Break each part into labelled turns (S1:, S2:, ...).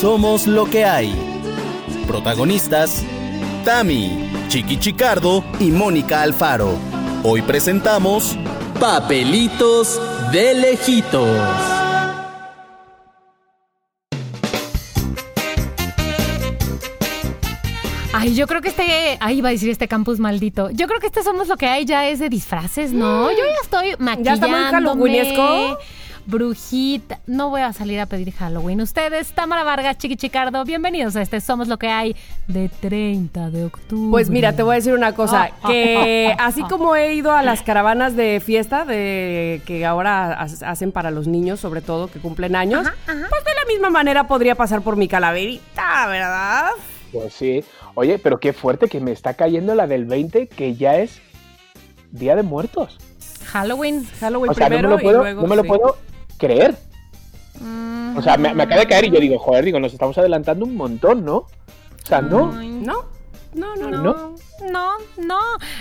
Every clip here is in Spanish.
S1: Somos lo que hay. Protagonistas, Tami, Chiqui Chicardo y Mónica Alfaro. Hoy presentamos Papelitos de Lejitos.
S2: Ay, yo creo que este, ahí iba a decir este campus maldito. Yo creo que este somos lo que hay ya es de disfraces, ¿no? Yo ya estoy
S3: Mm. Ya está muy
S2: maquillándome.
S3: halloweenesco.
S2: brujita. No voy a salir a pedir Halloween. Ustedes, Tamara Vargas, Chiqui Chicardo, bienvenidos a este Somos lo que hay de 30 de octubre.
S3: Pues mira, te voy a decir una cosa,
S2: Ah,
S3: que
S2: ah, ah,
S3: así
S2: ah.
S3: como he ido a las caravanas de fiesta de que ahora ha- hacen para los niños, sobre todo que cumplen años, pues de la misma manera podría pasar por mi calaverita, ¿verdad?
S4: Pues sí. Oye, pero qué fuerte que me está cayendo la del 20, que ya es Día de Muertos.
S2: Halloween.
S3: Halloween
S4: O sea, no me
S3: primero
S4: lo
S3: y
S4: puedo,
S3: luego,
S4: no me lo
S3: sí.
S4: puedo creer.
S2: Mm,
S4: O sea, me, me acaba de caer y yo digo, joder, digo, nos estamos adelantando un montón, ¿no? O sea, no.
S2: ay,
S3: No, no, no, no.
S4: ¿No?
S2: No, no,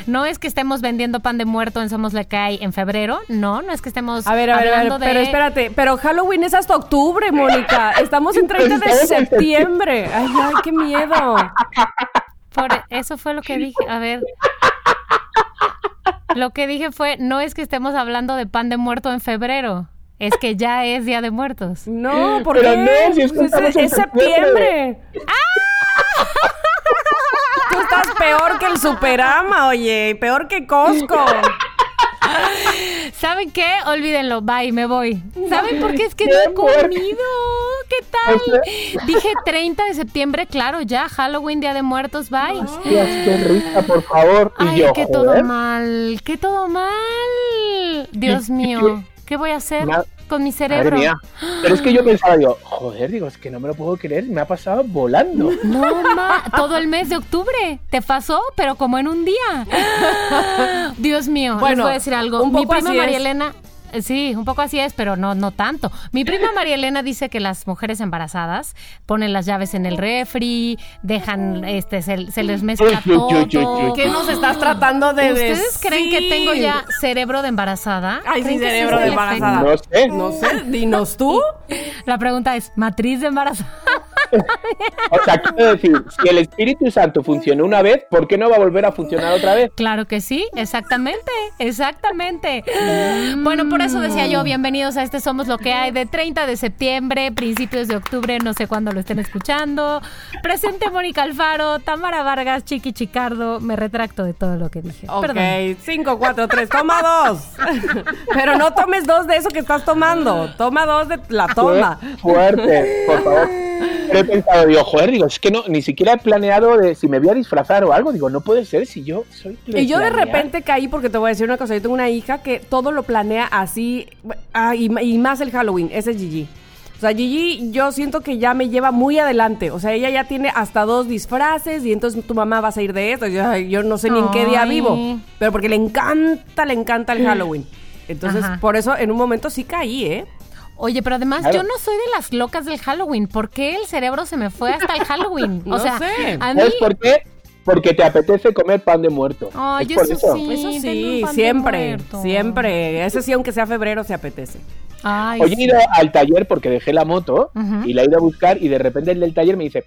S2: no es que estemos vendiendo pan de muerto en Somos lo que hay en febrero, no, no es que estemos
S3: A ver, a ver, a ver,
S2: hablando de...
S3: pero espérate, pero Halloween es hasta octubre, Mónica. Estamos en 30 de
S4: Estamos en
S3: septiembre. Ay, ay, qué miedo.
S2: Por e, eso fue lo que dije. A ver. Lo que dije fue, no es que estemos hablando de pan de muerto en febrero, es que ya es Día de Muertos.
S3: No, ¿por
S4: Eh, Pero
S3: qué?
S4: no, si es que
S3: Pues
S4: estamos
S3: es,
S4: en
S3: es septiembre. ¡Ah! Tú estás peor que el Superama, oye, y peor que Costco.
S2: ¿Saben qué? Olvídenlo, bye, me voy. ¿Saben por qué es que no
S4: Qué
S2: he
S4: fuerte.
S2: comido? ¿Qué tal? Dije 30 de septiembre, claro, ya, Halloween, Día de Muertos, bye.
S4: Dios, qué risa, por favor. y
S2: Ay,
S4: yo,
S2: qué todo
S4: joder.
S2: mal, qué todo mal. Dios mío, ¿qué voy a hacer
S4: Na-
S2: con mi
S4: Madre
S2: cerebro?
S4: mía. Pero es que yo pensaba, digo, joder, digo, es que no me lo puedo creer, me ha pasado volando.
S2: No, ma, todo el mes de octubre te pasó, pero como en un día. Dios mío, les
S3: Bueno,
S2: voy a decir algo.
S3: un
S2: Mi
S3: poco
S2: prima
S3: así
S2: María
S3: es.
S2: Elena, eh, sí, un poco así es, pero no, no tanto. Mi prima María Elena dice que las mujeres embarazadas ponen las llaves en el refri, dejan, este, se, se les mezcla
S4: Uy, uy, uy, uy,
S2: todo.
S4: uy.
S3: ¿Qué nos estás tratando de decir?
S2: ¿Ustedes creen que tengo ya cerebro de embarazada?
S3: Ay, sí,
S2: ¿Creen que
S3: cerebro
S2: es
S3: de
S2: el
S3: embarazada.
S2: efecto?
S4: No sé.
S3: No sé, dinos tú.
S2: La pregunta es, ¿matriz de embarazada?
S4: O sea, quiero decir, si el Espíritu Santo funcionó una vez, ¿por qué no va a volver a funcionar otra vez?
S2: Claro que sí, exactamente, exactamente. Bueno, por eso decía yo, bienvenidos a este Somos lo que hay de 30 de septiembre, principios de octubre, no sé cuándo lo estén escuchando. Presente Mónica Alfaro, Tamara Vargas, Chiqui Chicardo, me retracto de todo lo que dije.
S3: Ok,
S2: Perdón.
S3: 5, 4, 3, toma dos. Pero no tomes dos de eso que estás tomando. Toma dos de la
S4: Ah,
S3: toma.
S4: Fue Fuerte, por favor. Pero he pensado, digo, joder, digo, es que no, ni siquiera he planeado de si me voy a disfrazar o algo. Digo, no puede ser si yo soy.
S3: Y yo de
S4: planear.
S3: repente caí porque te voy a decir una cosa. Yo tengo una hija que todo lo planea así. ah, y, y más el Halloween. Ese es Gigi. O sea, Gigi, yo siento que ya me lleva muy adelante. O sea, ella ya tiene hasta dos disfraces y entonces tu mamá vas a ir de esto. Yo, yo no sé ni en qué día
S2: Ay. Mm.
S3: vivo. Pero porque le encanta, le encanta el Halloween. Entonces,
S2: Ajá.
S3: por eso en un momento sí caí, ¿eh?
S2: Oye, pero además
S4: Claro.
S2: yo no soy de las locas del Halloween. ¿Por qué el cerebro se me fue hasta el Halloween?
S3: No
S2: o sea,
S3: sé.
S2: a mí...
S4: ¿Sabes por qué? Porque te apetece comer pan de muerto.
S2: Ay,
S4: es por
S2: eso
S4: eso.
S2: sí.
S3: Eso
S2: denme un
S3: sí,
S2: pan de
S3: siempre,
S2: muerto.
S3: siempre. Ese sí, aunque sea febrero, se apetece.
S2: Ay,
S4: Hoy he
S2: sí.
S4: ido al taller porque dejé la moto
S2: Ujú.
S4: y la he ido a buscar y de repente el del taller me dice,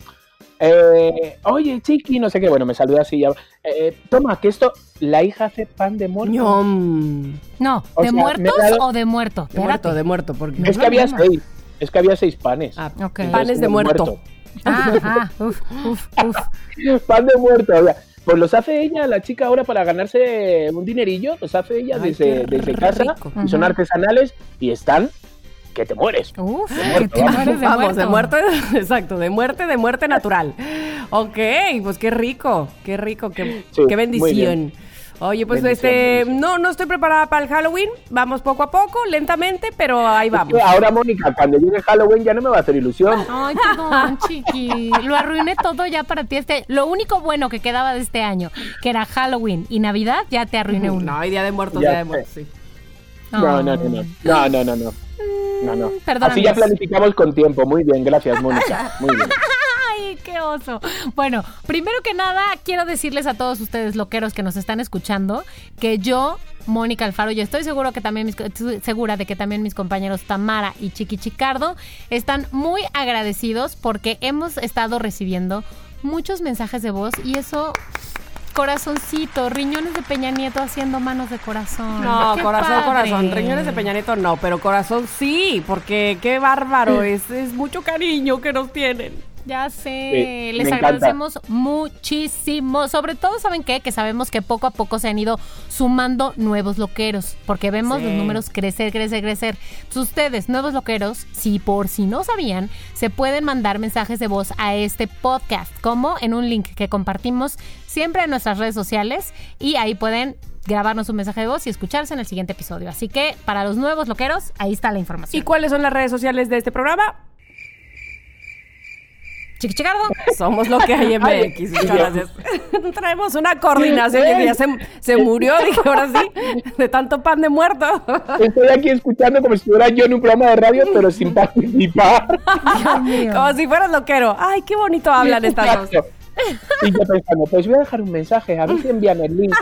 S4: eh, oye, chiqui, no sé qué, bueno, me saluda así ya. "Eh, toma, que esto, la hija hace pan de muerto.
S3: Ñom.
S2: No,
S4: O
S2: ¿de
S4: sea, me he
S2: muertos
S4: dado-
S2: o de muerto?
S3: De muerto,
S2: Espérate.
S3: de muerto. Porque...
S4: Es que había
S2: no.
S4: seis, es que había seis panes.
S3: Ah,
S2: Ok.
S3: Panes de muerto.
S2: Ah, ah, uf, uf, uf.
S4: Pan de muerto, o sea, pues los hace ella, la chica ahora, para ganarse un dinerillo, los hace ella
S3: Ay,
S4: desde,
S3: qué
S4: desde casa
S3: rico.
S4: y son
S2: Ajá.
S4: artesanales y están que te mueres.
S2: Uf, que
S4: muerto,
S2: te
S4: vamos.
S2: mueres de
S3: Vamos, de
S2: muerto.
S3: muerte, exacto, de muerte, de muerte natural. Ok, pues qué rico, qué rico, qué,
S4: Sí,
S3: qué
S4: muy
S3: bendición.
S4: bien.
S3: Oye, pues
S4: Bendición,
S3: este,
S4: bendición.
S3: no, no estoy preparada para el Halloween, vamos poco a poco, lentamente, pero ahí vamos.
S4: Ahora, Mónica, cuando llegue Halloween ya no me va a hacer ilusión.
S2: Ay, perdón, chiqui. Lo arruiné todo ya para ti. Este, lo único bueno que quedaba de este año, que era Halloween y Navidad, ya te arruiné uno.
S3: No, hay día de muertos,
S4: Ya
S3: día de
S4: sé.
S3: muertos, sí.
S4: No, no, no, no. No, no, no, no. No, no.
S3: Mm,
S2: perdón,
S4: Así ya
S2: amigos.
S4: planificamos con tiempo. Muy bien, gracias, Mónica. Muy bien.
S2: Ay, qué oso. Bueno, primero que nada, quiero decirles a todos ustedes, loqueros que nos están escuchando, que yo, Mónica Alfaro, yo estoy seguro que también mis- estoy segura de que también mis compañeros Tamara y Chiqui Chicardo están muy agradecidos porque hemos estado recibiendo muchos mensajes de voz y eso. Corazoncito, riñones de Peña Nieto haciendo manos de corazón.
S3: No,
S2: ¡Qué
S3: corazón,
S2: padre!
S3: corazón. Riñones de Peñaneto no, pero corazón sí, porque qué bárbaro. Es, es mucho cariño que nos tienen.
S2: Ya sé,
S4: Sí,
S2: les
S4: me encanta.
S2: agradecemos muchísimo. Sobre todo, ¿saben qué? Que sabemos que poco a poco se han ido sumando nuevos loqueros, porque vemos
S3: Sí.
S2: los números crecer, crecer, crecer. Entonces, ustedes, nuevos loqueros, si por si no sabían, se pueden mandar mensajes de voz a este podcast, como en un link que compartimos siempre en nuestras redes sociales y ahí pueden grabarnos un mensaje de voz y escucharse en el siguiente episodio. Así que para los nuevos loqueros, ahí está la
S3: ¿Y
S2: información.
S3: cuáles son las redes sociales de este programa?
S2: Chiquichicardo.
S3: Somos lo que hay en MX. Muchas gracias. Traemos una coordinación.
S4: Ey.
S3: que ya se, se murió, dije, ahora sí, de tanto pan de muerto.
S4: Estoy aquí escuchando como si estuviera yo en un programa de radio, pero sin participar.
S2: Dios mío.
S3: Como si fueras loquero. Ay, qué bonito hablan estas dos.
S4: Y yo pensando, pues voy a dejar un mensaje, a mí se envían el link.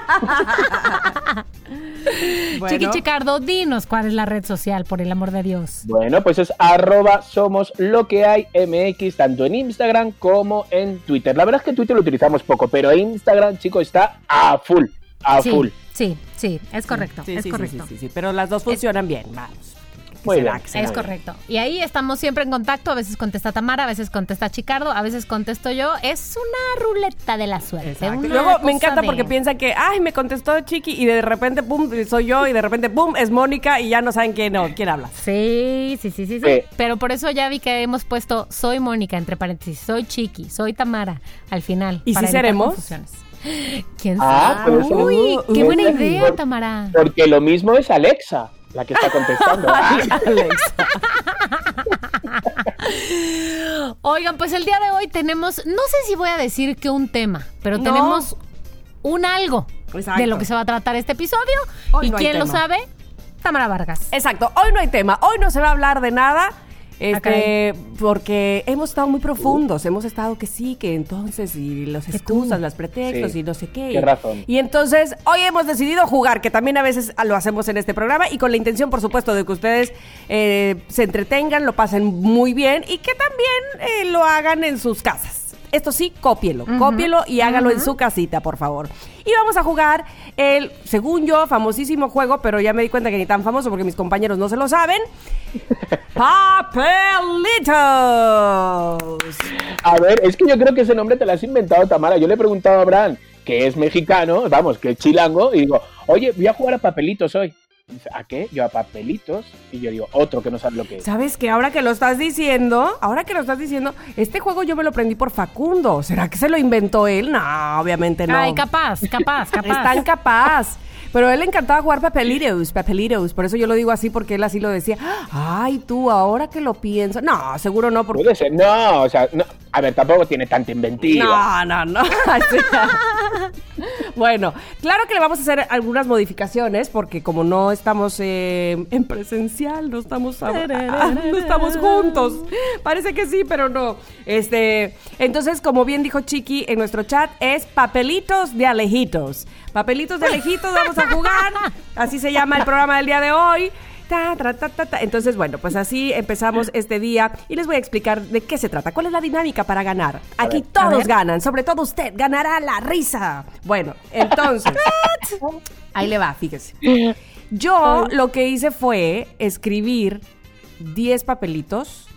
S3: Bueno,
S2: Chiqui Chicardo, dinos cuál es la red social, por el amor de Dios.
S4: Bueno, pues es arroba somos lo que hay MX, tanto en Instagram como en Twitter. La verdad es que Twitter lo utilizamos poco, pero Instagram, chico, está a full, a
S2: sí,
S4: full.
S2: sí, sí, es correcto,
S3: sí,
S2: es
S3: sí, sí,
S2: correcto.
S3: sí, sí, sí, pero las dos funcionan bien, vamos.
S4: Muy
S3: Que se
S4: bien.
S3: da, que se
S2: Es
S3: da.
S2: correcto. Y ahí estamos siempre en contacto. A veces contesta Tamara, a veces contesta Chicardo, a veces contesto yo. Es una ruleta de la suerte.
S3: Exacto.
S2: una
S3: Y Luego
S2: cosa
S3: me encanta
S2: de-
S3: porque piensa que, ay, me contestó Chiqui y de repente, pum, soy yo y de repente, pum, es Mónica y ya no saben quién, no, quién habla.
S2: Sí, sí, sí, sí, sí.
S4: Sí.
S2: Pero por eso ya vi que hemos puesto soy Mónica, entre paréntesis, soy Chiqui, soy Tamara, al final.
S3: ¿Y
S2: para
S3: si
S2: evitar
S3: seremos?
S2: confusiones. ¿Quién sabe?
S4: Ah, pero eso-
S2: Uy, qué
S4: uh,
S2: buena
S4: esa es
S2: idea,
S4: mejor.
S2: Tamara.
S4: Porque lo mismo es Alexa, la que está contestando.
S3: Alexa.
S2: Oigan, pues el día de hoy tenemos, no sé si voy a decir que un tema, pero
S3: No.
S2: tenemos un algo
S3: Exacto.
S2: de lo que se va a tratar este episodio.
S3: Hoy
S2: ¿Y
S3: no hay
S2: quién lo
S3: tema. Eh,
S2: sabe? Tamara Vargas.
S3: Exacto, hoy no hay tema, hoy no se va a hablar de nada. Este,
S2: caray.
S3: porque hemos estado muy profundos, hemos estado que sí, que entonces, y los excusas, las pretextos,
S4: Sí,
S3: y no sé qué.
S4: qué razón.
S3: Y entonces, hoy hemos decidido jugar, que también a veces lo hacemos en este programa, y con la intención, por supuesto, de que ustedes eh, se entretengan, lo pasen muy bien, y que también eh, lo hagan en sus casas. Esto sí, cópielo, cópielo y hágalo en su casita, por favor. Y vamos a jugar el, según yo, famosísimo juego, pero ya me di cuenta que ni tan famoso porque mis compañeros no se lo saben. Papelitos.
S4: A ver, es que yo creo que ese nombre te lo has inventado, Tamara. Yo le he preguntado a Bran, que es mexicano, vamos, que es chilango, y digo, oye, voy a jugar a papelitos hoy. Y dice, ¿A qué? Yo a papelitos. Y yo digo, otro que no sabe lo que es.
S3: Sabes que ahora que lo estás diciendo, ahora que lo estás diciendo, este juego yo me lo aprendí por Facundo. ¿Será que se lo inventó él? No, obviamente no.
S2: Ay, capaz, capaz, capaz.
S3: Es tan capaz. Pero él le encantaba jugar papelitos, papelitos. Por eso yo lo digo así, porque él así lo decía. Ay, tú, ahora que lo pienso. No, seguro no, porque.
S4: Puede ser. No, o sea, no. a ver, tampoco tiene tanta inventiva.
S3: No, no, no. Así. bueno, claro que le vamos a hacer algunas modificaciones, porque como no estamos eh, en presencial, no estamos, a- a- no estamos juntos. Parece que sí, pero no. Este, entonces, como bien dijo Chiqui en nuestro chat, es papelitos de alejitos. Papelitos de alejitos, vamos a jugar. Así se llama el programa del día de hoy. Ta, tra, ta, ta, ta. Entonces, bueno, pues así empezamos este día y les voy a explicar de qué se trata, cuál es la dinámica para ganar. Aquí
S2: A
S3: todos
S2: ver.
S3: ganan, sobre todo usted ganará la risa. Bueno, entonces, ahí le va, fíjese. Yo lo que hice fue escribir 10 papelitos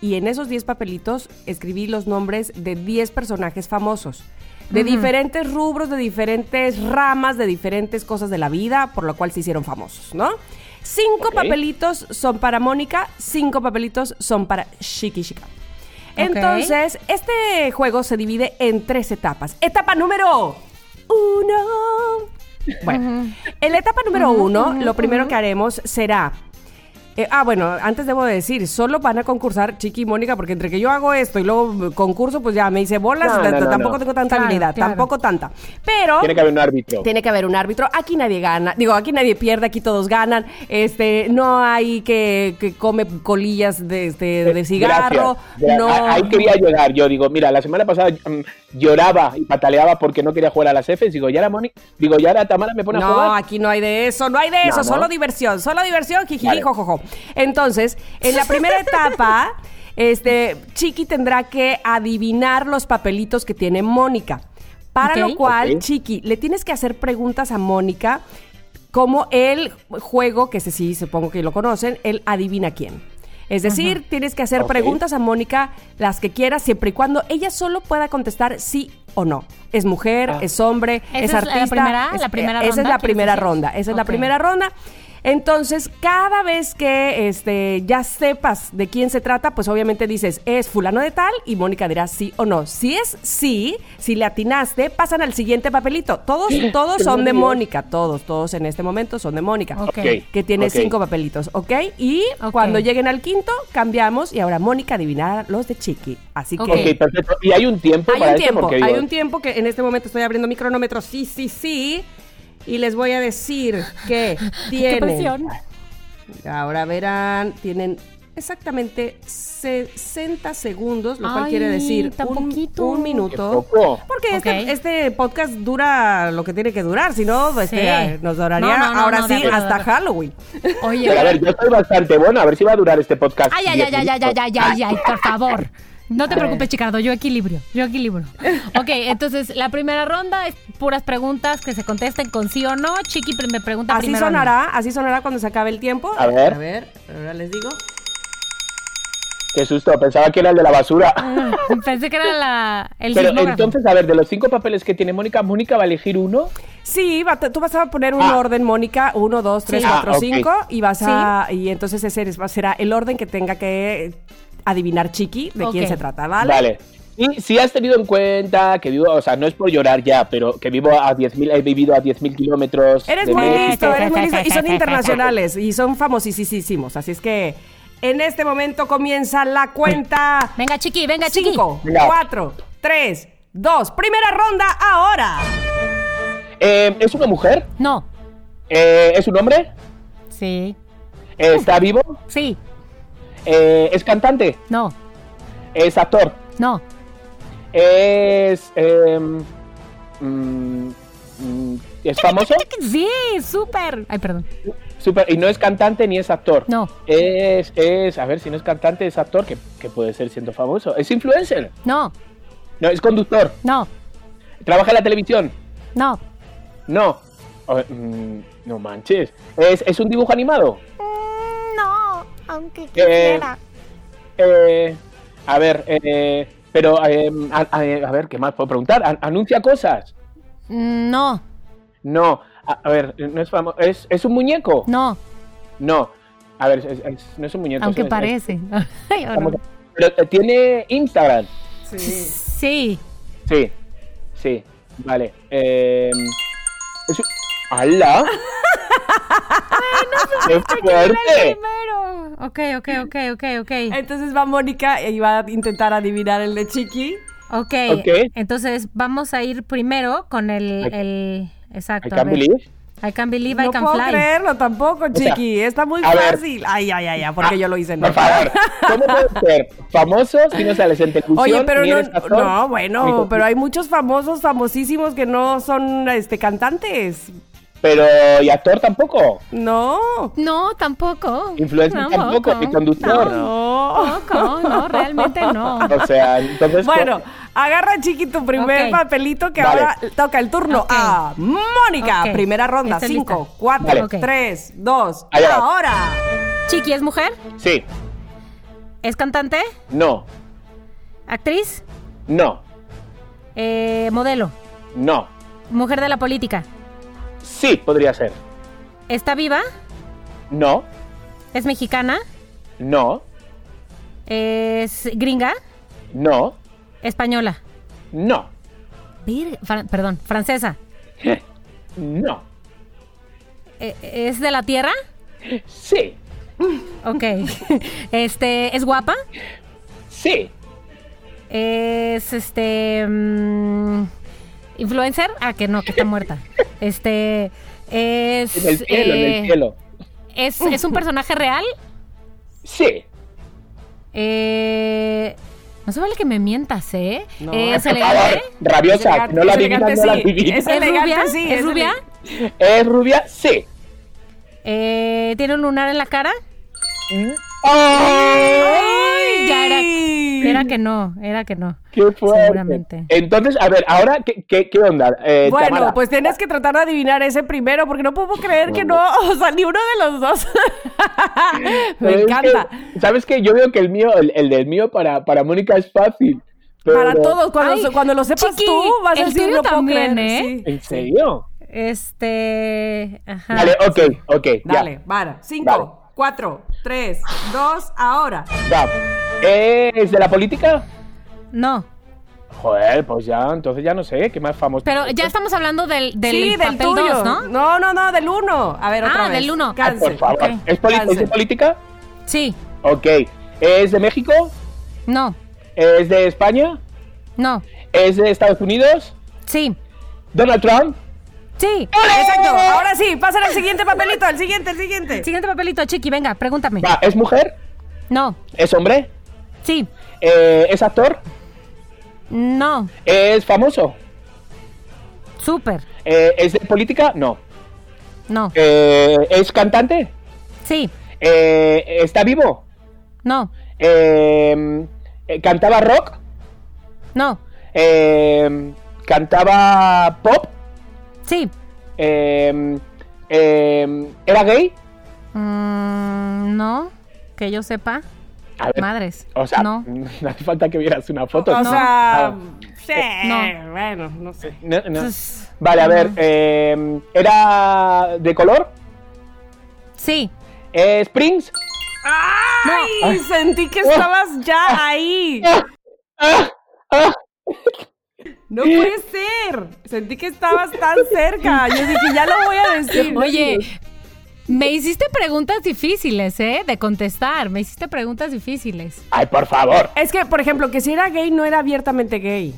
S3: y en esos 10 papelitos escribí los nombres de 10 personajes famosos. De diferentes rubros, de diferentes ramas, de diferentes cosas de la vida, por lo cual se hicieron famosos, ¿no? Cinco
S4: Ok.
S3: papelitos son para Mónica, cinco papelitos son para Shiki Shika. Entonces, este juego se divide en tres etapas. Etapa número uno. Bueno, en la etapa número uno, lo primero que haremos será Eh, ah, bueno, antes debo de decir, solo van a concursar Chiqui y Mónica, porque entre que yo hago esto y luego concurso, pues ya me hice bolas,
S4: No,
S3: t-
S4: no,
S3: t-
S4: no,
S3: tampoco
S4: no.
S3: tengo tanta
S2: Claro,
S3: habilidad,
S2: claro.
S3: tampoco tanta. Pero
S4: Tiene que haber un árbitro.
S3: tiene que haber un árbitro. Aquí nadie gana. Digo, aquí nadie pierde, aquí todos ganan. Este, no hay que, que come colillas de, este, de cigarro.
S4: Eh, Gracias. Gra-
S3: no.
S4: a- Ahí quería llorar. Yo digo, mira, la semana pasada mm, lloraba y pataleaba porque no quería jugar a las Fs. Digo, ya la Moni, digo, ya la Tamara me pone a
S3: No,
S4: jugar.
S3: aquí no hay de eso, no hay de
S4: No,
S3: eso,
S4: ¿no?
S3: solo diversión, solo diversión, jijiji,
S4: Vale.
S3: jojojo. Entonces, en la primera etapa, este, Chiqui tendrá que adivinar los papelitos que tiene Mónica. Para lo
S2: Ok.
S3: cual,
S4: Ok.
S3: Chiqui, le tienes que hacer preguntas a Mónica como el juego, que ese sí supongo que lo conocen, el adivina quién. Es decir, tienes que hacer
S4: Ok.
S3: preguntas a Mónica las que quieras, siempre y cuando ella solo pueda contestar sí o no. Es mujer,
S4: Ah.
S3: es hombre,
S2: ¿Esa
S3: es
S2: es la
S3: artista.
S2: primera-
S3: es-
S2: la primera
S3: Esa es
S2: ronda,
S3: la
S2: quieres
S3: primera
S2: decir?
S3: ronda. Esa es la
S2: Ok.
S3: primera ronda. Entonces, cada vez que este, ya sepas de quién se trata, pues obviamente dices, es fulano de tal, y Mónica dirá sí o no. Si es sí, si le atinaste, pasan al siguiente papelito. Todos, todos son de
S4: nervios.
S3: Mónica, todos, todos en este momento son de Mónica.
S2: Ok.
S4: Ok.
S3: Que tiene
S4: Ok.
S3: cinco papelitos, ¿ok? Y
S2: Ok.
S3: cuando lleguen al quinto, cambiamos y ahora Mónica adivinará los de Chiqui. Así
S2: Ok.
S3: que
S4: Ok, perfecto. Y hay un tiempo
S3: hay
S4: para
S3: un
S4: esto
S3: tiempo,
S4: porque
S3: hay
S4: digo,
S3: un tiempo que en este momento estoy abriendo mi cronómetro, sí, sí, sí, y les voy a decir que
S2: Qué
S3: tienen,
S2: presión.
S3: ahora verán, tienen exactamente 60 segundos, lo cual
S2: Ay,
S3: quiere decir
S2: tan
S3: un,
S2: poquito.
S3: un
S4: qué
S3: minuto.
S4: poco.
S3: Porque este-
S2: Ok.
S3: este, podcast dura lo que tiene que durar, si no, este,
S2: Sí.
S3: ay, nos duraría
S2: No, no, no,
S3: ahora
S2: no, de
S3: sí
S2: acuerdo, de
S3: hasta
S2: acuerdo.
S3: Halloween.
S2: Oye.
S4: Pero a ver, yo estoy bastante bueno. A ver si va a durar este podcast.
S2: Ay, ay,
S4: 10
S2: ay, ay, ay, ay,
S4: minutos.
S2: ay, ay, ay, por favor. No te preocupes, Chicardo, yo equilibrio, yo equilibrio. Ok, entonces la primera ronda es puras preguntas que se contesten con sí o no. Chiqui pre- me pregunta
S3: Así
S2: primero. a mí.
S3: sonará, así sonará cuando se acabe el tiempo.
S4: A ver.
S3: a ver, ahora les digo.
S4: Qué susto. Pensaba que era el de la basura.
S3: Ah,
S2: Pensé que era la, el
S4: Pero
S2: sismógrafo.
S4: entonces, a ver, de los cinco papeles que tiene Mónica, ¿Mónica va a elegir uno?
S3: Sí, va- tú vas a poner un
S4: Ah.
S3: orden, Mónica, 1, 2, 3,
S4: Sí. Ah,
S3: 4,
S4: ok.
S3: 5, y vas a... Y entonces ese es- va- será el orden que tenga que adivinar Chiqui de quién
S2: Ok.
S3: se trata, ¿vale?
S4: Vale. Y si has tenido en cuenta que vivo, o sea, no es por llorar ya, pero que vivo a 10.000, he vivido a 10.000 kilómetros.
S3: Eres
S4: de
S3: muy
S4: México.
S3: listo, eres muy listo. Y son
S2: Sí.
S3: internacionales, y son famosísimos. Así es que en este momento comienza la cuenta...
S2: Venga, Chiqui, venga, Chiqui.
S3: 5,
S4: Venga.
S3: 4, 3, 2. Primera ronda ahora.
S4: Eh, ¿Es una mujer?
S2: No.
S4: Eh, ¿Es un hombre?
S2: Sí.
S4: Eh, ¿Está vivo?
S2: Sí.
S4: Eh, ¿Es cantante?
S2: No.
S4: ¿Es actor?
S2: No.
S4: ¿Es. em, mm, mm, ¿Es famoso?
S2: Sí, súper. Ay, perdón.
S4: Super- y no es cantante ni es actor.
S2: No.
S4: Es, es, a ver, si no es cantante, es actor, que, que puede ser siendo famoso. Es influencer.
S2: No.
S4: No, es conductor.
S2: No.
S4: Trabaja en la televisión.
S2: No.
S4: No. O- mm, no manches. Es, es un dibujo animado.
S5: Mm, No, aunque
S4: Eh,
S5: quisiera.
S4: eh, a ver, eh, pero eh, a, a- a ver, ¿qué más puedo preguntar? An- ¿Anuncia cosas?
S2: No.
S4: No. A, a ver, no es famoso. ¿Es, es un muñeco?
S2: No.
S4: No. A ver, es- es- no es un muñeco.
S2: Aunque
S4: es- es-
S2: parece. Ay,
S4: es-
S2: horror.
S4: pero, eh, ¿Tiene Instagram?
S2: Sí.
S4: Sí, sí, vale. Eh, es un- ¡Hala! ¡Qué fuerte! Ah,
S2: Primero. Ok, ok, ok, ok, ok.
S3: Entonces va Mónica y va a intentar adivinar el de Chiqui.
S2: Ok.
S4: Ok.
S2: Entonces vamos a ir primero con el.
S4: I-
S2: el exacto.
S4: I
S2: a
S4: can't
S2: ver.
S4: believe.
S2: I can believe I
S3: no
S2: can
S3: puedo
S2: fly.
S3: creerlo tampoco,
S4: sea,
S3: Chiqui. Está muy
S4: a ver. Ah,
S3: fácil. Ay, ay, ay, ay, porque yo lo hice. ¿no?
S4: Por favor, ¿cómo puedes ser famoso si no sales en televisión?
S3: Oye, pero
S4: ni
S3: no,
S4: eres actor,
S3: no,
S4: ni
S3: bueno,
S4: con-
S3: pero hay muchos famosos, famosísimos que no son este cantantes.
S4: Pero, ¿y actor tampoco?
S3: No.
S2: No, tampoco.
S4: Influencer tampoco, ni conductor.
S3: No.
S2: Tampoco, no, realmente no.
S4: O sea, entonces...
S3: Bueno, agarra Chiqui tu primer
S2: Ok.
S3: papelito que
S4: Vale.
S3: ahora toca el turno
S2: Ok.
S3: a Mónica.
S2: Ok.
S3: Primera ronda,
S2: Estoy
S3: 5,
S2: lista.
S3: 4,
S4: Vale.
S2: Ok.
S3: 3, 2,
S4: Allá va.
S3: ahora.
S2: Chiqui es mujer,
S4: Sí,
S2: es cantante,
S4: no,
S2: actriz,
S4: no,
S2: eh, modelo,
S4: no,
S2: mujer de la política.
S4: sí podría ser.
S2: ¿Está viva?
S4: No,
S2: ¿Es mexicana?
S4: no,
S2: ¿Es gringa?
S4: no,
S2: ¿Española?
S4: no,
S2: Vir- fran- perdón, francesa.
S4: no,
S2: Eh, ¿Es de la tierra?
S4: sí,
S2: Ok. Este, ¿es guapa?
S4: Sí,
S2: Es este. mm, ¿Influencer? Ah, que no, que está muerta. Este. Es.
S4: en el cielo, en
S2: eh,
S4: el cielo.
S2: ¿es, es un personaje real?
S4: Sí.
S2: Eh, no se vale que me mientas, ¿eh?
S3: No.
S2: ¿Es
S4: Por favor,
S2: elegante?
S4: rabiosa,
S3: elegante,
S4: no la
S3: es
S4: adivinas, no
S3: elegante,
S4: la
S3: sí.
S4: adivinas.
S2: ¿Es
S3: Es elegante,
S2: rubia?
S3: sí,
S2: ¿Es
S3: es
S2: rubia?
S4: ¿Es rubia? Sí.
S2: Eh, ¿Tiene un lunar en la cara?
S4: ¡Oh!
S2: ¡Ay! Ya era, era que no, era que no.
S4: ¡Qué fuerte!
S2: Seguramente.
S4: Entonces, a ver, ahora, ¿qué, qué, qué onda? Eh,
S3: Bueno,
S4: Tamara,
S3: pues tienes que tratar de adivinar ese primero, porque no puedo creer que no, o sea, ni uno de los dos. Me
S4: ¿sabes qué?
S3: encanta.
S4: ¿Sabes qué? Yo veo que el mío, el, el del mío para, para Mónica es fácil. pero-
S3: Para todos, cuando,
S2: Ay,
S3: so- cuando lo sepas
S2: Chiqui,
S3: tú, vas a
S2: el
S3: decir,
S2: tuyo
S3: no puedo
S2: también,
S3: creer",
S2: ¿eh?
S3: sí. Ah,
S4: ¿En serio?
S2: Este. Ajá.
S4: Vale, ok, ok. ya.
S3: Dale, para. Cinco,
S4: Dale.
S3: cuatro, tres, dos, ahora.
S4: Va. ¿Es de la política?
S2: No.
S4: Joder, pues ya, entonces ya no sé, ¿qué más famoso?
S2: Pero ya estamos hablando del, del
S3: sí, del
S2: papel
S3: tuyo.
S2: dos, ¿no?
S3: no, no, no, del uno. A ver,
S2: Ah,
S3: otra vez.
S2: del uno.
S4: Ay,
S3: Cáncer.
S4: por favor.
S3: ok.
S4: ¿Es, poli- es de
S3: Cáncer.
S4: política?
S2: Sí.
S4: Ok. ¿Es de México?
S2: No.
S4: ¿Es de España?
S2: No.
S4: ¿Es de Estados Unidos?
S2: Sí.
S4: ¿Donald Trump?
S2: Sí.
S3: Exacto. Ahora sí, pasan al siguiente papelito, el siguiente, el siguiente.
S2: Siguiente papelito, Chiqui, venga, pregúntame.
S4: Va, ¿Es mujer?
S2: No.
S4: ¿Es hombre?
S2: Sí.
S4: Eh, ¿Es actor?
S2: No.
S4: ¿Es famoso?
S2: Súper.
S4: Eh, ¿Es de política? No.
S2: No.
S4: Eh, ¿Es cantante?
S2: Sí.
S4: Eh, ¿Está vivo?
S2: No.
S4: Eh, eh, ¿Cantaba rock?
S2: No.
S4: Eh, ¿Cantaba pop?
S2: Sí.
S4: Eh, eh, ¿Era gay?
S2: Mm, no. Que yo sepa.
S4: A ver,
S2: Madres.
S4: O sea,
S2: No.
S4: no. hace falta que vieras una foto.
S3: O
S4: No.
S3: sea,
S4: Ah,
S3: sí,
S2: No.
S3: bueno, no sé.
S4: no, no.
S2: Pues,
S4: Vale, a ver. eh, ¿Era de color? eh.
S2: sí.
S4: ¿Es Prince?
S3: ¡Ay!
S4: Ay.
S3: Sentí
S2: Ah.
S3: que estabas ya ahí.
S4: ¡Ah! ¡Ah!
S3: No puede ser. Sentí que estabas tan cerca. Yo dije, ya lo voy a decir.
S2: Oye, me hiciste preguntas difíciles, ¿eh? De contestar. Me hiciste preguntas difíciles.
S4: Ay, por favor.
S3: Es que, por ejemplo, que si era gay, no era abiertamente gay.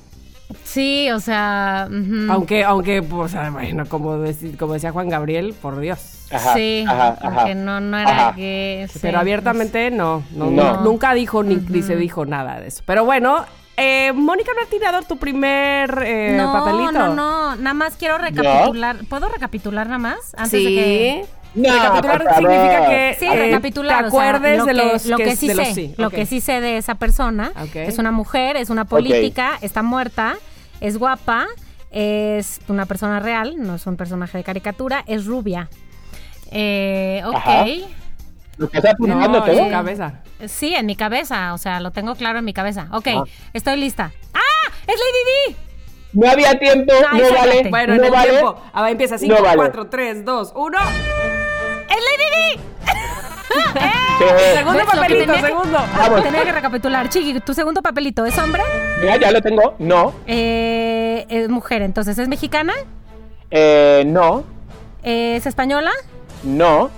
S2: Sí, o sea. ujú.
S3: Aunque, aunque, pues, ah, bueno, como, deci- como decía Juan Gabriel, por Dios.
S4: Ajá,
S2: sí.
S4: ajá, ajá.
S2: Aunque no, no era
S4: Ajá.
S2: que. sí, pues.
S3: Pero abiertamente no, no,
S4: No.
S3: Nunca dijo ni, ni se dijo nada de eso. Pero bueno, eh, Mónica no ha tirado tu primer eh,
S2: no,
S3: papelito.
S2: No, no, Nada más quiero recapitular. ¿Puedo recapitular nada más? Antes
S3: sí.
S2: de que.
S4: No,
S3: Recapitular
S4: por favor.
S3: significa que
S2: Sí,
S3: eh,
S2: recapitular.
S3: te
S2: o sea,
S3: acuerdes
S2: lo
S3: de
S2: que,
S3: los
S2: lo que sí
S3: de los
S2: sé. Lo
S3: ok.
S2: que sí sé de esa persona.
S3: Ok.
S2: Es una mujer, es una política, está muerta, es guapa, es una persona real, no es un personaje de caricatura, es rubia. Eh, ok.
S4: Ajá. ¿Lo que pues, está
S3: No,
S4: apuntando
S3: en
S4: todo?
S3: su cabeza.
S2: Sí, en mi cabeza, o sea, lo tengo claro en mi cabeza. Ok,
S4: Ah.
S2: estoy lista. ¡Ah! ¡Es Lady Di!
S4: No había tiempo,
S2: Ay,
S4: no
S2: cállate.
S4: vale.
S3: Bueno,
S4: no
S3: en el
S4: vale.
S3: tiempo. A ver, empieza 5,
S4: No vale.
S3: 4, 3, 2, 1.
S2: ¡Es Lady Di!
S4: Sí.
S3: Segundo
S2: ¿Ves lo que
S3: papelito,
S2: tenía que-
S3: segundo.
S4: Vamos.
S2: Tenía que recapitular. Chiqui, tu segundo papelito, ¿es hombre?
S4: Mira, ya lo tengo. No.
S2: Eh, es mujer, entonces, ¿es mexicana?
S4: Eh, no.
S2: ¿Es española?
S4: No.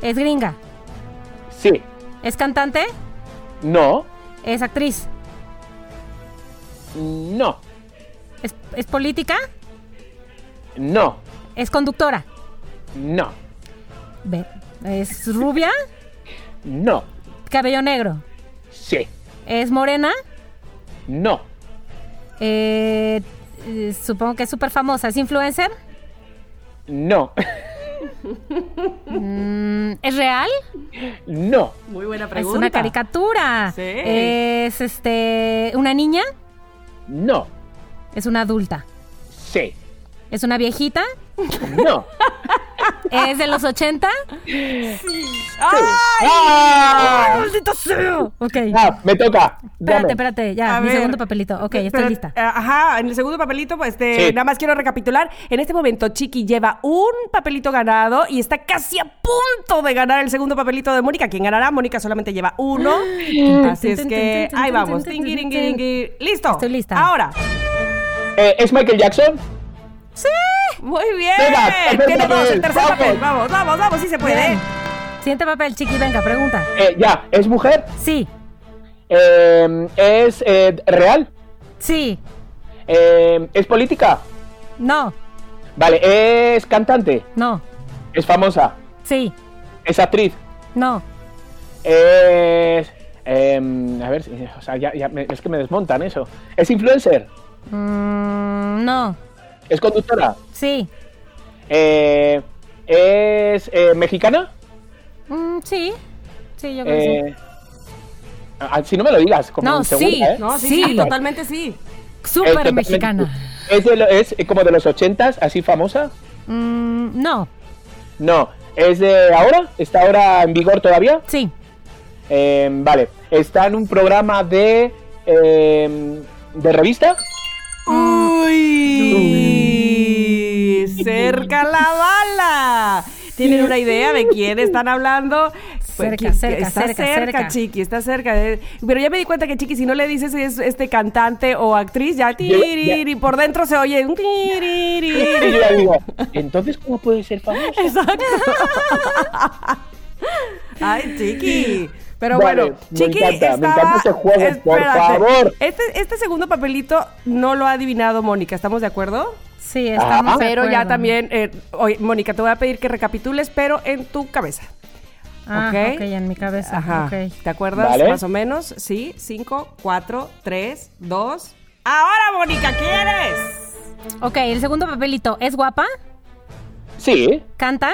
S2: ¿Es gringa?
S4: Sí.
S2: ¿Es cantante?
S4: No.
S2: ¿Es actriz?
S4: No.
S2: ¿Es, es política?
S4: No.
S2: ¿Es conductora?
S4: No.
S2: Ve, ¿Es rubia?
S4: No.
S2: ¿Cabello negro?
S4: Sí.
S2: ¿Es morena?
S4: No.
S2: Eh, eh, supongo que es súper famosa. ¿Es influencer?
S4: No.
S2: Mm, ¿Es real?
S4: No.
S3: Muy buena
S2: Es una caricatura.
S3: Sí.
S2: Es este una niña,
S4: No.
S2: es una adulta,
S4: Sí.
S2: es una viejita,
S4: No.
S2: es de los 80.
S3: ¡Ay!
S4: ¡Ah!
S2: ¡Maldito sea! Ok.
S4: Ah, me toca.
S2: Espérate,
S4: Dame.
S2: espérate, ya,
S3: A
S2: Ah, mi
S3: ver.
S2: segundo papelito. Ok,
S3: Pero-
S2: estoy lista.
S3: eh, Ajá, en el segundo papelito, pues, este,
S4: Sí.
S3: nada más quiero recapitular. En este momento, Chiqui lleva un papelito ganado y está casi a punto de ganar el segundo papelito de Mónica. ¿Quién ganará? Mónica solamente lleva uno. Así es que ahí vamos. Tingui, tingui, tingui. Listo.
S2: Estoy lista.
S3: Ahora.
S4: Eh, ¿Es Michael Jackson?
S3: Muy bien.
S4: Venga, tercer
S3: Tiene dos,
S4: papel,
S3: el tercer
S4: vamos.
S3: papel. Vamos, vamos, vamos, sí se puede.
S2: Bien. Siguiente papel, chiqui, venga, pregunta.
S4: Eh, ya, ¿es mujer?
S2: Sí,
S4: Eh, ¿Es eh, real?
S2: sí,
S4: Eh, ¿Es política?
S2: no,
S4: Vale, ¿es cantante?
S2: no,
S4: ¿Es famosa?
S2: sí,
S4: ¿Es actriz?
S2: no.
S4: Es. em, a ver, si- o sea, ya, ya me- es que me desmontan eso. ¿Es influencer?
S2: Mm, no,
S4: ¿Es conductora?
S2: sí,
S4: Eh, ¿Es eh, mexicana?
S2: Mm, sí, sí, yo creo que sí.
S4: Eh, ah, si no me lo digas, como
S2: No,
S4: segura,
S2: sí.
S4: ¿eh?
S3: No, sí,
S2: Sí.
S3: sí, totalmente sí.
S4: Es
S3: este
S2: Súper
S4: totalmente-
S2: mexicana.
S4: ¿Es, de lo- ¿Es eh, como de los 80s, así famosa?
S2: Mm, no,
S4: No. ¿Es de ahora? ¿Está ahora en vigor todavía?
S2: sí,
S4: Em, vale, está en un programa de. em, ¿De revista?
S3: Uy, cerca la bala. ¿Tienen una idea de quién están hablando?
S2: Cerca,
S3: ¿quién-
S2: cerca,
S3: está
S2: cerca, cerca.
S3: Chiqui, está cerca. de- Pero ya me di cuenta que Chiqui, si no le dices si es este cantante o actriz, ya tiriri, por dentro se oye un
S4: Y
S3: tiriri.
S4: yo ya digo, entonces, ¿cómo puede ser famosa?
S3: Exacto. Ay, Chiqui. Pero
S4: Vale,
S3: bueno,
S4: me
S3: Chiqui
S4: encanta, me
S3: estaba-
S4: encanta este juego, por favor.
S3: Este, este segundo papelito no lo ha adivinado Mónica, ¿estamos de acuerdo?
S2: sí, estamos.
S4: Ah,
S2: de
S3: Pero ya
S2: acuerdo.
S3: también, eh, oye, Mónica, te voy a pedir que recapitules, pero en tu cabeza.
S2: Ah,
S3: ¿ok?
S2: ok, en mi cabeza.
S3: Ajá.
S2: ok.
S3: ¿Te acuerdas
S4: Vale.
S3: más o menos? Sí, cinco, cuatro, tres, dos. Ahora, Mónica, ¿quieres?
S2: Ok, el segundo papelito. ¿Es guapa?
S4: Sí,
S2: ¿Canta?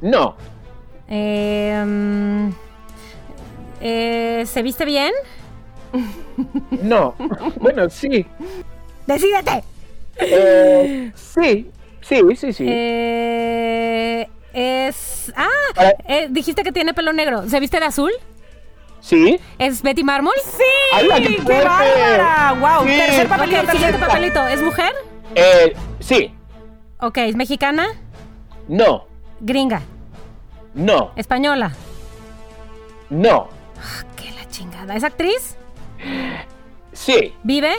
S4: no,
S2: Eh, mm, eh, ¿Se viste bien?
S4: no. bueno, sí.
S2: ¡Decídete!
S4: Eh, sí, sí, sí, sí.
S2: Eh, es. ¡Ah!
S4: Para-
S2: eh, dijiste que tiene pelo negro. ¿Se viste de azul?
S4: sí.
S2: ¿Es Betty Mármol? ¡Sí!
S4: ¡Hala, qué
S3: ¡Qué
S4: fuerte!
S3: bárbara! ¡Wow!
S4: Sí.
S3: Tercer
S2: Ok,
S3: papelito,
S2: siguiente
S3: tercer papelito.
S2: papelito. ¿Es mujer?
S4: Eh, sí,
S2: Ok, ¿es mexicana?
S4: no,
S2: Gringa.
S4: no,
S2: Española.
S4: no,
S2: ¡Qué la chingada! ¿Es actriz?
S4: sí,
S2: ¿Vive?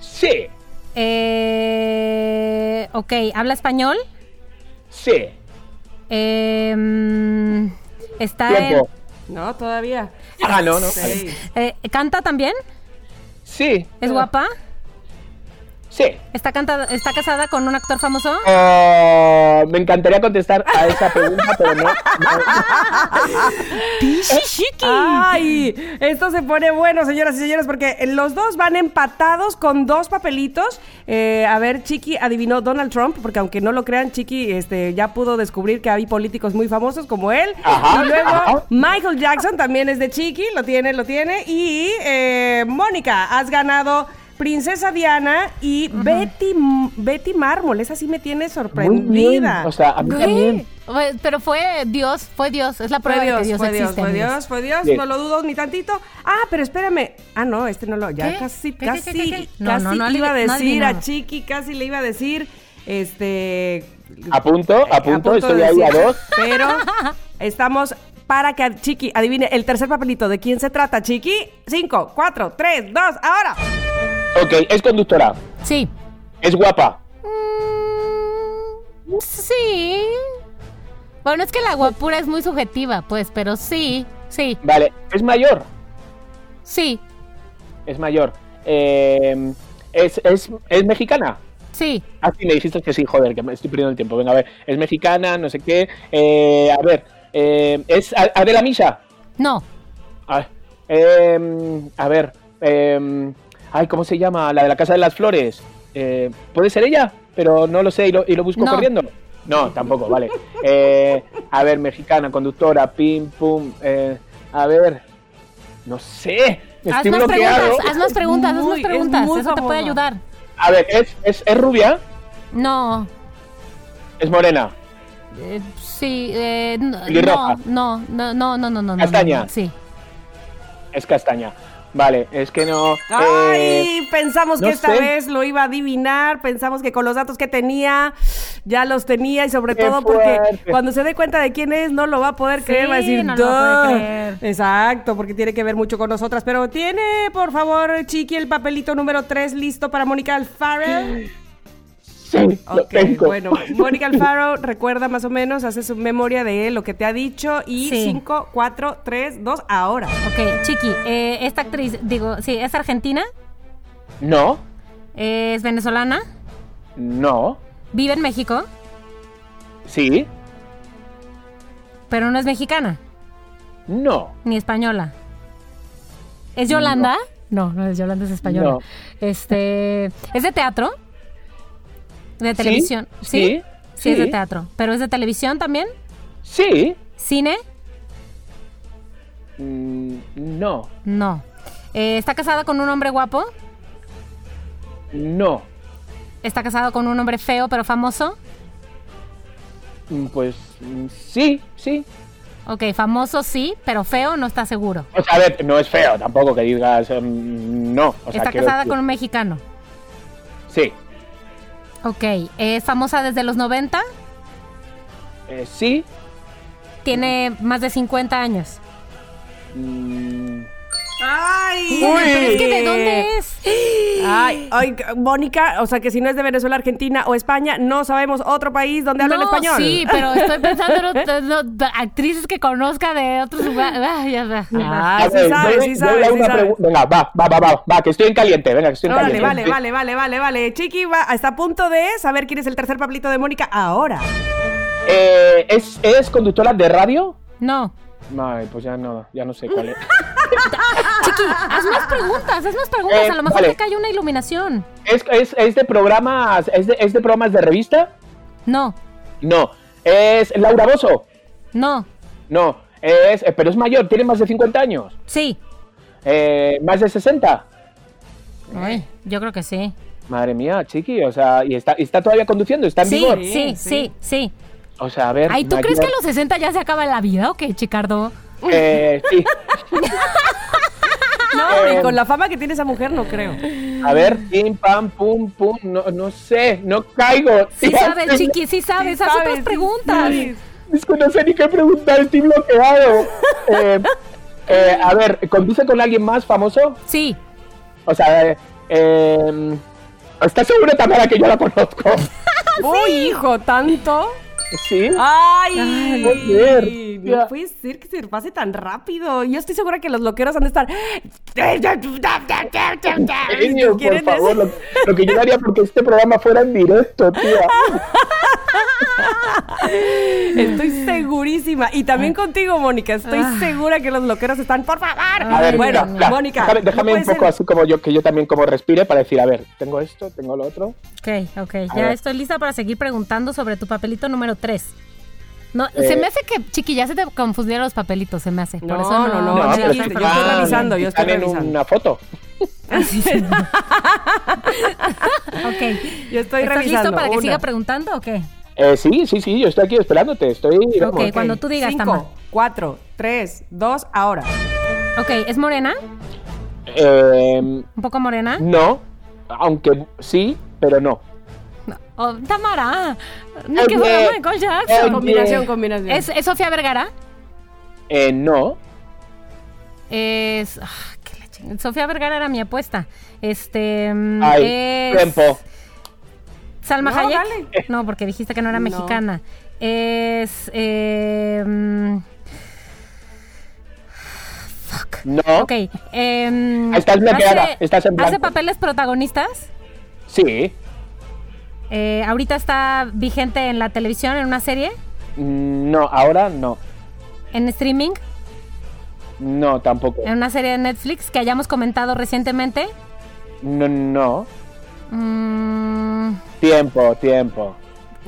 S4: sí,
S2: Eh, ok, ¿habla español?
S4: sí.
S2: Eh, mm, está
S4: Tiempo.
S3: No, todavía.
S4: Ah, no, no.
S3: Sí.
S2: en- eh, ¿Canta también?
S4: Sí,
S2: ¿Es guapa?
S4: sí.
S2: ¿Está, canta- ¿Está casada con un actor famoso?
S4: Eh, Ah, me encantaría contestar a esa pregunta, pero no.
S3: Ay, esto se pone bueno, señoras y señores, porque los dos van empatados con dos papelitos. Eh, a ver, Chiqui adivinó Donald Trump, porque aunque no lo crean, Chiqui este, ya pudo descubrir que hay políticos muy famosos como él.
S4: Ajá,
S3: y luego
S4: ajá.
S3: Michael Jackson también es de Chiqui, lo tiene, lo tiene. Y eh, Mónica, has ganado. Princesa Diana y Betty, M- Betty Mármol, esa sí me tiene
S4: no. Muy bien.
S3: sorprendida.
S4: O sea, a mí también.
S2: Pues, Pero fue Dios, fue Dios. Es la
S3: Fue
S2: prueba de que
S3: Dios,
S2: Dios
S3: fue Dios,
S2: existe.
S3: fue
S2: amigos.
S3: Dios, fue Dios,
S4: Bien.
S3: no lo dudo ni tantito. Ah, pero espérame. Ah, no, este no lo, ya
S2: ¿Qué?
S3: casi,
S2: ¿Qué, qué,
S3: casi,
S2: qué, qué? No,
S3: casi
S2: no, no
S3: iba a
S2: adivi- no
S3: decir a
S2: adivinamos.
S3: Chiqui, casi le iba a decir, este...
S4: A punto, a punto,
S3: de
S4: estoy ahí a
S3: decir,
S4: dos.
S3: Pero estamos para que a- Chiqui adivine el tercer papelito. ¿De quién se trata, Chiqui? Cinco, cuatro, tres, dos, ahora.
S4: Ok, es conductora,
S2: Sí.
S4: es guapa.
S2: Mm, sí. Bueno, es que la guapura es muy subjetiva, pues, pero sí, sí,
S4: Vale, es mayor,
S2: sí,
S4: es mayor. Eh, es, es, es mexicana.
S2: sí.
S4: Ah, sí, me dijiste que sí, joder, que me estoy perdiendo el tiempo. Venga, a ver, es mexicana, no sé qué. Eh, a ver, eh, es A- Adela Misa.
S2: No.
S4: Ay, em, a ver, em, ay, ¿cómo se llama? La de la Casa de las Flores. Eh, ¿Puede ser ella? Pero no lo sé y lo, y lo busco
S2: No.
S4: corriendo. No, tampoco, vale. Eh, a ver, mexicana, conductora, pim, pum. eh, a ver, no sé.
S2: Haz
S4: Estoy
S2: más,
S4: bloqueado.
S2: preguntas, haz más preguntas, haz
S3: Muy,
S2: más
S3: es
S2: preguntas.
S3: muy
S2: Eso te puede
S3: famosa.
S2: ayudar.
S4: A ver, ¿es, es, es rubia?
S2: No.
S4: ¿Es morena?
S2: eh, sí, eh, n-
S4: Pelirroja.
S2: no, no, no, no, no, no, no, no.
S4: Castaña.
S2: no, Sí.
S4: Es castaña. Vale, es que no. eh,
S3: Ay, pensamos
S4: no
S3: que esta
S4: sé.
S3: vez lo iba a adivinar, pensamos que con los datos que tenía ya los tenía y sobre
S4: Qué
S3: todo porque
S4: fuerte.
S3: cuando se dé cuenta de quién es no lo va a poder
S2: Sí,
S3: creer, va a decir,
S2: no lo va a poder
S3: "Duh".
S2: creer.
S3: Exacto, porque tiene que ver mucho con nosotras, pero tiene, por favor, Chiqui, el papelito número 3 listo para Mónica Alfaro.
S4: sé, lo
S3: Ok,
S4: tengo.
S3: bueno, Mónica Alfaro recuerda más o menos, hace su memoria de lo que te ha dicho y
S2: Sí.
S3: 5, 4, 3, 2, ahora.
S2: Ok, Chiqui, eh, esta actriz, digo, sí, es argentina,
S4: No,
S2: es venezolana,
S4: no,
S2: vive en México,
S4: sí,
S2: pero no es mexicana,
S4: no,
S2: ni española. ¿Es Yolanda? No, no, es Yolanda, es española.
S4: No.
S2: Este, ¿es de teatro? ¿De televisión?
S4: sí,
S2: Sí, es de
S4: sí.
S2: teatro, pero es de televisión también,
S4: sí,
S2: cine,
S4: mm, no,
S2: no. Eh, ¿Está casada con un hombre guapo?
S4: no,
S2: ¿Está casada con un hombre feo pero famoso?
S4: mm, pues mm, sí, sí.
S2: Ok, famoso sí, pero feo no está seguro.
S4: O sea, a ver, no es feo tampoco que digas mm, no. O sea,
S2: está
S4: quiero
S2: casada
S4: decir-
S2: con un mexicano.
S4: Sí,
S2: Ok, es famosa desde los 90,
S4: eh, sí,
S2: tiene más de 50 años.
S4: mm,
S3: ¡Ay!
S2: Pero es que ¿de dónde es?
S3: Ay, ay, Mónica, o sea que si no es de Venezuela, Argentina o España, no sabemos otro país donde hablan
S2: no,
S3: español.
S2: sí, pero estoy pensando en otras- no, actrices que conozca de otros lugares. Ah, ya, ya, ya.
S3: Ah,
S4: A
S3: sí
S4: ver,
S3: sabes,
S4: yo-
S3: sí
S4: yo
S3: sabes, sí
S4: hago una
S3: sabes.
S4: pregunta. Venga, va, va, va, va, va, que estoy en caliente, venga, que estoy en
S3: Órale,
S4: caliente.
S3: vale,
S4: Sí.
S3: vale, vale, vale, vale. Chiqui va, está a punto de saber quién es el tercer papelito de Mónica ahora.
S4: Eh, ¿es, ¿Es conductora de radio?
S2: No.
S4: Ay, pues ya no, ya no sé cuál es.
S2: Chiqui, haz más preguntas, haz más preguntas.
S4: Eh,
S2: A lo mejor
S4: vale.
S2: te cae una iluminación.
S4: ¿Es, es, es de programas, es de, es de programas de revista?
S2: No,
S4: No. ¿Es Laura Bozo?
S2: no,
S4: No. Es, eh, pero es mayor, tiene más de 50 años.
S2: sí.
S4: Eh, ¿Más de 60?
S2: Ay, yo creo que sí.
S4: Madre mía, chiqui, o sea, y está, y está todavía conduciendo, está en
S2: Sí,
S4: vigor.
S2: sí, sí, sí,
S3: sí.
S4: O sea, a ver.
S2: Ay, ¿tú crees que a
S4: mayor-
S2: los 60 ya se acaba la vida o qué, Chicardo?
S4: Eh, sí.
S2: Ah,
S3: No,
S4: Eh.
S3: y con la fama que tiene esa mujer, no creo.
S4: A ver, pim, pam, pum, pum. No, no sé, no caigo.
S2: Sí
S4: Tía,
S2: sabes, Chiqui, sí sabes. haz
S3: sabes,
S2: Ah, otras
S3: sí
S2: preguntas.
S3: sabes.
S4: Es que no sé ni qué preguntar, estoy bloqueado. Eh, eh, a ver, ¿conduce con alguien más famoso?
S2: Sí.
S4: O sea, eh, eh, ¿estás segura, Tamara, que yo la conozco?
S2: Ah,
S3: Uy, hijo, tanto.
S4: Sí.
S3: Ay,
S2: Ah,
S4: joder,
S3: no
S4: ya.
S3: puede ser que se pase tan rápido. Yo estoy segura que los loqueros han de estar.
S4: Genio, por
S3: ¿Quieren
S4: favor,
S3: eso?
S4: lo, lo que yo daría porque este programa fuera en directo, tía.
S3: Estoy segurísima. Y también contigo, Mónica. Estoy
S2: Ah.
S3: segura que los loqueros están. Por favor.
S4: A ver,
S3: bueno,
S4: mira, ya,
S3: Mónica. no
S4: déjame, déjame un
S3: puede
S4: poco
S3: ser-
S4: así como yo, que yo también como respire para decir, a ver, tengo esto, tengo lo otro.
S2: Ok, ok.
S4: A
S2: Ya
S4: ver.
S2: estoy lista para seguir preguntando sobre tu papelito número 3. No, se
S4: Eh.
S2: me hace que, Chiqui, ya se te confundieron los papelitos, se me hace. Por
S3: No,
S2: eso no,
S3: no, no,
S2: no,
S3: no,
S2: te las
S3: pero sí,
S2: han
S3: yo
S2: preguntado.
S3: estoy revisando, yo estoy
S4: Están en
S3: revisando.
S4: Ah, una foto.
S2: Ok.
S3: Yo estoy
S2: ¿Estás
S3: revisando.
S2: listo para que
S3: Una.
S2: siga preguntando o qué?
S4: Eh, sí, sí, sí, yo estoy aquí esperándote, estoy... vamos.
S2: Ok, cuando tú digas,
S3: Cinco,
S2: Tamara.
S3: cuatro, tres, dos, ahora.
S2: Ok, ¿es morena?
S4: Eh,
S2: ¿Un poco morena?
S4: no, aunque sí, pero no.
S2: Oh, Tamara, no
S4: Oye.
S2: que fuera Michael
S4: Oye.
S2: Jackson.
S3: Combinación, combinación.
S2: ¿Es, es Sofía Vergara?
S4: Eh, no,
S2: Es... ah, qué la chingada. Sofía Vergara era mi apuesta. Este... mm,
S4: hay
S2: es-
S4: tiempo.
S2: Salma
S3: No,
S2: Hayek.
S3: dale.
S2: No, porque dijiste que no era
S3: No.
S2: mexicana. Es. eh, mm,
S4: No,
S2: ok. em,
S4: Estás bloqueada, estás en
S2: Hace
S4: blanco.
S2: papeles protagonistas.
S4: sí,
S2: eh, ahorita está vigente en la televisión, en una serie,
S4: mm, no, ahora no,
S2: en streaming,
S4: no, tampoco.
S3: Em.
S2: en una serie de Netflix que hayamos comentado recientemente.
S4: No, no,
S2: Mm,
S4: tiempo, tiempo.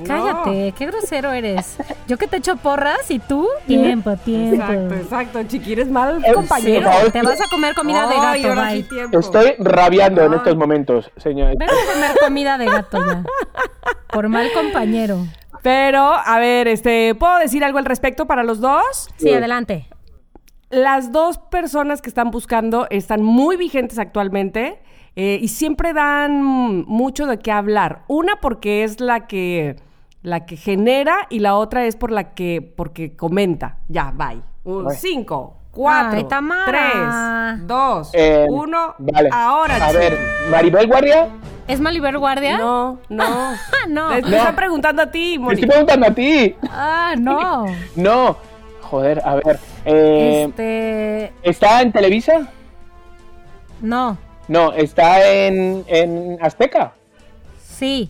S2: cállate, qué grosero eres. Yo que te echo porras y tú. Tiempo,
S3: No.
S2: tiempo.
S3: Exacto, exacto. Chiqui, eres mal
S4: Eh,
S3: compañero.
S4: sí,
S2: Te vas a comer comida de
S3: Ay,
S2: gato,
S3: ahora sí,
S2: bye.
S3: tiempo. Ah.
S4: Estoy rabiando en
S3: Ay.
S4: estos momentos, señor.
S2: Ven a comer comida de gato ya. Por mal compañero.
S3: Pero, a ver, este, ¿puedo decir algo al respecto para los dos?
S2: Sí, adelante.
S3: Las dos personas que están buscando están muy vigentes actualmente eh, y siempre dan mucho de qué hablar. Una porque es la que la que genera y la otra es por la que porque comenta. Ya, bye. Un,
S4: Bye.
S3: cinco, cuatro,
S2: Ay, Tamara.
S3: tres, dos,
S4: Eh,
S3: uno.
S4: vale.
S3: Ahora.
S4: A ver,
S3: chiqui.
S4: Maribel Guardia,
S2: ¿Es Maliber Guardia?
S3: No, no.
S2: Ah, no.
S3: Te, te
S4: No.
S3: están preguntando a ti,
S4: Te
S3: Moni.
S4: estoy preguntando a ti.
S2: Ah, no.
S4: No. Joder, a ver. eh,
S2: Este.
S4: ¿Está en Televisa?
S2: No.
S4: No, está en, en Azteca.
S2: Sí.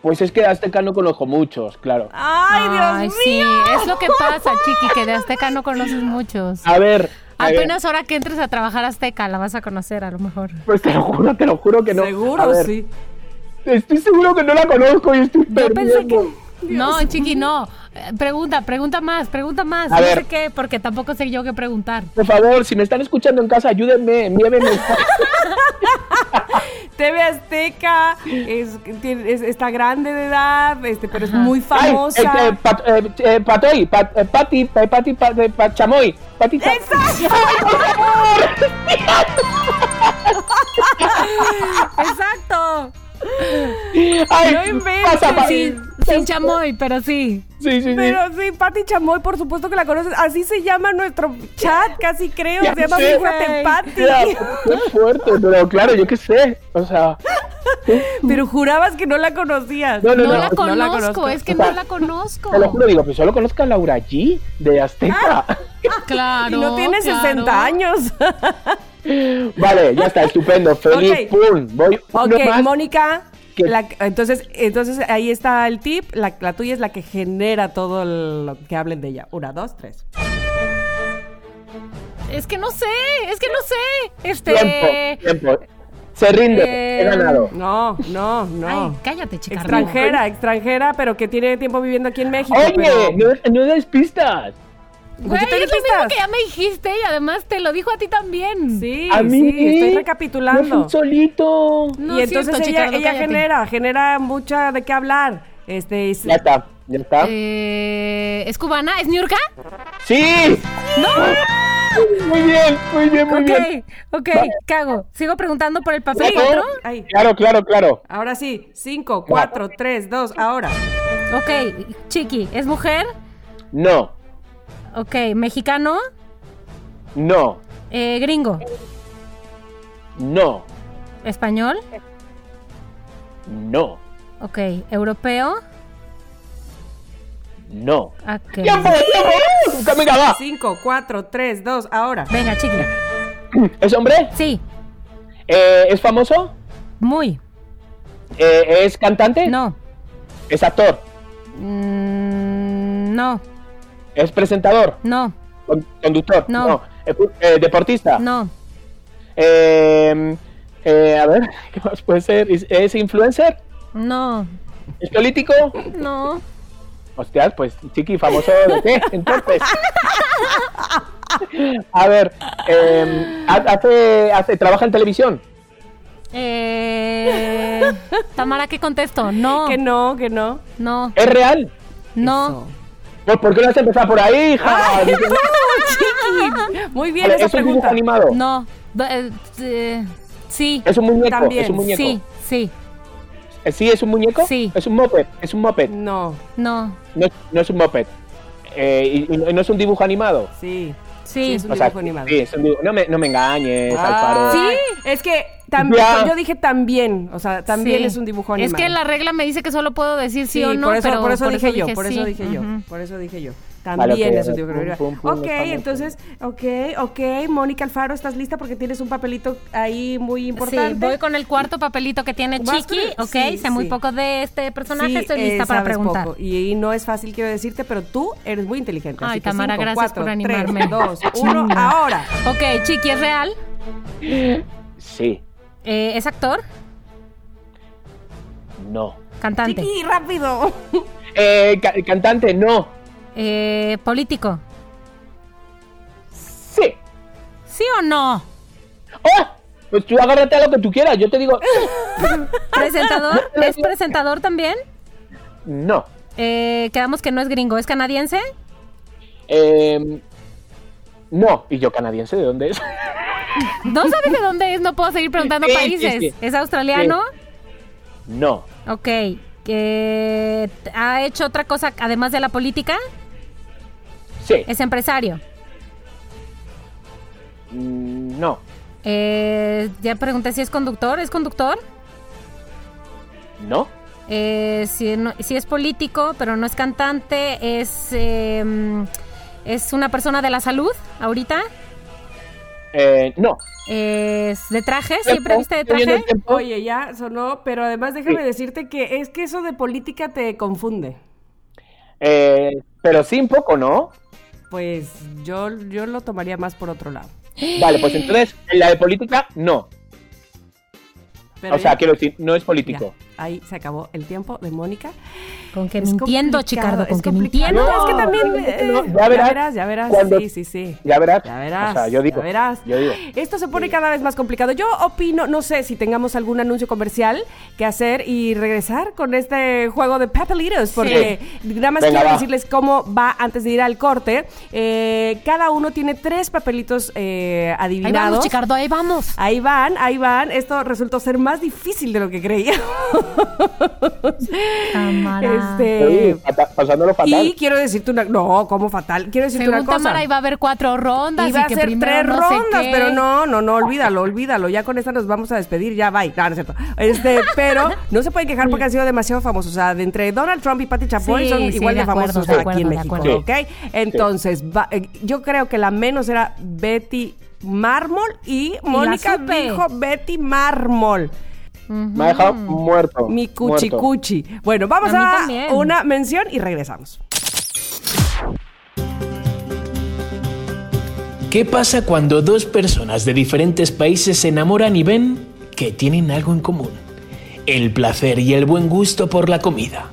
S4: Pues es que de Azteca no conozco muchos, claro.
S3: Ay, Dios mío.
S2: sí. Es lo que pasa, chiqui, que de Azteca no conoces muchos.
S4: A ver. a ver,
S2: Apenas ahora que entres a trabajar a Azteca la vas a conocer, a lo mejor.
S4: Pues te lo juro, te lo juro que no. A
S3: Seguro,
S4: ver,
S3: sí.
S4: Estoy seguro que no la conozco y estoy
S2: Yo pensé que.
S4: perdiendo.
S2: No, chiqui, no. Eh, Pregunta, pregunta más, pregunta más.
S4: A
S2: no
S4: ver.
S2: sé qué, porque tampoco sé yo qué preguntar.
S4: Por favor, si me están escuchando en casa, ayúdenme, envíenme mensajes.
S3: TV Azteca es- tiene- es- está grande de edad, este, pero es muy
S4: Ay,
S3: famosa.
S4: eh, eh, Pat- eh, eh, Patoy, Pat- eh, Pati, eh, Pati, Pat- eh, Pat- Chamoy, Pati, Cha-
S3: Exacto.
S4: Ay,
S3: no inventes,
S4: pasa, pa-
S3: sí.
S4: sí,
S2: Sin chamoy, pero sí.
S4: sí, sí.
S3: Pero sí, Pati Chamoy, por supuesto que la conoces. Así se llama nuestro chat, casi creo.
S4: Ya
S3: Se llama
S4: sé,
S3: Fíjate
S2: güey.
S3: Pati.
S4: Mira, pues, qué fuerte, pero claro, yo qué sé. O sea,
S3: Pero jurabas que no la conocías.
S4: no, no,
S2: No,
S4: no.
S2: la conozco,
S3: no la conozco.
S2: es que
S4: O sea,
S2: no la conozco.
S4: Te lo juro, digo, pues solo conozco a Laura G de Azteca.
S3: Ah. Y
S2: Claro.
S3: no tiene
S2: claro.
S3: 60 años.
S4: Vale, ya está, estupendo.
S3: Ok.
S4: Feliz, pum. Voy
S3: ok,
S4: uno más.
S3: Mónica.
S4: ¿Qué?
S3: la- entonces, entonces ahí está el tip. La, la tuya es la que genera todo el- lo que hablen de ella. Una, dos, tres.
S2: Es que no sé, es que no sé. Este.
S4: Tiempo, tiempo. Se rinde,
S2: eh,
S4: he ganado.
S3: No, no, no.
S2: Ay, cállate, chica.
S3: extranjera, extranjera, pero que tiene tiempo viviendo aquí en México.
S4: Oye,
S3: pero-
S4: no, no des pistas.
S2: no. Güey,
S3: Yo te di
S2: es lo mismo
S3: pistas.
S2: que ya me dijiste y además te lo dijo a ti también.
S3: Sí,
S4: a mí
S3: sí, estoy
S4: No fui
S3: recapitulando.
S4: solito.
S2: No
S3: y
S2: es
S3: entonces
S2: cierto,
S3: ella,
S2: Chicardo,
S3: ella
S2: cállate.
S3: genera, genera mucha de qué hablar. Este, es-
S4: Ya está, ya está.
S2: Eh, ¿Es cubana? ¿Es niurka?
S4: ¡Sí! ¡No! Muy bien, muy bien, muy
S2: Ok,
S4: bien.
S2: ok,
S4: Vale.
S2: ¿qué hago? ¿Sigo preguntando por el papel?
S4: ¿Claro?
S2: ¿Otro?
S3: Ay.
S4: Claro, claro, claro.
S3: Ahora sí, cinco, cuatro, tres, dos, ahora.
S2: Ok, chiqui, ¿es mujer?
S4: No,
S2: Ok, mexicano,
S4: no,
S2: eh, gringo,
S4: no,
S2: español,
S4: no,
S2: ok, europeo,
S4: no.
S2: ok.
S4: ¡Tiempo, tiempo! ¡Camila, va!
S3: Cinco, cuatro, tres, dos, ahora.
S2: Venga, chiqui.
S4: ¿Es hombre?
S2: Sí,
S4: Eh, ¿Es famoso?
S2: muy.
S4: Eh, ¿Es cantante?
S2: No.
S4: ¿Es actor?
S2: Mm, no,
S4: ¿Es presentador?
S2: no,
S4: Con- ¿Conductor?
S2: No.
S4: ¿Es fu- eh,
S3: Ah.
S4: ¿Deportista?
S2: no,
S4: Eh, eh, a ver, ¿qué más puede ser? ¿Es, es influencer?
S2: no,
S4: ¿Es político?
S2: no.
S4: Hostias, pues chiqui, famoso de qué, entonces. A ver, eh, ha- hace, hace, trabaja en televisión.
S2: Eh, Tamara, ¿qué contesto? No,
S3: Que no, que no.
S2: no,
S4: ¿Es real?
S2: no.
S4: Pues, ¿Por qué no has empezado por ahí, hija?
S3: Muy bien
S4: Vale,
S3: esa
S4: ¿Es un
S3: pregunta.
S4: dibujo animado?
S2: No. Eh, eh, sí,
S4: ¿Es un muñeco?
S3: También,
S4: ¿Es un muñeco?
S2: sí, sí,
S4: Eh, ¿Sí es un muñeco?
S2: Sí.
S4: ¿Es un moped? ¿Es un moped?
S3: No,
S2: no,
S4: No, no es un moped. Eh, y, y no es un dibujo animado?
S3: sí. Sí,
S2: sí.
S3: es un
S4: O sea,
S3: dibujo animado.
S4: sí, es un dibujo- No me, no me engañes,
S3: Ah,
S4: Alfaro.
S3: sí, es que también,
S4: Ya.
S3: yo dije también, o sea, también
S2: Sí.
S3: es un dibujo animado.
S2: Es que la regla me dice que solo puedo decir sí, o no,
S3: por eso,
S2: pero
S3: por eso dije yo, por
S2: sí.
S3: eso dije yo,
S2: Ujú.
S3: por eso dije yo.
S4: Vale,
S3: También
S4: ok,
S3: es un
S4: ok,
S3: dibujo
S4: pum,
S3: animado.
S4: Ah, pum, pum,
S3: ok,
S4: estamos,
S3: entonces, ok, ok, Mónica Alfaro, ¿estás lista? Porque tienes un papelito ahí muy importante.
S2: Sí, voy con el cuarto papelito que tiene
S3: ¿Vas
S2: Chiqui,
S3: con el-
S2: ok,
S3: sí,
S2: sé muy
S3: sí.
S2: poco de este personaje,
S3: Sí,
S2: estoy
S3: eh,
S2: lista para
S3: sabes
S2: preguntar.
S3: poco. Y, y no es fácil, quiero decirte, pero tú eres muy inteligente.
S2: Ay,
S3: así que
S2: Tamara,
S3: cinco,
S2: gracias
S3: cuatro,
S2: por
S3: tres,
S2: animarme.
S3: dos, uno,
S2: Chinga.
S3: ahora.
S2: Ok, Chiqui, ¿es real?
S4: Sí,
S2: Eh, ¿Es actor?
S4: no.
S2: Cantante.
S3: Chiqui, rápido.
S4: Eh, ca- cantante, no.
S2: Eh, ¿Político?
S4: Sí.
S2: ¿Sí o no?
S4: ¡Oh! Pues tú agárrate a lo que tú quieras. Yo te digo,
S2: ¿Presentador? ¿Es presentador también?
S4: no.
S2: Eh, quedamos que no es gringo, ¿es canadiense?
S4: Eh, no. ¿Y yo canadiense de dónde es?
S2: No sabes de dónde es, no puedo seguir preguntando
S4: Sí, sí,
S2: países.
S4: sí.
S2: ¿Es australiano?
S4: No.
S2: Ok. eh, ¿Ha hecho otra cosa además de la política?
S4: Sí.
S2: ¿Es empresario?
S4: Mm, No. Mm,
S2: Eh, ya pregunté si es conductor. ¿Es conductor?
S4: ¿No?
S2: Eh, si, no- si es político, pero no es cantante, es, eh, es una persona de la salud ahorita.
S4: Eh, no.
S2: Es de traje, siempre viste de
S4: Estoy viendo el
S2: traje.
S4: tiempo.
S3: Oye, ya sonó, pero además déjame decirte que es que eso de política te confunde.
S4: Eh, pero sí un poco, ¿no?
S3: Pues yo, yo lo tomaría más por otro lado.
S4: Vale, pues entonces, en la de política, no.
S3: Pero
S4: o sea,
S3: ya-
S4: quiero decir, no es
S3: ya,
S4: político.
S3: ahí se acabó el tiempo de Mónica.
S2: Con que
S3: Es
S2: mintiendo,
S3: complicado,
S2: Chicardo, con
S3: es
S2: que
S3: complicado.
S2: mintiendo.
S3: No, es que también. eh,
S4: no,
S3: ya
S4: ya verás
S3: verás, ya verás.
S4: cuando-
S3: Sí, sí, sí.
S4: Ya verás.
S3: Ya verás.
S4: O sea, yo
S3: ya
S4: digo.
S3: verás. Eh,
S4: Yo digo.
S3: Esto se pone cada vez más complicado. Yo opino, no sé si tengamos algún anuncio comercial que hacer y regresar con este juego de papelitos, porque nada más
S4: Venga,
S3: quiero
S4: va.
S3: decirles cómo va antes de ir al corte. Eh, cada uno tiene tres papelitos eh,
S2: Ahí
S3: adivinados.
S2: vamos, Chicardo, ahí vamos.
S3: Ahí van, ahí van. Esto resultó ser más difícil de lo que creía.
S2: Tamara.
S3: Este,
S4: Uy, fata- pasándolo fatal.
S3: y quiero decirte una... No, como fatal. Quiero decirte
S2: Según
S3: una cosa.
S2: Tamara iba a haber cuatro rondas
S3: Iba
S2: y
S3: a
S2: que
S3: ser
S2: primero
S3: tres
S2: no sé
S3: rondas,
S2: qué.
S3: pero no, no, no, olvídalo, olvídalo. Ya con esta nos vamos a despedir, ya bye. No, no es cierto. Este, pero no se pueden quejar porque han sido demasiado famosos. O sea, de entre Donald Trump y Patty Chapoy
S2: Sí,
S3: son
S2: sí,
S3: igual de,
S2: de acuerdo,
S3: famosos
S2: de acuerdo,
S3: aquí en
S2: de
S3: México,
S2: acuerdo.
S3: ¿ok? Entonces, va- eh, yo creo que la menos era Betty Mármol y Mónica
S2: supe.
S3: dijo Betty Mármol.
S4: Me ha dejado muerto.
S3: mm, Mi cuchi
S4: muerto.
S3: cuchi. Bueno, vamos
S2: A mí
S3: a,
S2: también.
S3: una mención y regresamos.
S6: ¿Qué pasa cuando dos personas de diferentes países se enamoran y ven que tienen algo en común? El placer y el buen gusto por la comida.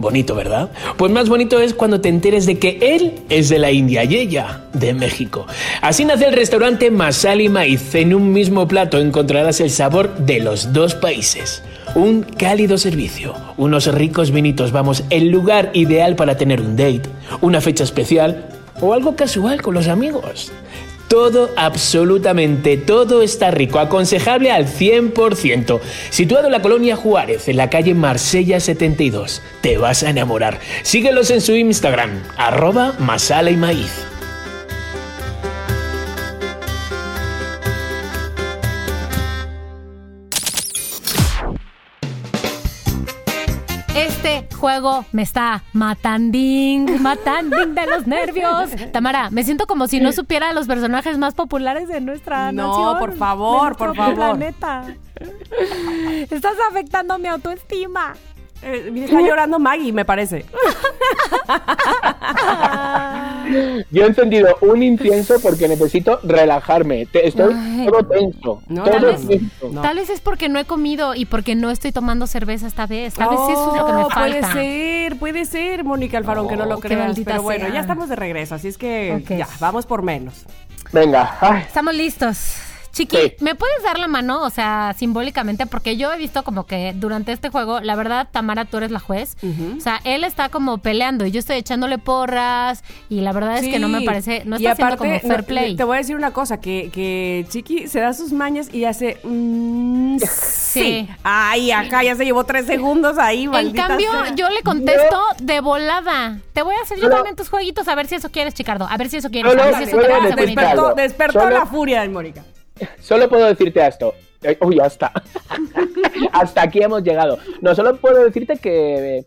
S6: Bonito, ¿verdad? Pues más bonito es cuando te enteres de que él es de la India y ella de México. Así nace el restaurante Masali Maiz. En un mismo plato encontrarás el sabor de los dos países. Un cálido servicio, unos ricos vinitos, vamos, el lugar ideal para tener un date, una fecha especial o algo casual con los amigos. Todo, absolutamente todo está rico, aconsejable al 100%. Situado en la colonia Juárez, en la calle Marsella 72, te vas a enamorar. Síguelos en su Instagram, arroba masala y maíz.
S2: Este juego me está matanding, matanding de los nervios. Tamara, me siento como si no supiera a los personajes más populares de nuestra
S3: No,
S2: nación.
S3: por favor,
S2: de nuestro
S3: por favor.
S2: planeta. Estás afectando mi autoestima.
S3: Eh, mira,
S2: Uh.
S3: está llorando Maggie, me parece.
S4: Yo he encendido un incienso porque necesito relajarme. Te- estoy
S2: Ay.
S4: todo tenso.
S3: No,
S4: todo
S2: tal vez-
S4: tenso.
S3: No.
S2: Tal vez es porque no he comido y porque no estoy tomando cerveza esta vez. Tal vez eso es lo que me
S3: Oh, Puede
S2: falta. Oh,
S3: ser, puede ser, Mónica Alfaro, aunque no lo
S2: qué
S3: creas.
S2: maldita
S3: Pero bueno,
S2: sea.
S3: ya estamos de regreso, así es que
S2: Ok.
S3: ya, vamos por menos.
S4: Venga. ay,
S2: Estamos listos. Chiqui,
S4: Sí.
S2: ¿me puedes dar la mano? O sea, simbólicamente, porque yo he visto como que durante este juego, la verdad, Tamara, tú eres la juez. O sea, él está como peleando y yo estoy echándole porras y la verdad es que no me
S3: Sí.
S2: parece, no
S3: Y
S2: está haciendo como
S3: aparte,
S2: fair
S3: no,
S2: play.
S3: te voy a decir una cosa, que, que Chiqui se da sus mañas y hace... mm, sí.
S2: Sí.
S3: Ay, acá ya se llevó tres segundos ahí,
S2: en
S3: maldita
S2: cambio,
S3: sea.
S2: yo le contesto de volada. Te voy a hacer yo
S4: Solo-
S2: también tus jueguitos a ver si eso quieres, Chicardo. A ver si eso quieres.
S4: Solo-
S2: a ver si eso
S4: solo
S2: te
S4: le
S2: parece bonito.
S4: despertó-
S3: Despertó,
S4: Algo.
S3: despertó
S4: Solo-
S3: la furia de Mónica.
S4: Solo puedo decirte esto. Eh, Uy, hasta. hasta aquí hemos llegado. No, solo puedo decirte que. eh,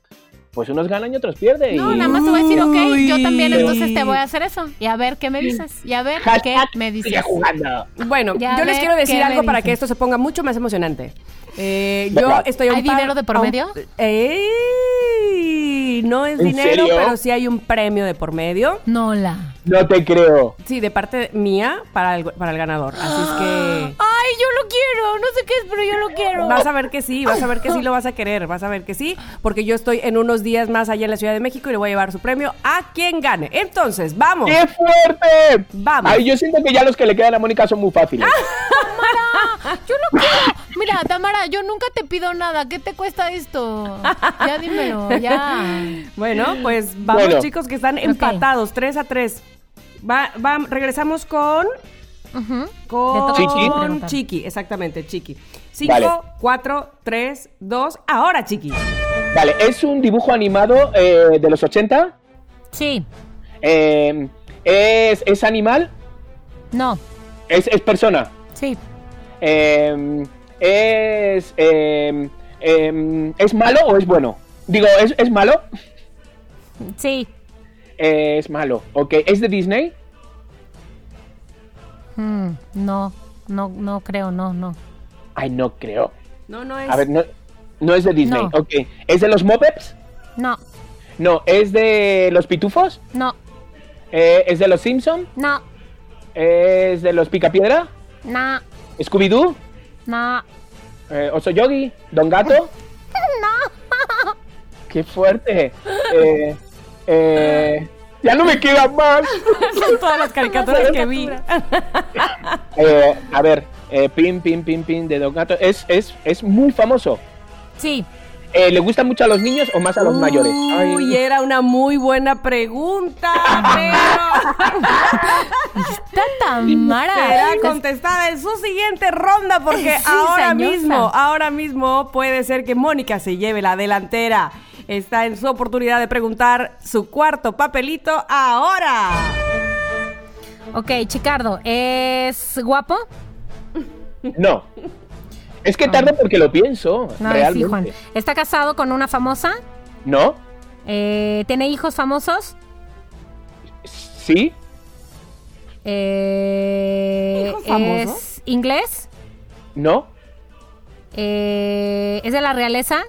S4: Pues unos ganan y otros pierden.
S2: No,
S4: y-
S2: nada más te voy a decir, ok, yo también
S3: Uy.
S2: entonces te voy a hacer eso. Y a ver qué me dices. Y a ver qué
S4: Hashtag
S2: me dices.
S4: sigue jugando.
S3: Bueno,
S2: Ya
S3: yo les
S2: ve
S3: quiero decir
S2: qué
S3: algo
S2: me
S3: para
S2: dicen.
S3: que esto se ponga mucho más emocionante. Eh, yo
S4: Venga.
S3: estoy a un
S2: ¿Hay
S3: par-
S2: dinero de por
S3: a un-
S2: medio?
S3: ¡Ey! No es
S4: ¿En
S3: dinero,
S4: serio?
S3: pero sí hay un premio de por medio.
S2: Nola.
S4: No te creo.
S3: Sí, de parte mía para el, para el ganador. Así es que
S2: Ay, yo lo quiero. No sé qué es, pero yo lo quiero.
S3: vas a ver que sí, vas a ver que sí lo vas a querer, vas a ver que sí, porque yo estoy en unos días más allá en la Ciudad de México y le voy a llevar su premio a quien gane. Entonces, vamos.
S4: ¡Qué fuerte!
S3: Vamos.
S4: Ay, yo siento que ya los que le quedan a Mónica son muy fáciles.
S2: Ah. Tamara, yo lo quiero. Mira, Tamara, yo nunca te pido nada. ¿Qué te cuesta esto? Ya dímelo, ya.
S3: Bueno, pues vamos
S4: Bueno.
S3: chicos que están empatados, 3 a 3. Va, va- regresamos con
S2: Ujú.
S3: Con
S2: Te
S4: Chiqui.
S2: toca preguntar.
S3: Chiqui, exactamente, Chiqui.
S4: Vale.
S3: 5, 4, 3, 2, ahora Chiqui.
S4: Vale, es un dibujo animado eh, de los 80.
S2: Sí,
S4: Eh, es, es animal.
S2: no,
S4: Es, es persona.
S2: sí,
S4: Eh, es. eh, eh, ¿es malo o es bueno? Digo, ¿es, es malo?
S2: Sí.
S4: Eh, es malo. Ok, ¿es de Disney?
S2: Mm, no, no, no creo, no, no.
S4: Ay, no creo.
S3: No, no es.
S4: A ver, no, no es de Disney.
S2: No.
S4: Ok, ¿es de los Muppets?
S2: No,
S4: No, ¿es de los Pitufos?
S2: no,
S4: Eh, ¿Es de los Simpson?
S2: no,
S4: ¿Es de los Picapiedra?
S2: no,
S4: ¿Scooby-Doo?
S2: no.
S4: Eh, ¿Oso Yogi? ¿Don Gato?
S2: No.
S4: ¡Qué fuerte! Eh, eh, ¡Ya no me queda más!
S3: Son todas las caricaturas que vi.
S4: Eh, a ver, eh, pin, pin, pin, pin de Don Gato. Es, es, es muy famoso.
S2: Sí.
S4: Eh, ¿Le gusta mucho a los niños o más a los mayores?
S2: Mm.
S3: Uy, era una muy buena pregunta, pero
S2: Está tan
S3: será
S2: mara.
S3: contestada en su siguiente ronda porque
S2: Sí,
S3: ahora
S2: señosa.
S3: mismo, ahora mismo puede ser que Mónica se lleve la delantera. Está en su oportunidad de preguntar su cuarto papelito ahora.
S2: Ok, Chicardo, ¿es guapo?
S4: No. Es que tarde porque lo pienso.
S2: Ah. No,
S4: realmente.
S2: sí, Juan. ¿Está casado con una famosa?
S4: ¿No?
S2: Eh, ¿Tiene hijos famosos?
S4: ¿Sí?
S2: Eh,
S3: ¿Hijos famosos?
S2: ¿Es inglés?
S4: ¿No?
S2: Eh, ¿Es de la realeza?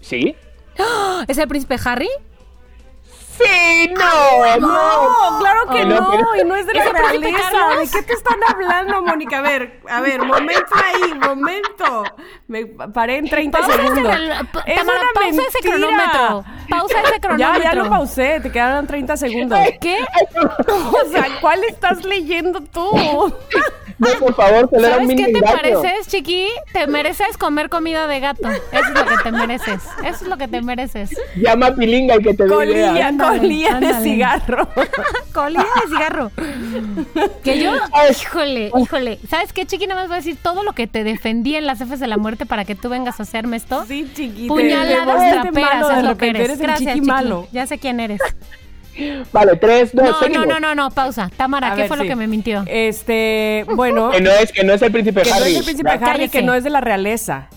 S4: ¿Sí?
S2: ¡Ah! ¿Es el príncipe Harry?
S4: ¡Sí! ¡No!
S3: No, claro que
S4: Ay,
S3: no,
S4: no, pero-
S3: y no es de la
S2: ¿Ese príncipe
S3: realeza. ¿De
S2: Carlos?
S3: qué te están hablando, Mónica? A ver, a ver, momento ahí, momento. Me paré en 30
S2: Pausa ese,
S3: segundos.
S2: rel- pa-
S3: Es
S2: Tamara,
S3: una
S2: pausa ese
S3: mentira.
S2: cronómetro. Pausa ese
S3: Ya,
S2: cronómetro.
S3: ya lo pausé, te quedaron 30 segundos.
S2: ¿Qué?
S3: O sea, ¿cuál estás leyendo tú?
S4: No, por favor, que le da un
S2: ¿Sabes
S4: mini
S2: qué te
S4: gato.
S2: pareces, chiqui? Te mereces comer comida de gato. Eso es lo que te mereces. Eso es lo que te mereces.
S4: Llama a Pilinga y que te dé
S3: Colilla,
S4: ideas.
S2: Ándale,
S3: colilla de
S2: ándale.
S3: cigarro.
S2: Colilla de cigarro. Que yo,
S4: Ay.
S2: híjole, híjole. Eh, ¿Sabes qué, chiqui? Nada más voy a decir todo lo que te defendí en las Fs de la muerte para que tú vengas a hacerme esto.
S3: Sí, chiquita.
S2: Puñaladas
S3: Este malo
S2: traperas
S3: de
S2: es lo que
S3: repente,
S2: eres.
S3: eres el
S2: Gracias,
S3: chiqui
S2: chiqui.
S3: malo.
S2: Ya sé quién eres.
S4: Vale, tres, dos,
S2: No, no,
S4: seguimos.
S2: no, no, no, pausa. Tamara,
S3: A
S2: ¿qué
S3: ver,
S2: fue
S3: sí.
S2: lo que me mintió?
S3: Este, bueno,
S4: Que no es, que no es el príncipe
S3: que no
S4: Harry.
S3: es el príncipe
S4: ¿verdad?
S3: Harry, que
S2: Cállese.
S3: no es de la realeza.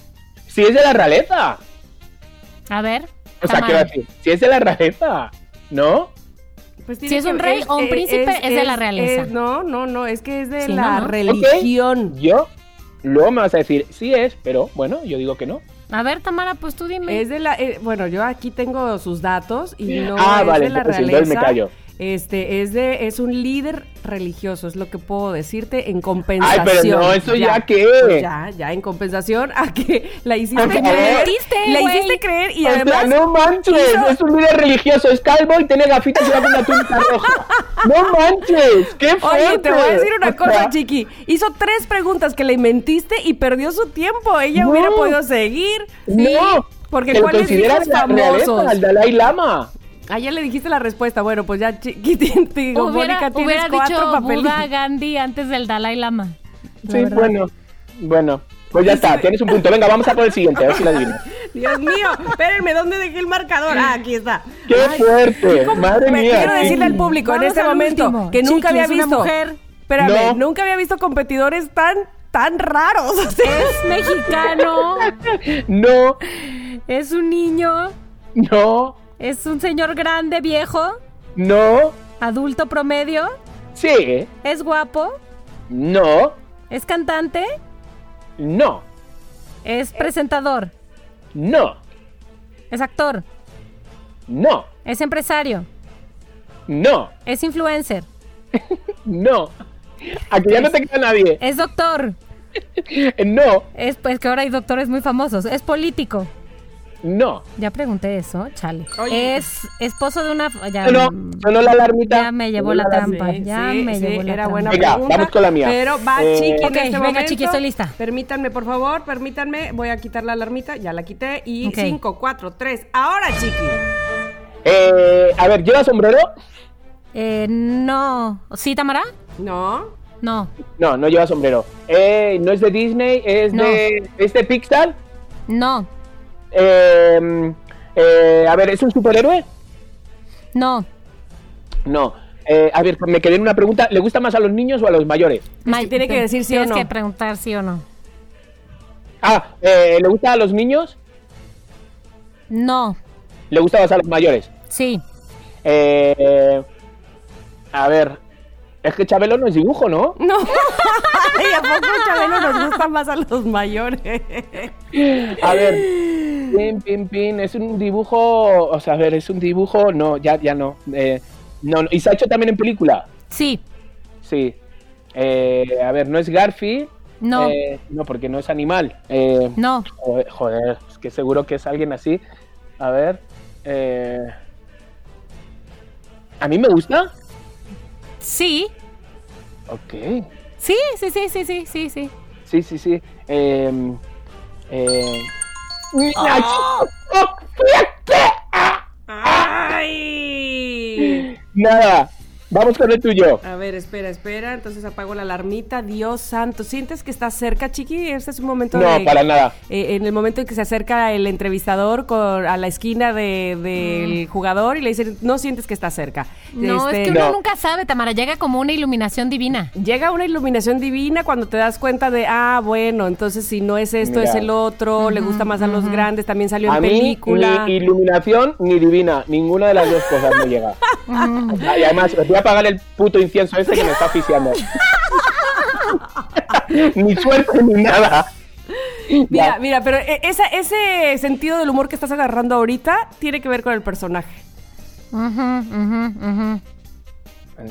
S4: Sí, es de la realeza.
S2: A ver.
S4: O sea, ¿qué va
S2: Tamara.
S4: a decir? Si es de la realeza, ¿no?
S3: Pues
S2: Si
S3: tiene
S2: es
S3: que-
S2: un rey o un príncipe, es de la realeza.
S3: es- no, no, no, es que es de
S2: Sí,
S3: la
S2: no, no.
S3: religión.
S4: Ok, Yo, luego me vas a decir, sí es, pero bueno, yo digo que no.
S2: A ver, Tamara, pues tú dime.
S3: Es de la, eh, bueno, yo aquí tengo sus datos y no
S4: Ah,
S3: es
S4: vale,
S3: de la
S4: entonces,
S3: realeza.
S4: entonces me callo.
S3: Este es de, es un líder religioso, es lo que puedo decirte en
S4: Ay,
S3: compensación.
S4: pero no, eso ya, que.
S3: Ya, ya, en compensación a que la hiciste
S4: Ok.
S3: creer.
S2: Mentiste,
S3: la
S2: güey.
S3: hiciste creer y
S4: O sea,
S3: además.
S4: no manches,
S3: hizo-
S4: es un líder religioso, es calvo y tiene gafitas y va con una túnica roja. No manches, qué fuerte.
S3: Oye, te voy a decir
S4: O
S3: una
S4: sea,
S3: cosa, Chiqui. Hizo tres preguntas que le mentiste y perdió su tiempo. Ella
S4: No.
S3: hubiera podido seguir.
S4: No,
S3: Porque
S4: te lo
S3: ¿cuáles
S4: considera
S3: hijos
S4: de la realeza,
S3: famosos?
S4: al Dalai Lama.
S3: Ayer le dijiste la respuesta. Bueno, pues ya, Chiqui, te te digo,
S2: hubiera
S3: Mónica, tienes
S2: hubiera
S3: cuatro
S2: dicho
S3: papelitos.
S2: Buda Gandhi antes del Dalai Lama. La
S4: Sí,
S2: verdad.
S4: bueno, bueno. Pues ya está, tienes un punto. Venga, vamos a por el siguiente, a ver si la adivino.
S3: Dios mío, espérenme, ¿dónde dejé el marcador? Ah, aquí está.
S4: ¡Qué fuerte! ¡Madre
S3: Me-
S4: mía!
S3: Quiero decirle al
S4: Chiqui.
S3: público en
S2: Vamos
S3: este
S2: al
S3: momento
S2: último.
S3: que nunca
S2: Chiqui,
S3: había
S2: es una
S3: visto.
S2: mujer.
S3: Espérame,
S4: No.
S3: nunca había visto competidores tan, tan raros. o sea,
S2: Es mexicano,
S4: No,
S2: es un niño,
S4: no,
S2: es un señor grande, viejo,
S4: no.
S2: adulto promedio,
S4: Sí,
S2: es guapo,
S4: no,
S2: es cantante,
S4: no,
S2: es presentador,
S4: no,
S2: es actor,
S4: no,
S2: es empresario,
S4: no,
S2: es influencer,
S4: no. Aquí ya no te queda nadie.
S2: es doctor.
S4: Eh, No,
S2: Es pues que ahora hay doctores muy famosos. Es político.
S4: no.
S2: Ya pregunté eso, chale.
S3: Oye.
S2: Es esposo de una. Ya,
S4: Sonó,
S2: mm,
S4: sonó la alarmita.
S2: ya me llevó la
S4: Sonó alarmita.
S2: trampa.
S3: Sí,
S2: ya
S3: sí,
S2: me
S3: sí,
S2: llevó la
S3: era
S2: trampa.
S3: buena
S4: Venga,
S3: pregunta,
S4: vamos con la mía.
S3: Pero va
S4: Eh,
S3: Chiqui en
S2: Ok,
S3: este
S2: venga,
S3: momento.
S2: Chiqui, estoy lista.
S3: Permítanme, por favor, permítanme. Voy a quitar la alarmita, ya la quité. Y
S2: Ok.
S3: 5, 4, 3. Ahora, Chiqui.
S4: Eh, a ver, ¿lleva sombrero?
S2: Eh, no. ¿Sí, Tamara?
S3: No.
S2: No.
S4: No, no lleva sombrero. Eh, no es de Disney, es
S2: No.
S4: de. ¿Es de Pixar?
S2: No.
S4: Eh, eh, a ver, ¿es un superhéroe?
S2: No.
S4: No. Eh, a ver, me quedé en una pregunta. ¿Le gusta más a los niños o a los mayores?
S2: Ma-
S3: tiene que
S2: te-
S3: decir sí o
S2: tienes
S3: no.
S2: que preguntar sí o no.
S4: Ah, eh, ¿le gusta a los niños?
S7: No,
S4: ¿Le gustabas a los mayores?
S7: sí.
S4: Eh, a ver, es que Chabelo no es dibujo, ¿no?
S3: No. ¿Y a poco Chabelo nos gusta más a los mayores?
S4: A ver, pin, pin, pin, es un dibujo, o sea, a ver, es un dibujo, no, ya, ya no. Eh, no, no, y se ha hecho también en película,
S7: Sí.
S4: sí. Eh, a ver, no es Garfi.
S7: No.
S4: Eh, no, porque no es animal. Eh,
S7: No.
S4: Joder, joder, es que seguro que es alguien así. A ver. eh, ¿A mí me gusta?
S7: Sí.
S4: Ok.
S7: Sí, sí, sí, sí, sí, sí, sí.
S4: Sí, sí, sí. Eh, eh... ¡Ay!
S7: ¡Ah!
S3: ¡Ay!
S4: Nada. Vamos con el tuyo.
S3: A ver, espera, espera. Entonces apago la alarmita. Dios santo. ¿Sientes que estás cerca, Chiqui? Este es un momento de...
S4: No, para nada.
S3: Eh, en el momento en que se acerca el entrevistador con- a la esquina de- del jugador y le dicen, no sientes que está cerca.
S7: No,
S3: Este,
S7: es que uno
S4: No.
S7: nunca sabe, Tamara. Llega como una iluminación divina.
S3: Llega una iluminación divina cuando te das cuenta de, ah, bueno, entonces si no es esto,
S4: Mira.
S3: es el otro, le gusta más a los grandes, también salió en
S4: A mí,
S3: película.
S4: ni iluminación ni divina. Ninguna de las dos cosas me llega. Y además, os voy a apagar el puto incienso ese que me está asfixiando. ni suerte ni nada.
S3: Mira,
S4: Ya.
S3: mira, pero eh, esa- ese sentido del humor que estás agarrando ahorita tiene que ver con el personaje.
S7: Ujú, ujú, ujú.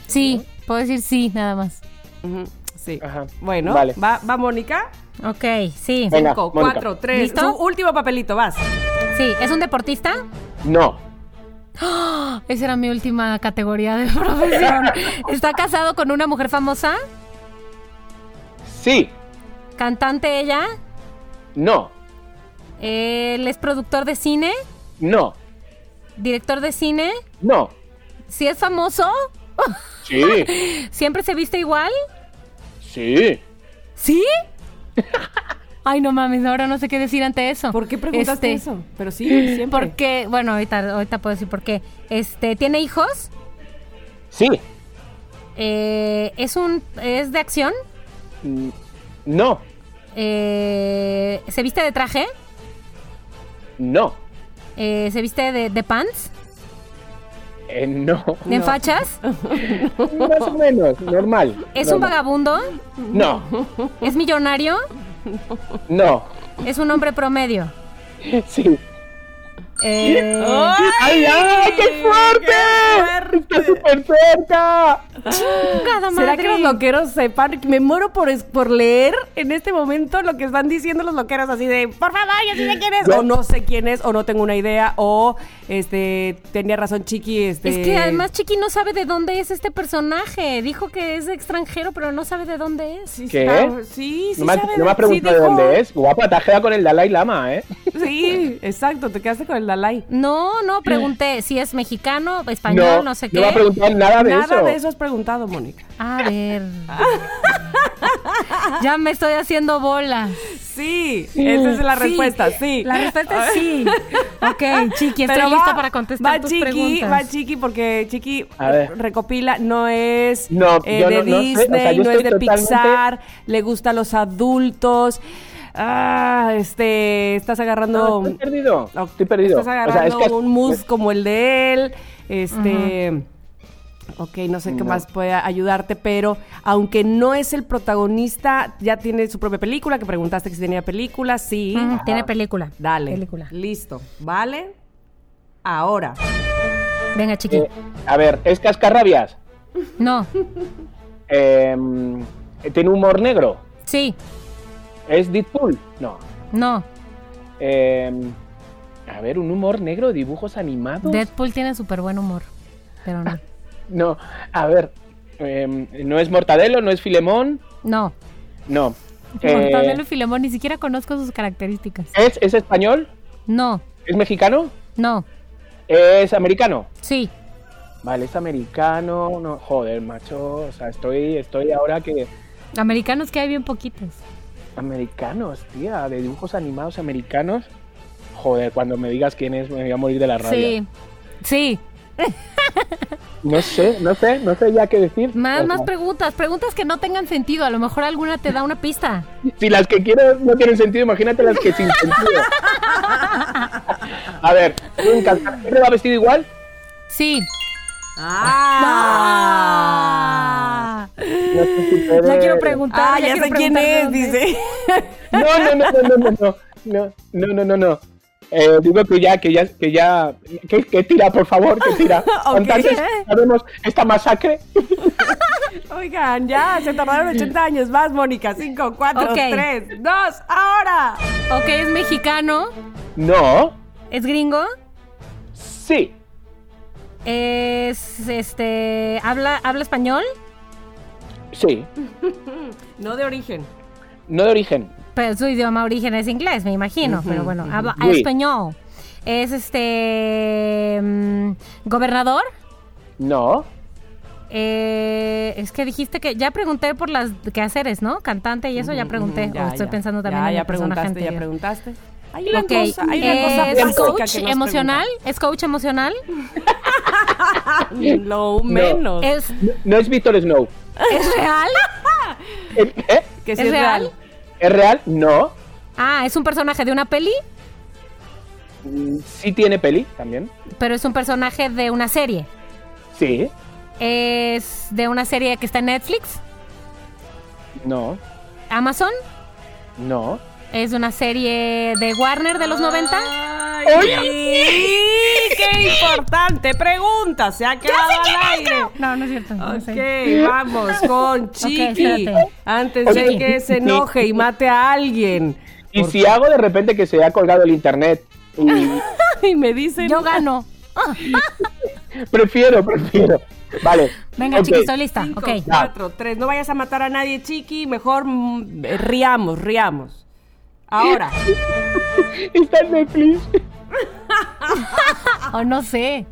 S7: Sí, puedo decir sí, nada más.
S3: Ujú, Sí.
S4: Ajá.
S3: Bueno,
S4: Vale.
S3: va, va Mónica.
S7: Ok, sí.
S4: Venga.
S3: Cinco,
S4: Mónica.
S3: cuatro, tres.
S7: ¿Listo?
S3: su último papelito, vas.
S7: Sí, ¿es un deportista?
S4: No.
S7: Esa era mi última categoría de profesión. ¿Está casado con una mujer famosa?
S4: Sí.
S7: ¿Cantante ella?
S4: No.
S7: ¿Él es productor de cine?
S4: No.
S7: ¿Director de cine?
S4: No.
S7: ¿Si es famoso?
S4: Sí.
S7: ¿Siempre se viste igual?
S4: Sí.
S7: ¿Sí? Ay, no mames, ahora no sé qué decir ante eso.
S3: ¿Por qué preguntaste
S7: Este,
S3: eso? Pero sí, siempre.
S7: Porque, bueno, ahorita, ahorita puedo decir por qué. Este, ¿tiene hijos?
S4: Sí.
S7: Eh, ¿Es un es de acción?
S4: No.
S7: Eh, ¿Se viste de traje?
S4: No.
S7: Eh, ¿Se viste de, de pants?
S4: Eh, no.
S7: ¿De
S3: No.
S7: fachas?
S4: Más o menos, normal.
S7: ¿Es un
S4: normal.
S7: vagabundo?
S4: No,
S7: ¿Es millonario?
S4: no.
S7: ¿Es un hombre promedio?
S4: Sí.
S7: Eh,
S4: ¡Ay, ay, qué fuerte! ¡Está súper cerca!
S3: ¿Será
S7: chingada madre!
S3: que los loqueros sepan? Me muero por, es- por leer en este momento lo que están diciendo los loqueros, así de, por favor, yo sí sé quién es.
S4: Ya.
S3: O no sé quién es, o no tengo una idea, o este tenía razón Chiqui. Este,
S7: Es que además Chiqui no sabe de dónde es este personaje. Dijo que es extranjero, pero no sabe de dónde es.
S3: Sí,
S4: ¿Qué?
S3: está- Sí, sí,
S4: no me,
S3: sabe
S4: no me
S3: de-
S4: has preguntado
S3: sí
S4: de
S3: dijo.
S4: dónde es. Guapa, te has quedado con el Dalai Lama, ¿eh?
S3: Sí, exacto, te quedaste con el Dalai.
S7: No, no, pregunté si es mexicano, español, no, sé qué.
S4: No me has preguntado nada de
S3: Nada
S4: eso.
S3: de eso has preguntado, Mónica.
S7: A ver. ya me estoy haciendo bolas.
S3: Sí, esa es la respuesta, sí.
S7: La respuesta es sí. Ok, Chiqui, estoy
S3: Pero va-
S7: lista para contestar
S3: va
S7: tus
S3: Chiqui,
S7: preguntas.
S3: Va Chiqui, porque Chiqui
S4: A ver.
S3: recopila, no es
S4: No,
S3: eh,
S4: yo
S3: de
S4: no- no sé, o
S3: Disney,
S4: sea, yo
S3: no es de
S4: estoy totalmente-
S3: Pixar, le gusta a los adultos. Ah, este, estás agarrando...
S4: No, estoy perdido.
S3: Ok,
S4: Estoy perdido.
S3: Estás agarrando
S4: o sea, es que
S3: un mood como el de él, este... Ok, no sé qué
S4: No.
S3: más pueda ayudarte, pero aunque no es el protagonista, ya tiene su propia película, que preguntaste que si tenía película, sí.
S7: Mm, tiene película.
S3: Dale.
S7: Película.
S3: Listo. ¿Vale? Ahora.
S7: Venga, Chiqui.
S4: eh, a ver, es cascarrabias.
S7: No.
S4: Eh, tiene humor negro.
S7: Sí.
S4: Es Deadpool. No.
S7: No.
S4: Eh, a ver, un humor negro, dibujos animados.
S7: Deadpool tiene súper buen humor. Pero no.
S4: No, a ver, em, no es Mortadelo, no es Filemón,
S7: No.
S4: no. Eh,
S7: Mortadelo y Filemón, ni siquiera conozco sus características.
S4: ¿es, ¿Es español?
S7: No.
S4: ¿Es mexicano?
S7: No.
S4: ¿Es americano?
S7: Sí.
S4: Vale, es americano, no, joder, macho, o sea, estoy, estoy ahora que...
S7: Americanos que hay bien poquitos.
S4: Americanos, tía, de dibujos animados americanos. Joder, cuando me digas quién es, me voy a morir de la rabia.
S7: Sí. Sí.
S4: No sé, no sé, no sé ya qué decir.
S7: Más,
S4: O
S7: más
S4: sea,
S7: preguntas. Preguntas que no tengan sentido. A lo mejor alguna te da una pista.
S4: Si las que quiero no tienen sentido, imagínate las que sin sentido. A ver, nunca. ¿Siempre va vestido igual?
S7: Sí.
S3: Ah.
S4: No sé si puede-
S7: Ya quiero preguntar.
S3: Ah, ya
S7: quiero
S3: sé quién
S7: preguntar de
S3: es,
S7: dónde.
S3: dice.
S4: No, no, no, no, no, no, no, no, no, no, no. Eh, digo que ya, que ya, que ya, que, que tira, por favor, que tira. Con
S3: Ok.
S4: tanto que sabemos esta masacre.
S3: Oigan, ya, se tardaron 80 años. Vas, Mónica. 5, 4,
S7: Ok.
S3: 3, 2, ahora.
S7: Ok, es mexicano.
S4: No,
S7: Es gringo.
S4: sí,
S7: Es este. Habla, habla español.
S4: sí,
S3: No de origen.
S4: no de origen.
S7: Pero su idioma origen es inglés, me imagino. Pero bueno, habla
S4: Sí.
S7: español. Es este. mm, Gobernador.
S4: No,
S7: Eh, es que dijiste que ya pregunté por las quehaceres, ¿no? Cantante y eso ya pregunté.
S3: Mm, Ya,
S7: o estoy
S3: ya.
S7: pensando también
S3: Ya,
S7: en
S3: ya
S7: la persona
S3: preguntaste,
S7: anterior.
S3: ya preguntaste. Hay una
S7: Ok,
S3: cosa, hay una cosa
S7: ¿Es
S3: básica
S7: coach
S3: que nos
S7: emocional? ¿Es coach emocional?
S3: preguntan. Ah, Lo menos.
S7: ¿Es,
S4: no, no es Víctor Snow.
S7: ¿Es real?
S4: ¿Es, eh?
S3: que sí
S7: ¿es real?
S4: ¿Es real? No.
S7: Ah, es un personaje de una peli,
S4: Mm, Sí tiene peli también.
S7: pero es un personaje de una serie.
S4: Sí,
S7: ¿Es de una serie que está en Netflix?
S4: no,
S7: ¿Amazon?
S4: no.
S7: ¿Es de una serie de Warner de
S3: Ah,
S7: los 90?
S3: Ay, sí, ¡Qué importante pregunta! Se ha quedado al aire.
S7: No, no es cierto. no sé.
S3: Ok, vamos con Chiqui.
S7: espérate.
S3: Antes de
S4: Chiqui.
S3: que se enoje y mate a alguien.
S4: Y si hago de repente que se ha colgado el internet. Y
S3: Y me dicen.
S7: Yo gano. Ah,
S4: prefiero, prefiero. Vale.
S7: venga,
S4: ok.
S7: chiqui, estoy lista.
S3: Cinco,
S7: Ok.
S3: cuatro, tres. No vayas a matar a nadie, Chiqui. Mejor mm, eh, riamos, riamos. Ahora.
S4: Está en Netflix.
S7: O Ah, no sé.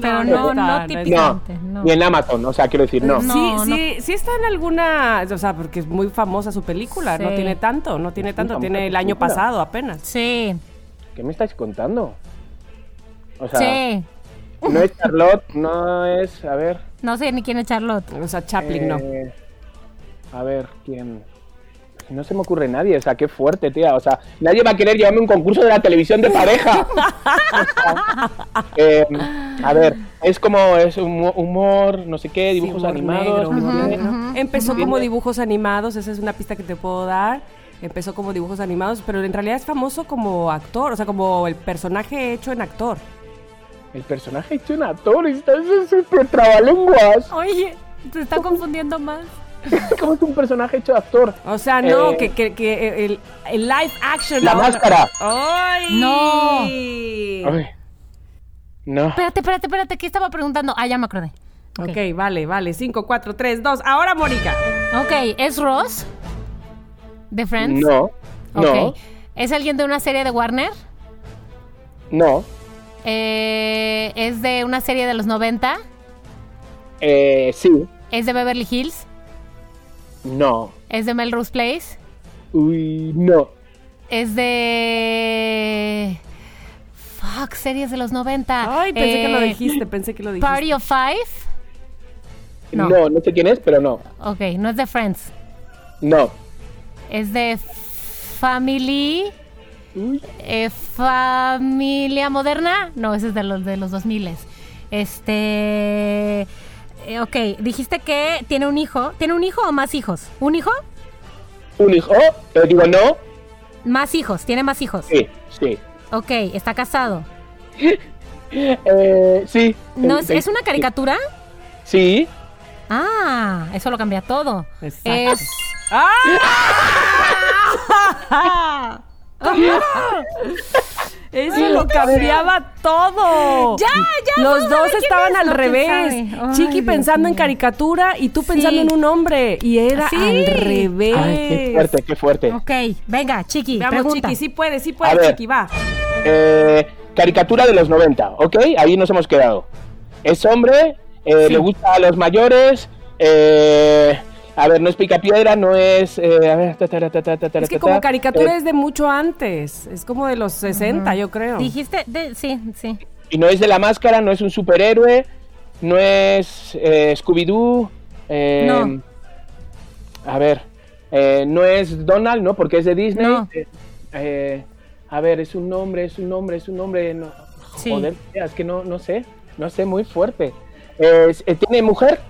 S7: Pero
S3: está,
S7: no, no,
S3: está.
S4: No,
S7: típicamente. No.
S4: ni en Amazon, o sea, quiero decir, no.
S7: No.
S3: sí, sí, sí está en alguna, o sea, porque es muy famosa su película, no
S7: Sí.
S3: tiene tanto, no tiene tanto,
S4: famosa
S3: tiene el año
S4: película.
S3: pasado apenas.
S7: Sí,
S4: ¿Qué me estáis contando? O sea,
S7: sí.
S4: no es Charlotte, no es, a ver,
S7: No sé ni quién es Charlotte.
S3: O sea, Chaplin no.
S4: eh, a ver, quién. No se me ocurre nadie, o sea, qué fuerte, tía. O sea, nadie va a querer llevarme un concurso de la televisión de pareja. O sea, eh, a ver, es como es humo- humor, no sé qué,
S3: Sí,
S4: dibujos
S3: humor
S4: animados.
S3: negro, humor
S4: no sé qué.
S3: negro. Empezó como dibujos animados, esa es una pista que te puedo dar. Empezó como dibujos animados, pero en realidad es famoso como actor, o sea, como el personaje hecho en actor.
S4: El personaje es un actor, está súper trabalenguas.
S7: Oye, se está confundiendo más.
S4: ¿Cómo es un personaje hecho de actor?
S7: Oh,
S3: O sea, no,
S4: Eh.
S3: que, que- que el, el live action.
S4: La
S3: ahora.
S4: máscara.
S3: ¡Ay!
S7: No.
S4: Ay. No.
S7: Espérate, espérate, espérate, ¿qué estaba preguntando? Ah, ya me acordé.
S3: Ok, vale, vale. 5, 4, 3, 2. Ahora, Mónica.
S7: Ok, ¿es Ross? ¿De Friends?
S4: No. No.
S7: Ok. ¿Es alguien de una serie de Warner?
S4: No.
S7: Eh, ¿Es de una serie de los 90?
S4: Eh, sí.
S7: ¿Es de Beverly Hills?
S4: No.
S7: ¿Es de Melrose Place?
S4: Uy, no.
S7: ¿Es de... Fuck, series de los 90.
S3: Ay, pensé que lo
S7: Eh,
S3: dijiste, pensé que lo dijiste.
S7: Party of Five. No.
S4: No. no, sé quién es, pero no.
S7: Ok, no es de Friends.
S4: No.
S7: Es de Family.
S4: Uy.
S7: eh, familia moderna. No, ese es de los de los 2000. Este. eh, ok, dijiste que tiene un hijo. ¿Tiene un hijo o más hijos? ¿Un hijo?
S4: Un hijo. oh, Pero digo no.
S7: Más hijos, tiene más hijos.
S4: Sí, sí.
S7: Ok, está casado.
S4: Eh, sí.
S7: No,
S4: Eh,
S7: es,
S4: eh,
S7: es una caricatura?
S4: Sí.
S7: Ah, eso lo cambia todo.
S3: Exacto.
S7: Es.
S3: ¡Ah! Eso lo cambiaba todo.
S7: Ya, ya,
S3: Los
S7: vamos
S3: dos
S7: a ver quién
S3: estaban
S7: es.
S3: al
S7: No, quién
S3: revés.
S7: sabe. Ay,
S3: Chiqui
S7: Dios
S3: pensando en
S7: mío.
S3: caricatura y tú pensando
S7: Sí.
S3: en un hombre. Y era
S7: Sí.
S3: al revés.
S4: Ay, qué fuerte, qué fuerte.
S7: Ok, venga, Chiqui,
S3: Vamos,
S7: pregunta.
S3: Chiqui, sí puede, sí
S4: A
S3: puede,
S4: ver.
S3: Chiqui, va.
S4: Eh, caricatura de los 90, ¿ok? Ahí nos hemos quedado. Es hombre, eh, le gusta a los mayores. eh, a ver, no es picapiedra, no es. eh, a ver, ta, ta, ta, ta, ta, ta,
S3: Es que
S4: ta,
S3: como
S4: ta.
S3: caricatura
S4: Eh,
S3: es de mucho antes. Es como de los 60, yo creo.
S7: Dijiste, de- sí, sí.
S4: Y no es de la máscara, no es un superhéroe, no es eh, Scooby-Doo. eh,
S7: No.
S4: A ver, eh, no es Donald, ¿no? Porque es de Disney.
S7: No.
S4: Eh, eh, A ver, es un nombre, es un nombre, es un nombre. no-
S2: Sí.
S4: Joder, tía, es que no, no sé, no sé, muy fuerte. Es- eh, ¿Tiene mujer?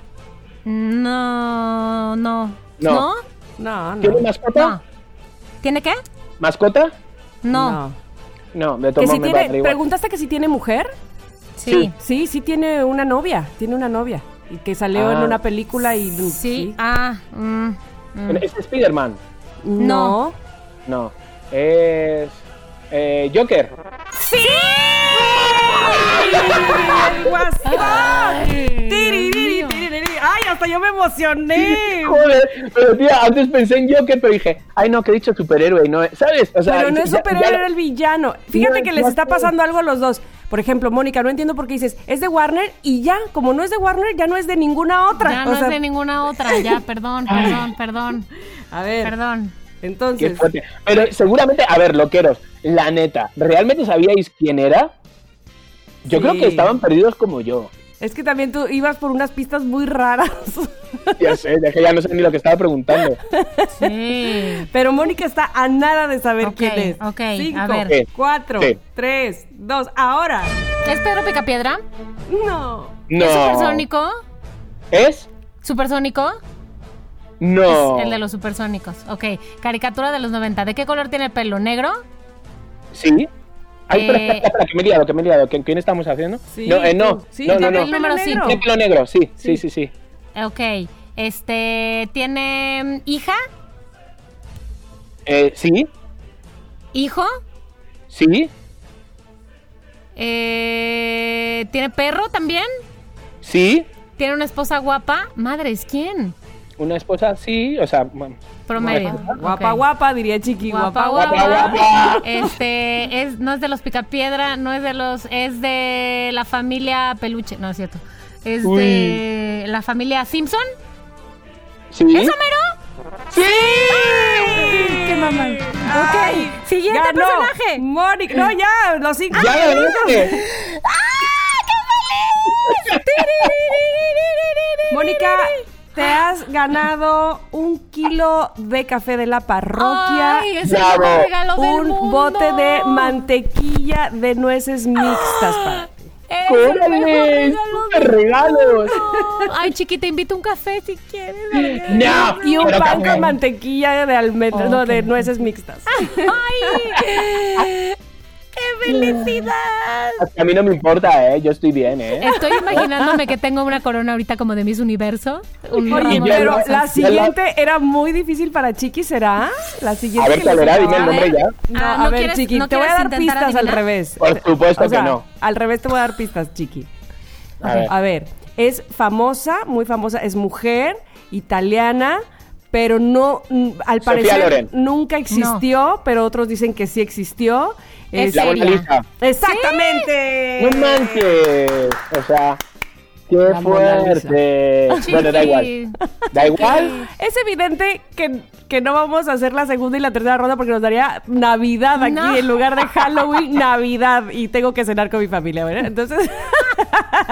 S2: No, no.
S4: No.
S2: ¿No?
S3: No, no.
S4: ¿Tiene
S2: No.
S4: mascota?
S2: ¿Tiene qué?
S4: ¿Mascota?
S2: No.
S4: No, me
S3: Que
S4: tomo,
S3: si
S4: me va a dar
S3: tiene,
S4: igual.
S3: ¿Preguntaste que si tiene mujer?
S2: Sí.
S3: Sí, sí tiene una novia, tiene una novia. Y que salió en
S4: Ah.
S3: una película y...
S2: Sí. Ah, mm, mm.
S4: ¿Es Spider-Man?
S3: No.
S4: No. Es. eh, Joker.
S2: ¡Sí!
S3: Tiri, tiri, tiri, tiri. ¡Ay, hasta yo me emocioné!
S4: Joder, pero tía, antes pensé en Joker, pero dije, ay no, que he dicho superhéroe, no, es- ¿sabes? O sea,
S3: Pero no es
S4: ya-
S3: superhéroe,
S4: ya-
S3: era el villano. Fíjate
S4: No,
S3: que les
S4: ya
S3: está
S4: sé.
S3: pasando algo a los dos. Por ejemplo, Mónica, no entiendo por qué dices, es de Warner y ya, como no es de Warner, ya no es de ninguna otra.
S2: Ya
S3: O
S2: no
S3: sea,
S2: es de ninguna otra, ya, perdón, perdón, perdón,
S3: A ver,
S2: perdón.
S4: Qué
S3: entonces,
S4: fuerte. Pero seguramente, a ver, loqueros, la neta, ¿realmente sabíais quién era? Yo
S3: Sí.
S4: creo que estaban perdidos como yo.
S3: es que también tú ibas por unas pistas muy raras.
S4: Ya sé, ya que ya no sé ni lo que estaba preguntando.
S2: Sí.
S3: Pero Mónica está a nada de saber
S2: Ok,
S3: quién es.
S2: ok, a
S3: Cinco,
S2: ver.
S4: Sí.
S3: cuatro,
S4: Sí.
S3: tres, dos, ahora.
S2: ¿Es Pedro Picapiedra?
S3: No.
S4: No.
S2: ¿Es supersónico?
S4: ¿Es?
S2: ¿Supersónico?
S4: No.
S2: Es el de los supersónicos. Ok. Caricatura de los 90. ¿De qué color tiene el pelo? ¿Negro?
S4: ¿Sí? Ay, espera,
S2: Eh.
S4: espera, espera, que me he liado, que me he liado. ¿Con quién estamos haciendo?
S3: Sí,
S4: no, eh, no.
S2: pues,
S3: tú. Sí,
S4: no, no,
S3: tiene
S4: no.
S3: el
S4: Tiene
S2: Número
S3: número
S2: cinco.
S3: negro.
S4: pelo negro, sí, sí, sí, sí.
S2: Ok. Este. ¿Tiene hija?
S4: Eh, ¿Sí?
S2: ¿Hijo?
S4: ¿Sí?
S2: Eh, ¿Tiene perro también?
S4: ¿Sí?
S2: ¿Tiene una esposa guapa? Madres, ¿quién?
S4: ¿Una esposa? Sí, o sea... bueno.
S2: Promedio.
S3: Guapa,
S2: Ok.
S3: guapa, diría Chiqui.
S2: Guapa, guapa.
S4: guapa, guapa.
S2: Este, es, no es de los Picapiedra, no es de los, es de la familia Peluche, no es cierto. Es
S4: Uy.
S2: de la familia Simpson.
S4: ¿Sí?
S2: ¿Es Homero?
S4: ¡Sí!
S2: ¡Qué mamá!
S3: Ay,
S2: Ok, siguiente
S3: ganó
S2: personaje.
S3: Mónica, no, ya, los cinco.
S4: ¡Ya ganaste!
S3: Mónica, te has ganado un kilo de café de la parroquia.
S2: Ay, es
S4: Bravo.
S2: el mejor regalo del
S3: un
S2: mundo.
S3: bote de mantequilla de nueces mixtas. Pau.
S2: Es el
S4: ¡Córale!
S2: mejor
S4: ¡Súper
S2: regalo del
S4: regalos!
S2: mundo. Ay, chiquita, invito un café si quieres. Adriana.
S4: ¡No!
S3: Y un
S4: Pero
S3: pan
S4: café.
S3: con mantequilla de almendras,
S2: Oh,
S3: no,
S2: qué
S3: de
S2: rico.
S3: nueces mixtas.
S2: Ah, ¡Ay! ¡Qué felicidad!
S4: A mí no me importa, ¿eh? Yo estoy bien, ¿eh?
S2: Estoy imaginándome que tengo una corona ahorita como de Miss Universo. Un
S3: Oye,
S2: ramo de
S3: pero
S2: rosas.
S3: la
S4: ya la-
S3: siguiente era muy difícil para Chiqui, ¿será? La siguiente
S4: A ver,
S3: que le
S4: ¿cuál era? Dime el
S3: tocaba.
S4: nombre ya.
S3: No,
S2: Ah,
S3: a
S2: ¿no
S3: ver,
S2: quieres-
S3: Chiqui,
S2: no
S3: te voy a
S2: quieres intentar
S3: dar pistas al
S2: adivinar?
S3: revés.
S4: Por supuesto
S3: O sea,
S4: que no.
S3: Al revés te voy a dar pistas, Chiqui.
S4: A ver.
S3: A ver, es famosa, muy famosa, es mujer, italiana, pero no, mm, al
S4: Sofía
S3: parecer
S4: Loren.
S3: nunca existió, pero otros dicen que sí existió.
S2: Es
S3: Es-
S4: La Mona
S2: seria.
S4: Lisa.
S2: Eh,
S3: ¡Exactamente!
S4: ¡No manches! O sea, ¡qué
S3: La Mona Lisa.
S4: fuerte! Bueno, da igual.
S2: Chiqui.
S4: Da igual.
S3: Es evidente que, que no vamos a hacer la segunda y la tercera ronda porque nos daría Navidad aquí
S2: No.
S3: en lugar de Halloween, Navidad. Y tengo que cenar con mi familia, ¿verdad? Entonces,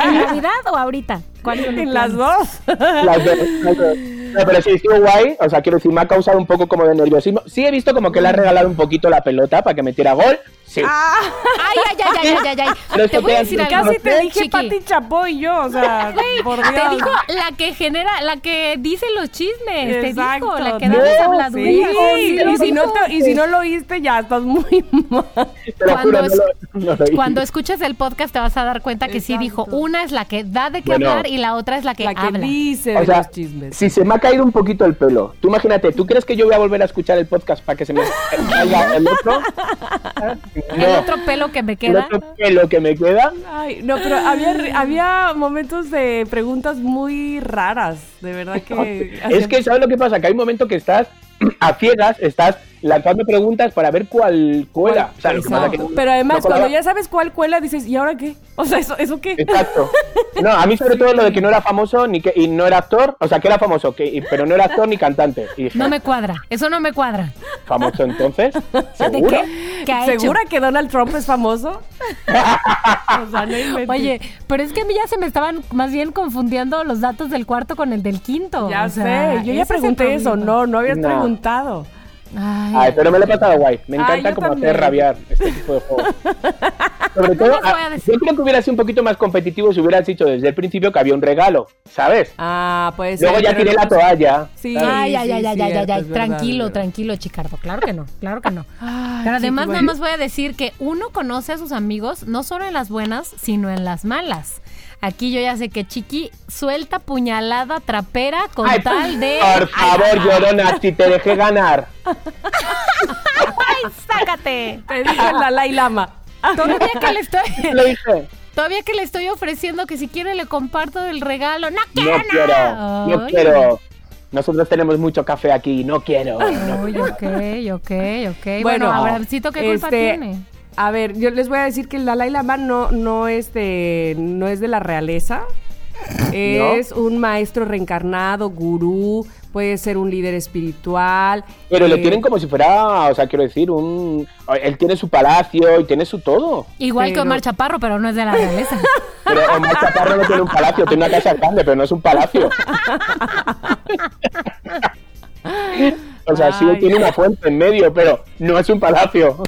S2: ¿En Navidad o ahorita? ¿Cuál es
S3: en las dos.
S4: Las dos, las dos. No, pero sí, estuvo guay. O sea, quiero decir, me ha causado un poco como de nerviosismo. Sí he visto como que
S2: Mm.
S4: le ha regalado un poquito la pelota para que metiera gol. Sí.
S2: Ay, ay, ay, ay, ay, ay,
S4: Pero
S2: ay.
S4: es
S2: Te
S4: que
S2: voy a
S4: te-
S2: decir algo.
S3: Casi te dije
S2: Chiqui.
S3: Pati Chapoy yo, o sea,
S2: Güey,
S3: por
S2: te
S3: Dios.
S2: dijo la que genera, la que dice los chismes,
S3: Exacto.
S2: te dijo, la que
S3: No,
S2: da las
S4: sí,
S2: habladurías.
S3: Sí, y, si no te- y si no lo oíste, ya estás muy mal.
S4: Te lo
S2: cuando
S4: juro,
S2: es-
S4: no lo, no lo hice.
S2: Cuando escuches el podcast te vas a dar cuenta que sí dijo,
S3: Exacto.
S2: una es la que da de qué
S4: Bueno.
S2: hablar y la otra es la que
S3: La que
S2: habla.
S3: dice
S4: O
S3: de
S4: sea,
S3: los chismes.
S4: si se me ha caído un poquito el pelo, tú imagínate, ¿tú crees que yo voy a volver a escuchar el podcast para que se me caiga el otro?
S2: El
S4: No.
S2: otro pelo que me
S4: El
S2: queda.
S4: otro pelo que me queda.
S3: Ay, no, pero había, re- había momentos de preguntas muy raras, de verdad que...
S4: Es que, ¿sabes lo que pasa? Que hay un momento que estás a ciegas, estás lanzando preguntas para ver cuál cuela. O sea, lo que pasa
S3: Exacto.
S4: que no-
S3: Pero
S4: no
S3: además,
S4: colaba.
S3: cuando ya sabes cuál cuela, dices, ¿y ahora qué? O sea, ¿eso, eso qué?
S4: Exacto. No, a mí sobre todo lo de que no era famoso ni que, y no era actor, o sea, que era famoso, que, y- pero no era actor ni cantante. Y dije,
S2: No me cuadra, eso no me cuadra.
S4: ¿famoso entonces? ¿Seguro?
S2: qué? ¿Qué ha hecho?
S3: ¿Segura que Donald Trump es famoso? O sea, no inventes.
S2: Oye, pero es que a mí ya se me estaban más bien confundiendo los datos del cuarto con el del quinto.
S3: ya
S2: o sea,
S3: sé, yo
S2: ese es
S3: ya
S2: el
S3: pregunté eso,
S2: problema.
S3: no, no habías
S4: No.
S3: preguntado.
S2: Ay,
S4: Ay, pero me lo he pasado guay. Me
S3: Ay,
S4: encanta
S3: yo
S4: como
S3: también.
S4: hacer rabiar este tipo de juegos. Sobre
S2: No
S4: todo,
S2: les voy a
S4: ah,
S2: decir.
S4: yo creo que hubiera sido un poquito más competitivo si hubieras dicho desde el principio que había un regalo, ¿sabes?
S3: Ah, pues.
S4: Luego ya tiré la toalla.
S2: Ay,
S3: Sí, sí,
S2: ay, ay, ay, ay,
S3: cierto,
S2: ay, ay,
S3: es verdad,
S2: tranquilo,
S3: es verdad.
S2: tranquilo, Chicardo. Claro que no, claro que no.
S3: Ay,
S2: Pero además
S4: pues,
S3: chico,
S2: nada más voy a decir que uno conoce a sus amigos no solo en las buenas, sino en las malas. Aquí yo ya sé que Chiqui suelta puñalada trapera con
S4: Ay,
S2: tal de...
S4: Por favor, llorona, si te dejé ganar.
S2: ¡Ay, sácate!
S3: Te dije la Lai Lama.
S2: Todavía que le
S4: Lo
S2: estoy...
S4: dije.
S2: Todavía que le estoy ofreciendo que si quiere le comparto el regalo. ¡No
S4: No
S2: quiero!
S4: quiero, no
S2: Ay.
S4: quiero. Nosotros tenemos mucho café aquí, no quiero. no
S2: Ay,
S4: quiero.
S2: ok, ok, ok. Bueno, Abrahamcito, ¿qué culpa
S3: este,
S2: tiene?
S3: A ver, yo les voy a decir que el Dalai Lama no, no, este, no es de la realeza. Es un maestro reencarnado, gurú, puede ser un líder espiritual.
S4: Pero lo
S3: eh,
S4: tienen como si fuera, o sea, quiero decir, un. Él tiene su palacio y tiene su todo.
S2: Igual que
S3: pero-
S2: Omar Chaparro, pero no es de la realeza.
S4: Pero Omar Chaparro no tiene un palacio, tiene una casa grande, pero no es un palacio. O sea, sí
S3: Ay.
S4: tiene una fuente en medio, pero no es un palacio.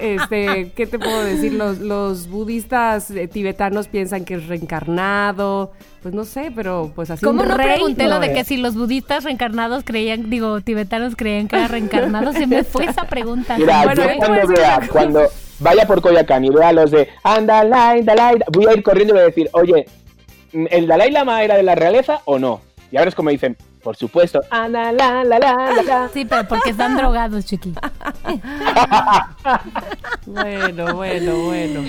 S3: Este, ¿qué te puedo decir? Los, los budistas eh, tibetanos piensan que es reencarnado. Pues no sé, pero pues así
S2: ¿Cómo
S3: un
S2: no
S3: rey pues.
S2: pregunté lo
S3: no
S2: de que
S3: es.
S2: si los budistas reencarnados creían, digo, tibetanos creían que era reencarnado? Se me fue esa pregunta.
S4: Mira,
S3: Bueno, ¿eh? Pues,
S4: yo
S3: él
S4: cuando
S3: puede ser
S4: vea,
S3: una cosa.
S4: cuando vaya por Coyacán y vea a los de anda, Dalai, Dalai, voy a ir corriendo y voy a decir, oye, ¿el Dalai Lama era de la realeza o no? Y ahora es como dicen, por supuesto, Ah, anda, la, la, la, la, la.
S2: Sí, pero porque están drogados, chiqui.
S3: Bueno, bueno, bueno.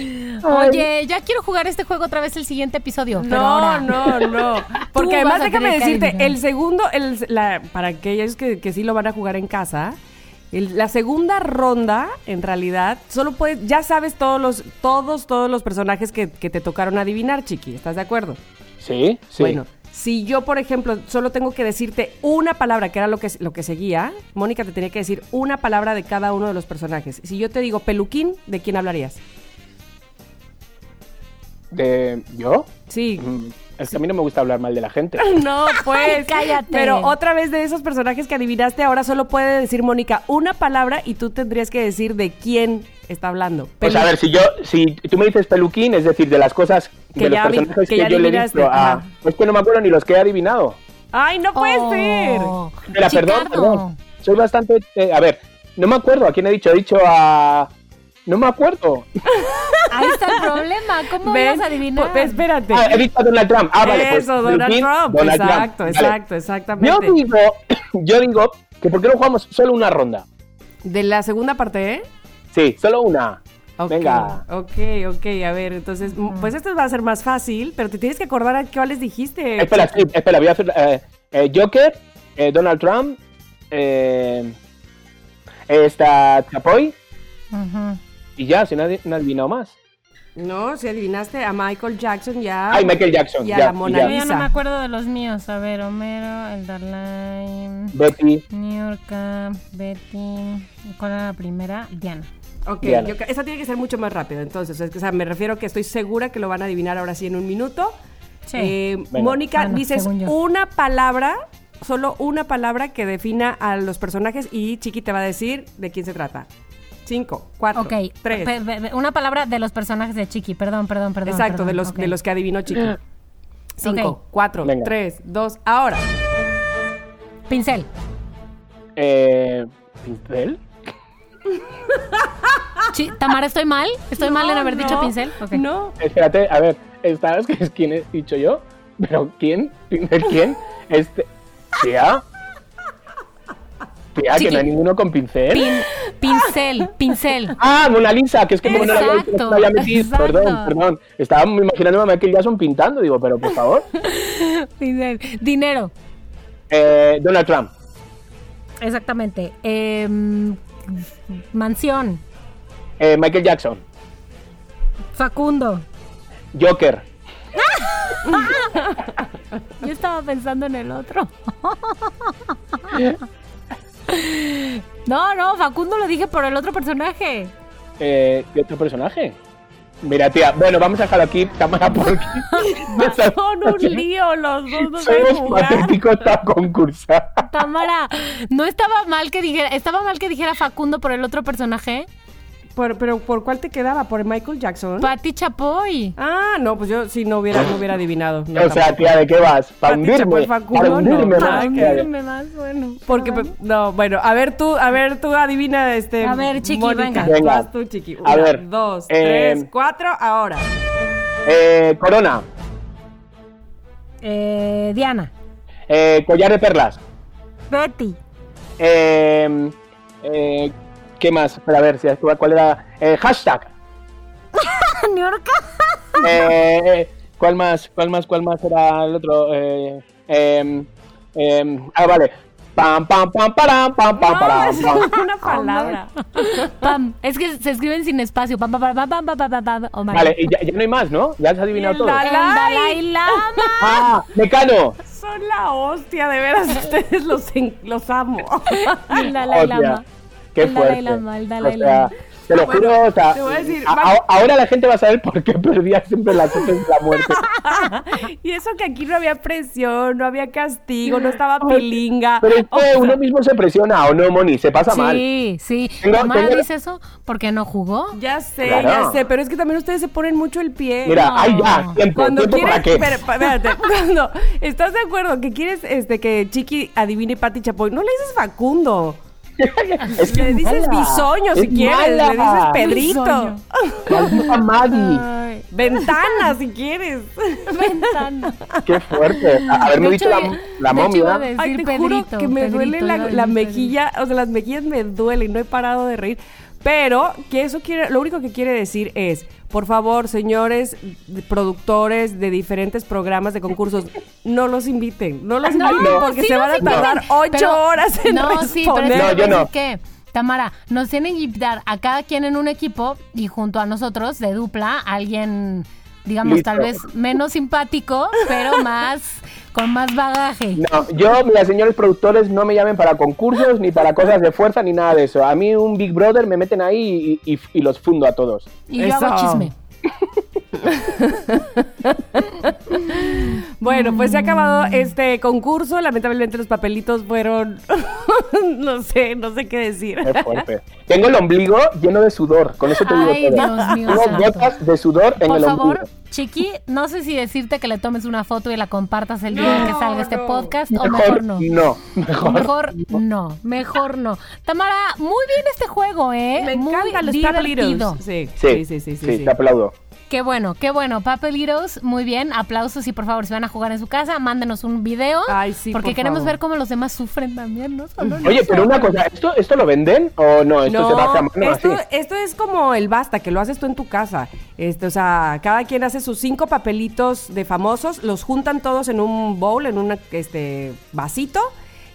S2: Oye, ya quiero jugar este juego otra vez el siguiente episodio. pero
S3: No,
S2: ahora.
S3: no, no.
S2: Tú
S3: Porque además
S2: vas a
S3: déjame
S2: tener que
S3: decirte,
S2: adivinar.
S3: el segundo, el, la- para aquellos que, que sí lo van a jugar en casa, el- la segunda ronda, en realidad, solo puedes, ya sabes todos los, todos, todos los personajes que, que te tocaron adivinar, Chiqui, ¿estás de acuerdo?
S4: Sí, sí.
S3: Bueno, si yo, por ejemplo, solo tengo que decirte una palabra, que era lo que, lo que seguía, Mónica te tenía que decir una palabra de cada uno de los personajes. Si yo te digo peluquín, ¿de quién hablarías?
S4: De- ¿Yo?
S3: Sí.
S4: Mm, Es que a mí no me gusta hablar mal de la gente.
S3: No, pues.
S2: Ay, cállate.
S3: Pero otra vez de esos personajes que adivinaste, ahora solo puede decir Mónica una palabra y tú tendrías que decir de quién está hablando.
S4: Pues
S3: Pelu-
S4: a ver, si yo, si tú me dices peluquín, es decir, de las cosas,
S3: Que
S4: de los
S3: ya vi-
S4: personajes
S3: que
S4: que,
S3: ya
S4: yo le he
S3: adivinaste,
S4: visto a-
S3: ajá.
S4: Es que no me acuerdo ni los que he adivinado.
S3: Ay, no puede
S2: Oh,
S4: Espera, perdón,
S2: Chicardo.
S4: perdón. Soy bastante... eh, a ver, no me acuerdo a quién he dicho. He dicho a... No me acuerdo.
S2: Ahí está el problema.
S3: ser.
S2: ¿Cómo
S3: Ven,
S2: vas a adivinar?
S3: po- Pues, espérate.
S4: Ah, he dicho a Donald Trump. Ah, vale. pues,
S3: Eso, Donald
S4: peluquín,
S3: Trump.
S4: Donald Trump.
S3: exacto,
S4: Vale.
S3: exacto,
S4: Yo
S3: exactamente.
S4: digo, yo digo que ¿por qué no jugamos solo una ronda?
S3: De la segunda parte, ¿eh?
S4: Sí, solo una.
S3: Ok,
S4: Venga.
S3: Ok, ok, a ver, entonces, m- pues esto va a ser más fácil, pero te tienes que acordar a cuáles dijiste.
S4: Espera, sí, espera, voy a hacer. eh, eh, Joker, eh, Donald Trump, eh, esta Chapoy
S2: Ujú.
S4: y ya, si nadie no ha adivinado más.
S3: No, si adivinaste a Michael Jackson ya.
S4: Ay, Michael Jackson.
S3: Ah, Y a
S4: ya,
S3: la Mona
S2: Yo
S4: ya.
S2: ya no
S3: Lisa.
S2: me acuerdo de los míos. A ver, Homero, el Dalai,
S4: Betty,
S2: New York, Betty. ¿Cuál era la primera? Diana.
S3: Ok,
S4: Diana.
S3: yo cre- esa tiene que ser mucho más rápido, entonces, es que, o sea, me refiero que estoy segura que lo van a adivinar ahora sí en un minuto.
S2: Sí.
S3: Eh,
S4: Venga.
S3: Mónica,
S2: Bueno,
S3: dices
S2: según yo.
S3: una palabra, solo una palabra que defina a los personajes y Chiqui te va a decir de quién se trata. Cinco, cuatro,
S2: Ok,
S3: tres.
S2: pe- pe- pe- una palabra de los personajes de Chiqui, perdón, perdón, perdón.
S3: Exacto,
S2: perdón,
S3: de, los,
S2: ok.
S3: de los que adivinó Chiqui. Cinco,
S2: Ok.
S3: cuatro,
S4: Venga.
S3: tres, dos, ahora.
S2: Pincel,
S4: eh, ¿Pincel?
S2: Chi- Tamara, ¿estoy mal? ¿Estoy mal en
S3: No,
S2: haber dicho
S3: no,
S2: pincel? Ok.
S3: No.
S4: Espérate, a ver, ¿sabes qué es quién he dicho yo? ¿Pero quién? ¿Pincel quién? Este. ¿Tía? ¿Tía? ¿Que
S2: Chiqui.
S4: no hay ninguno con pincel?
S2: Pin- pincel, pincel.
S4: Ah, Mona Lisa, que es que como no la había visto,
S2: Exacto,
S4: no la había metido.
S2: exacto.
S4: Perdón, perdón. Estaba imaginando a Michael Jackson pintando, digo, pero por favor.
S2: Pincel. Dinero,
S4: Eh, Donald Trump.
S2: exactamente. Em, mansión,
S4: Eh, Michael Jackson.
S2: Facundo.
S4: Joker.
S2: Yo estaba pensando en el otro. No, no, Facundo lo dije por el otro personaje.
S4: Eh, ¿Qué otro personaje? Mira, tía, bueno, vamos a dejarlo aquí, cámara, porque
S3: Son un lío los dos, no saben
S4: somos
S3: jugar.
S4: patéticos para concursar.
S2: Tamara, no estaba mal que dijera, estaba mal que dijera Facundo por el otro personaje,
S3: Por- ¿Pero por cuál te quedaba? ¿Por Michael Jackson?
S2: Patti Chapoy.
S3: Ah, no, pues yo si no hubiera, no hubiera adivinado. No,
S4: o sea,
S3: tampoco.
S4: tía, ¿de qué vas? ¿Para
S3: Pati Chapoy,
S4: hundirme?
S3: Facundo,
S4: ¿Para hundirme
S3: no,
S4: más,
S3: nada que
S4: tía?
S3: ver.
S2: más, bueno.
S3: Porque pues, no, bueno, a ver tú, a ver tú adivina este
S2: A ver, Chiqui, venga.
S3: Tú
S4: Venga.
S3: haz tú, Chiqui.
S4: A ver,
S3: dos,
S4: eh,
S3: tres, cuatro, ahora.
S4: Eh, corona,
S2: Eh, Diana.
S4: eh, collar de perlas.
S5: Betty.
S4: Eh, eh, ¿Qué más? Espera, a ver, si- ¿cuál era? Eh, hashtag.
S5: ¿Niorca?
S4: Eh, eh, ¿Cuál más? ¿Cuál más? ¿Cuál más era el otro? Eh, eh, eh, ah, vale. Pam, pam, pam, param, pam, pam,
S3: No,
S4: param,
S3: es
S4: pam.
S2: Oh,
S3: una palabra.
S2: Pam. Es que se escriben sin espacio. Pam, pam, pam, pam, pam, pam, pam, pam. Oh, my
S4: Vale,
S2: God.
S4: y ya, ya no hay más, ¿no? Ya has
S3: Y
S4: adivinado
S3: el
S4: todo.
S3: Dalai-
S2: El Dalai Lama.
S4: ¡Ah! ¡Mecano!
S3: Son la hostia, de veras, ustedes los, en- los amo.
S2: El Dalai
S4: Hostia,
S2: Lama.
S4: Qué
S2: El
S4: fuerte.
S2: Dalai Lama, el Dalai
S4: O sea,
S2: Lama.
S4: te lo
S3: Bueno,
S4: juro, o sea,
S3: te voy a decir,
S4: a-
S3: va-
S4: a- ahora la gente va a saber por qué perdía siempre la cosa de la muerte.
S3: y eso que aquí no había presión, no había castigo, no estaba
S2: Ah,
S3: pilinga. Oh,
S4: Pero es que
S3: O sea,
S4: uno mismo se presiona, ¿o no, Moni? Se pasa mal.
S2: Sí, sí.
S4: Tengo-
S2: Tamara
S4: tengo-
S2: dice eso porque no jugó.
S3: Ya sé,
S4: Claro.
S3: ya sé, pero es que también ustedes se ponen mucho el pie.
S4: Mira,
S2: No.
S4: ay ya, tiempo,
S3: Cuando
S4: tiempo
S3: quieres,
S4: para qué.
S3: espera, pa- espérate, cuando estás de acuerdo que quieres este que Chiqui adivine Pati Chapoy, no le dices Facundo,
S4: Es que
S3: le
S4: es
S3: dices
S4: mala,
S3: bisoño si
S4: es
S3: quieres,
S4: mala.
S3: le dices Pedrito,
S2: Bisoño.
S4: Maldita Maggie,
S3: ventana si quieres.
S2: Ventana.
S4: qué fuerte. A- Haberme
S2: Ah. De
S4: dicho
S2: hecho,
S4: la,
S2: iba-
S4: la
S2: de hecho, iba a
S4: momia.
S2: decir
S3: Ay, te juro
S2: Pedrito,
S3: que me
S2: Pedrito,
S3: duele
S2: iba a
S3: la,
S2: decir
S3: la
S2: Pedrito.
S3: mejilla, o sea, las mejillas me duelen, no he parado de reír. Pero que eso quiere, lo único que quiere decir es, por favor, señores de- productores de diferentes programas de concursos, no los inviten, no los
S2: Ah, No,
S3: inviten porque
S2: sí
S3: se
S2: nos
S3: van a
S2: invitan.
S3: tardar ocho
S2: Pero-
S3: horas en
S2: No,
S3: responder.
S2: sí, pero es
S4: No, yo
S2: que,
S4: no.
S2: es que, Tamara, nos tienen que invitar a cada quien en un equipo y junto a nosotros, de dupla, alguien, digamos,
S4: Listo.
S2: tal vez menos simpático, pero más, con más bagaje.
S4: No, yo, mira, señores productores, no me llamen para concursos, ni para cosas de fuerza, ni nada de eso. A mí un Big Brother me meten ahí y, y- y los fundo a todos.
S2: Y yo
S3: Eso.
S2: hago chisme.
S3: Bueno, pues se ha acabado este concurso. Lamentablemente los papelitos fueron, no sé, no sé qué decir.
S4: Qué fuerte. Tengo el ombligo lleno de sudor, con eso te digo
S2: Ay,
S4: todo.
S2: Dios mío
S4: Tengo
S2: santo.
S4: gotas de sudor en
S2: Por
S4: el
S2: favor,
S4: ombligo.
S2: Chiqui, no sé si decirte que le tomes una foto y la compartas el día que salga este podcast o mejor
S4: Mejor
S2: no.
S4: no, mejor.
S2: Mejor no, mejor no. Tamara, muy bien este juego, ¿eh?
S3: Me
S2: muy
S3: encantan los
S2: divertido.
S3: papelitos. Sí,
S4: Sí,
S3: sí, sí, sí, sí, sí.
S4: te aplaudo.
S2: Qué bueno, qué bueno. Papelitos, muy bien. Aplausos y por favor, si van a jugar en su casa, mándenos un video.
S3: Ay, sí,
S2: Porque
S3: por
S2: queremos
S3: favor.
S2: ver cómo los demás sufren también, ¿no? Solo
S4: Oye,
S2: nosotros.
S4: pero una cosa, ¿esto, esto lo venden o no? Esto se va a mano
S3: esto,
S4: así.
S3: esto es como el basta, que lo haces tú en tu casa. Este, o sea, cada quien hace sus cinco papelitos de famosos, los juntan todos en un bowl, en un este, vasito,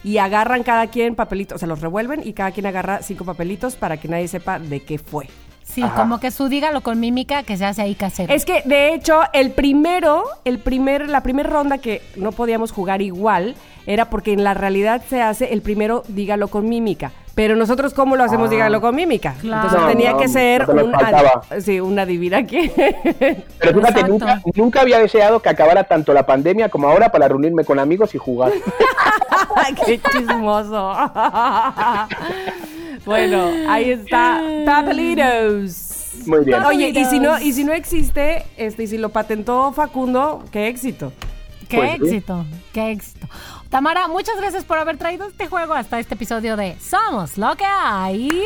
S3: y agarran cada quien papelitos, o sea, los revuelven y cada quien agarra cinco papelitos para que nadie sepa de qué fue.
S2: Sí,
S4: Ajá.
S2: como que su dígalo con mímica que se hace ahí casero.
S3: Es que, de hecho, el primero, el primer, la primera ronda que no podíamos jugar igual era porque en la realidad se hace el primero, dígalo con mímica. Pero nosotros, ¿cómo lo hacemos,
S4: Ah.
S3: dígalo con mímica?
S2: Claro.
S3: Entonces
S2: No,
S3: tenía
S4: no,
S3: que ser
S4: no te lo
S3: un, adi-
S4: faltaba.
S3: sí, un adivina quién.
S4: Pero fíjate,
S2: Exacto.
S4: nunca, nunca había deseado que acabara tanto la pandemia como ahora para reunirme con amigos y jugar.
S3: ¡Qué chismoso! bueno, ahí está. Papelitos.
S4: Muy bien.
S3: Oye, y si no, y si no existe, este, y si lo patentó Facundo, qué éxito.
S2: Qué
S4: Pues sí.
S2: éxito, qué éxito. Tamara, muchas gracias por haber traído este juego hasta este episodio de Somos lo que hay.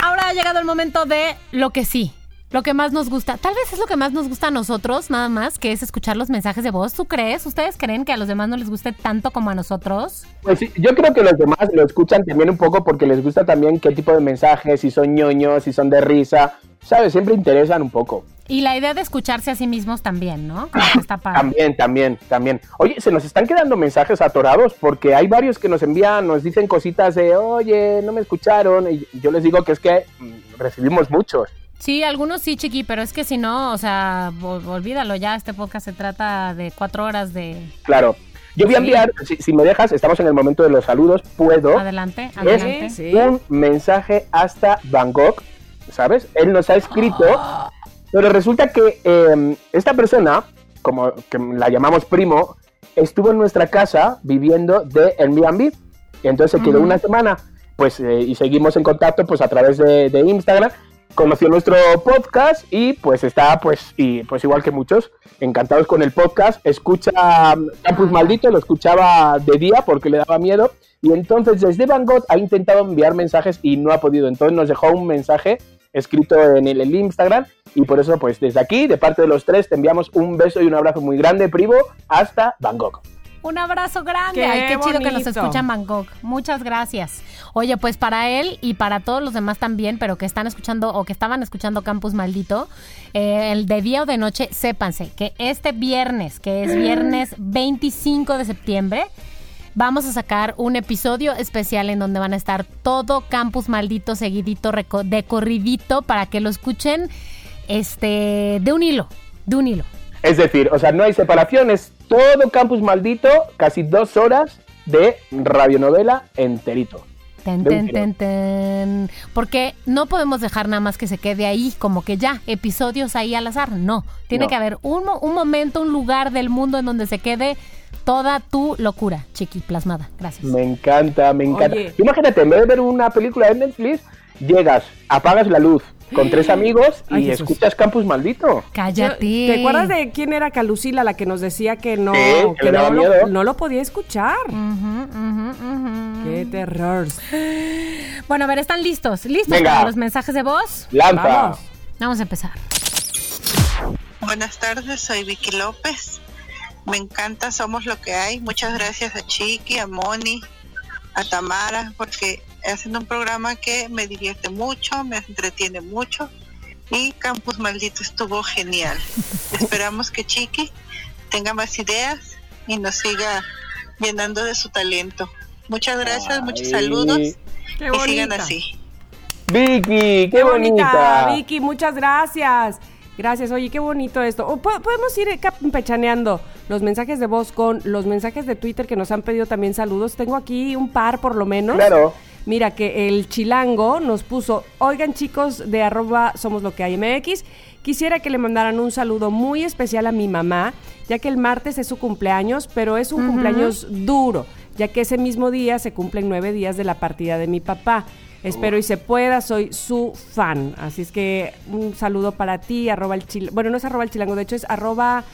S2: Ahora ha llegado el momento de lo que sí. Lo que más nos gusta, tal vez es lo que más nos gusta a nosotros, nada más, que es escuchar los mensajes de voz. ¿Tú crees? ¿Ustedes creen que a los demás no les guste tanto como a nosotros?
S4: Pues sí, yo creo que los demás lo escuchan también un poco porque les gusta también qué tipo de mensajes, si son ñoños, si son de risa. ¿Sabes? Siempre interesan un poco.
S2: Y la idea de escucharse a sí mismos también, ¿no? Como que está padre.
S4: También, también, también. Oye, se nos están quedando mensajes atorados porque hay varios que nos envían, nos dicen cositas de, oye, no me escucharon. Y yo les digo que es que mm, recibimos muchos.
S2: Sí, algunos sí, chiqui, pero es que si no, o sea, ol- olvídalo ya. Este podcast se trata de cuatro horas de.
S4: Claro. Yo voy a
S2: Sí.
S4: enviar, si, si me dejas, estamos en el momento de los saludos, puedo.
S7: Ah,
S2: Adelante,
S4: Es
S2: adelante.
S3: Sí.
S4: un mensaje hasta Bangkok, ¿sabes? Él nos ha escrito Pero resulta que eh, esta persona, como que la llamamos primo, estuvo en nuestra casa viviendo de Airbnb. Y entonces se quedó una semana. Pues, eh, y seguimos en contacto pues a través de, de Instagram. Conoció nuestro podcast y pues está, pues, y pues igual que muchos, encantados con el podcast. Escucha mm, Campus Maldito, lo escuchaba de día porque le daba miedo. Y entonces desde Van Gogh ha intentado enviar mensajes y no ha podido. Entonces nos dejó un mensaje escrito en el, el Instagram. Y por eso, pues desde aquí, de parte de los tres, te enviamos un beso y un abrazo muy grande, primo, hasta Bangkok.
S2: Un abrazo grande.
S3: Qué
S2: Ay, qué chido que nos
S3: bonito.
S2: escucha en Bangkok. Muchas gracias. Oye, pues para él y para todos los demás también, pero que están escuchando o que estaban escuchando Campus Maldito, eh, el de día o de noche, sépanse que este viernes, que es viernes 25 de septiembre, vamos a sacar un episodio especial en donde van a estar todo Campus Maldito seguidito, reco- de corridito, para que lo escuchen este de un hilo, de un hilo.
S4: Es decir, o sea, no hay separación, es todo campus maldito, casi dos horas de radionovela enterito.
S2: Ten,
S4: De un
S2: ten, ten,
S4: tirón.
S2: ten. Porque no podemos dejar nada más que se quede ahí, como que ya, episodios ahí al azar. No, tiene
S4: No.
S2: que haber un, mo- un momento, un lugar del mundo en donde se quede toda tu locura, chiqui, plasmada. Gracias.
S4: Me encanta, me encanta.
S3: Oye.
S4: Imagínate, en vez de ver una película de Netflix, llegas, apagas la luz con tres amigos y
S3: Ay, Jesús.
S4: escuchas Campus Maldito.
S2: Cállate.
S3: ¿Te acuerdas de quién era Calucila la que nos decía que no,
S4: Sí, que le
S3: no,
S4: daba
S3: lo,
S4: miedo.
S3: no lo podía escuchar?
S2: Ujú, ujú, ujú.
S3: Qué terror.
S2: Bueno, a ver, ¿están listos? ¿Listos
S4: Venga.
S2: para los mensajes de voz?
S4: Lanza.
S3: Vamos.
S2: Vamos a empezar.
S8: Buenas tardes, soy Vicky López. Me encanta, somos lo que hay. Muchas gracias a Chiqui, a Moni, a Tamara, porque hacen un programa que me divierte mucho, me entretiene mucho. Y Campus Maldito estuvo genial. Esperamos que Chiqui tenga más ideas y nos siga llenando de su talento. Muchas gracias, muchos
S4: Ay,
S8: saludos
S3: Qué
S8: y sigan
S3: bonita.
S8: así.
S4: Vicky, qué,
S3: Qué
S4: bonita.
S3: bonita, Vicky, muchas gracias. Gracias, oye, qué bonito esto. O po- podemos ir eh, campechaneando los mensajes de voz con los mensajes de Twitter que nos han pedido también saludos. Tengo aquí un par por lo menos.
S4: Claro.
S3: Mira que el chilango nos puso, oigan chicos de arroba somos lo que hay MX, quisiera que le mandaran un saludo muy especial a mi mamá, ya que el martes es su cumpleaños, pero es un cumpleaños duro, ya que ese mismo día se cumplen nueve días de la partida de mi papá. Espero y se pueda, soy su fan. Así es que un saludo para ti, arroba el chilango. Bueno, no es arroba el chilango, de hecho es arroba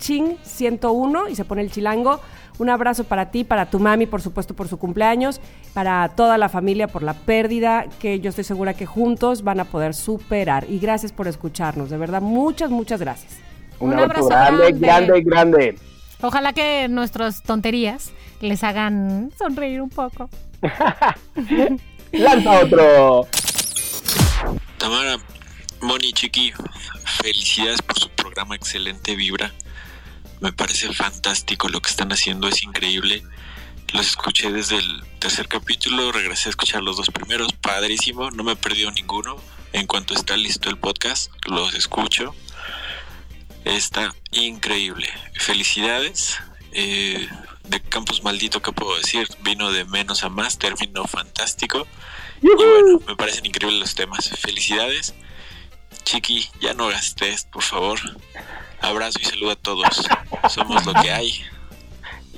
S3: reaching101 y se pone el chilango. Un abrazo para ti, para tu mami, por supuesto, por su cumpleaños, para toda la familia por la pérdida, que yo estoy segura que juntos van a poder superar. Y gracias por escucharnos, de verdad, muchas, muchas gracias.
S4: Un,
S2: Un
S4: abrazo
S2: abrazo
S4: grande, grande, grande.
S2: Ojalá que nuestras tonterías les hagan sonreír un poco.
S4: Lanza otro.
S9: Tamara, Moni, Chiqui, felicidades por su programa Excelente Vibra. Me parece fantástico lo que están haciendo, es increíble. Los escuché desde el tercer capítulo, regresé a escuchar los dos primeros, padrísimo, no me he perdido ninguno. En cuanto está listo el podcast, los escucho. Está increíble. Felicidades. Eh, de Campus Maldito, ¿qué puedo decir? Vino de menos a más, terminó fantástico. Y bueno, me parecen increíbles los temas. Felicidades. Chiqui, ya no gastes, por favor. Abrazo y saludo a todos. Somos lo que hay.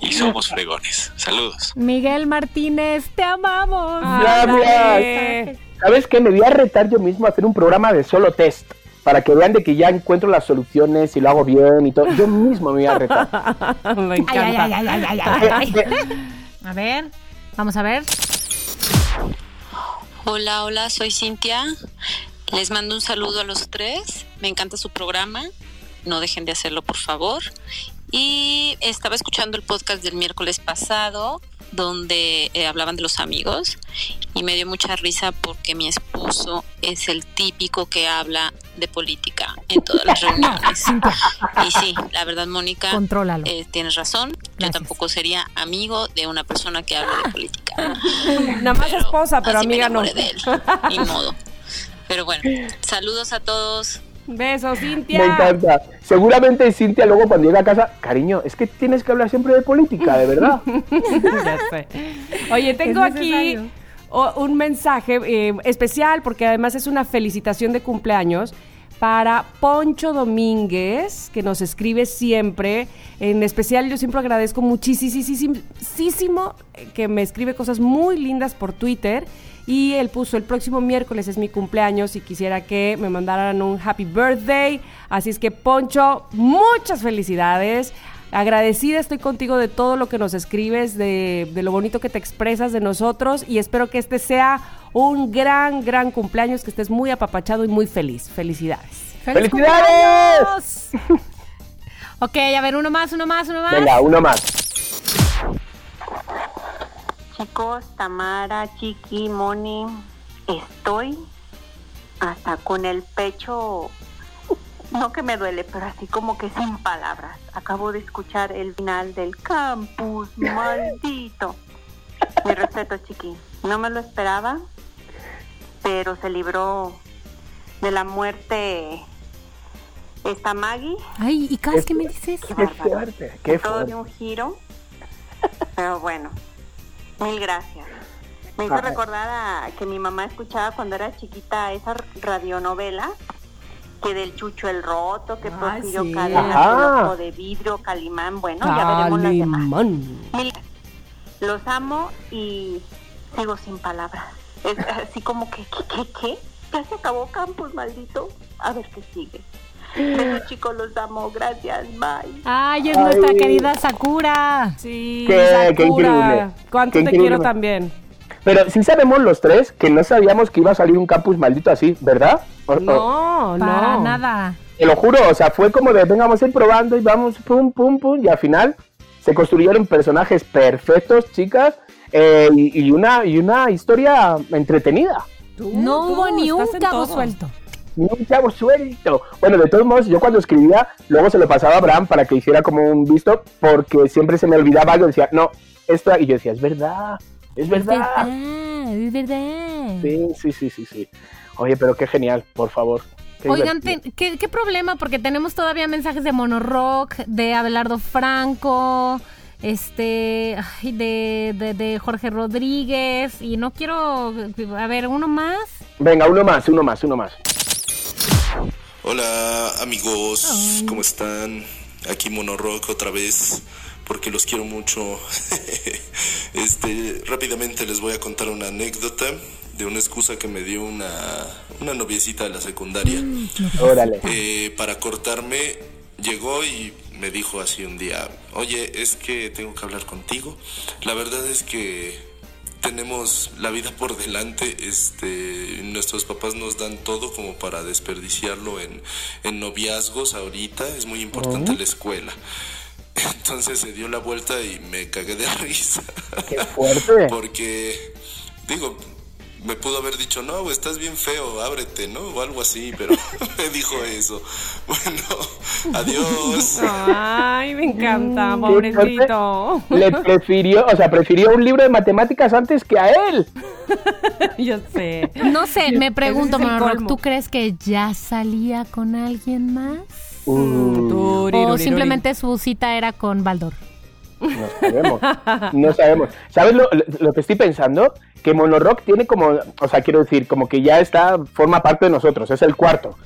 S9: Y somos fregones. Saludos.
S2: Miguel Martínez, te amamos.
S4: Gracias. ¿Sabes qué? Me voy a retar yo mismo a hacer un programa de solo test. Para que vean de que ya encuentro las soluciones y lo hago bien y todo. Yo mismo me voy a retar.
S3: Me
S2: Ay, ay,
S3: encanta.
S2: ay, ay, ay, ay, ay, ay, ay. A ver, vamos a ver.
S7: Hola, hola, soy Cintia. Les mando un saludo a los tres. Me encanta su programa. No dejen de hacerlo, por favor. Y estaba escuchando el podcast del miércoles pasado, donde eh, hablaban de los amigos. Y me dio mucha risa porque mi esposo es el típico que habla de política en todas las reuniones. Y sí, la verdad, Mónica,
S2: Contrólalo.
S7: eh, tienes razón. Yo
S2: Gracias.
S7: tampoco sería amigo de una persona que habla de política.
S3: Nada más esposa, pero
S7: así me
S3: amiga no.
S7: enamoré de él, ni modo. Pero bueno, saludos a todos.
S3: Besos, Cintia.
S4: Me encanta. Seguramente Cintia luego cuando llega a casa, cariño, es que tienes que hablar siempre de política, de verdad.
S3: Ya sé. Oye, tengo
S2: Es
S3: aquí
S2: necesario.
S3: o- un mensaje eh, especial porque además es una felicitación de cumpleaños para Poncho Domínguez, que nos escribe siempre. En especial, yo siempre agradezco muchísimo que me escribe cosas muy lindas por Twitter. Y él puso, el próximo miércoles es mi cumpleaños y quisiera que me mandaran un happy birthday. Así es que, Poncho, muchas felicidades. Agradecida estoy contigo de todo lo que nos escribes, de, de lo bonito que te expresas de nosotros y espero que este sea un gran, gran cumpleaños, que estés muy apapachado y muy feliz. Felicidades.
S4: ¡Felicidades!
S2: cumpleaños! ok, a ver, uno más, uno más, uno más.
S4: Venga, uno más.
S7: Chicos, Tamara, Chiqui, Moni, estoy hasta con el pecho, no que me duele, pero así como que sin palabras. Acabo de escuchar el final del campus, maldito. Mi respeto, Chiqui. No me lo esperaba, pero se libró de la muerte esta Maggie.
S2: Ay, ¿y Cas, qué me dices?
S4: Qué fuerte, qué
S7: Todo
S4: fuerte.
S7: de un giro. Pero bueno, mil gracias. Me hizo
S4: Ajá.
S7: recordar a que mi mamá escuchaba cuando era chiquita esa radionovela que del Chucho el Roto, que
S3: Ah,
S7: prosiguió
S3: sí. Ah.
S7: Cadena,
S4: Ajá.
S7: Loco de Vidrio, Calimán. Bueno, ya veremos las demás.
S3: Calimán.
S7: Mil- Los amo y sigo sin palabras. Es así como que, ¿qué, qué, qué? Ya se acabó Campus, maldito. A ver qué sigue. Besos, chicos, los amo. Gracias, bye.
S2: Ay, es nuestra
S4: Ay.
S2: querida Sakura.
S3: Sí,
S4: Qué-
S3: Sakura.
S4: qué increíble.
S3: ¿Cuánto
S4: Qué
S3: te
S4: increíble.
S3: quiero también?
S4: Pero sí sabemos los tres que no sabíamos que iba a salir un campus maldito así, ¿verdad? O- o-
S3: No,
S2: Para
S3: no.
S2: nada.
S4: Te lo juro, o sea, fue como de vengamos a ir probando y vamos pum, pum, pum, y al final se construyeron personajes perfectos, chicas, eh, y, y una, y una historia entretenida.
S3: Tú,
S2: no
S3: Uh, tú,
S2: hubo ni
S3: estás
S2: un
S3: en
S2: cabo
S3: todo.
S2: suelto.
S4: Y un chavo suelto. Bueno, de todos modos, yo cuando escribía, luego se lo pasaba a Abraham para que hiciera como un visto, porque siempre se me olvidaba algo, decía, no, esto, y yo decía, es verdad, es verdad.
S2: Es verdad.
S4: Sí, sí, sí, sí, sí. Oye, pero qué genial, por favor. Qué
S2: Oigan,
S4: divertido.
S2: ten- ¿qué, qué problema? Porque tenemos todavía mensajes de Monorock, de Abelardo Franco, este, ay, de, de- de Jorge Rodríguez, y no quiero, a ver, uno más.
S4: Venga, uno más, uno más, uno más.
S9: Hola amigos, ¿cómo están? Aquí Monorock otra vez, porque los quiero mucho. este, rápidamente les voy a contar una anécdota de una excusa que me dio una, una noviecita de la secundaria.
S4: Órale.
S9: Eh, para cortarme, llegó y me dijo así un día, oye, es que tengo que hablar contigo. La verdad es que tenemos la vida por delante, este, nuestros papás nos dan todo como para desperdiciarlo en, en noviazgos ahorita, es muy importante la escuela. Entonces se dio la vuelta y me cagué de risa.
S4: Qué fuerte.
S9: Porque, digo, me pudo haber dicho, no, estás bien feo, ábrete, ¿no? O algo así, pero me dijo eso. Bueno, adiós.
S3: Ay, me encanta,
S4: Qué fuerte.
S3: pobrecito.
S4: Le prefirió, o sea, prefirió un libro de matemáticas antes que a él.
S3: Yo sé.
S2: No sé, me pregunto,
S3: Ese es el
S2: Monorock,
S3: colmo.
S2: ¿tú crees que ya salía con alguien más?
S3: O
S2: ¿O simplemente su cita era con Baldor?
S4: No sabemos. No sabemos. ¿Sabes lo, lo- lo que estoy pensando? Que Monorock tiene como, o sea, quiero decir, como que ya está, forma parte de nosotros, es el cuarto.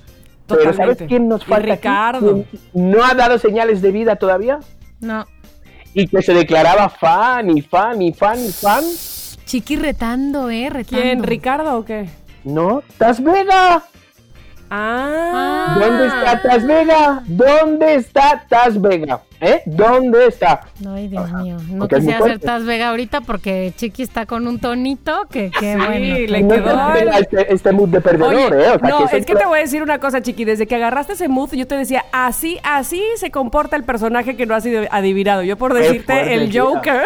S4: Pero ¿sabes
S3: Totalmente.
S4: quién nos
S3: Y
S4: falta? aquí?
S3: Ricardo.
S4: ¿Quién ¿No ha dado señales de vida todavía?
S2: No.
S4: Y que se declaraba fan y fan y fan y fan.
S2: Chiqui retando, ¿eh? Retando.
S3: ¿Quién? ¿Ricardo o qué?
S4: ¿No? ¡Tasvega!
S3: Ah,
S4: ¿Dónde está Tasvega? ¿Dónde está Tasvega? ¿Eh? ¿Dónde está?
S2: Ay, Dios mío. No
S4: Porque es muy
S2: quisiera hacer
S4: fuerte.
S2: Taz Vega ahorita porque Chiqui está con un tonito que, que
S3: Sí,
S2: bueno.
S3: le
S4: no
S3: quedó
S4: te
S3: el-
S4: tenga este, este mood de perdedor,
S3: Oye,
S4: ¿eh? O sea,
S3: no,
S4: que
S3: es que
S4: siempre-
S3: te voy a decir una cosa, Chiqui. Desde que agarraste ese mood, yo te decía, así, así se comporta el personaje que no ha sido adivinado. Yo por
S4: Qué
S3: decirte
S4: fuerte,
S3: el
S4: chica.
S3: Joker.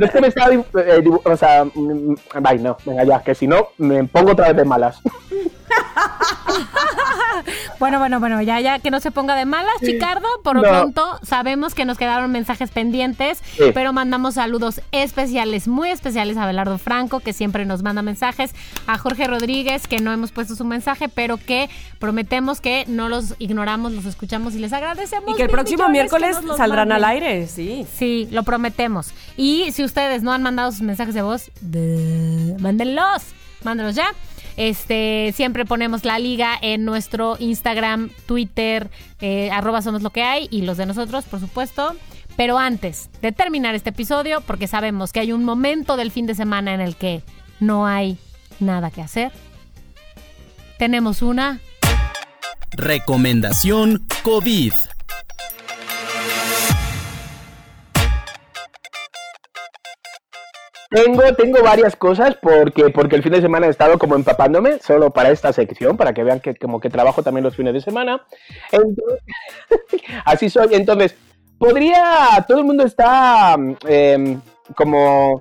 S4: No es que me estaba. dibu- eh, dibu- o sea, mm, ay, no, venga ya, que si no, me pongo otra vez de malas.
S2: Bueno, bueno, bueno, ya, ya, que no se ponga de malas, Chicardo. Por lo
S4: No.
S2: pronto, sabemos que nos quedaron mensajes pendientes,
S4: Sí.
S2: pero mandamos saludos especiales, muy especiales a Belardo Franco, que siempre nos manda mensajes, a Jorge Rodríguez, que no hemos puesto su mensaje, pero que prometemos que no los ignoramos, los escuchamos y les agradecemos.
S3: Y que el
S2: mil
S3: próximo
S2: millones que
S3: miércoles
S2: nos los
S3: saldrán al
S2: manden.
S3: aire, sí.
S2: Sí, lo prometemos. Y si ustedes no han mandado sus mensajes de voz, de- mándenlos, mándenlos ya. Este, siempre ponemos la liga en nuestro Instagram, Twitter, eh, arroba somos lo que hay y los de nosotros, por supuesto. Pero antes de terminar este episodio, porque sabemos que hay un momento del fin de semana en el que no hay nada que hacer, tenemos una
S1: Recomendación COVID.
S4: Tengo, tengo varias cosas porque, porque el fin de semana he estado como empapándome solo para esta sección, para que vean que como que trabajo también los fines de semana. Entonces, así soy. Entonces, podría. Todo el mundo está eh, como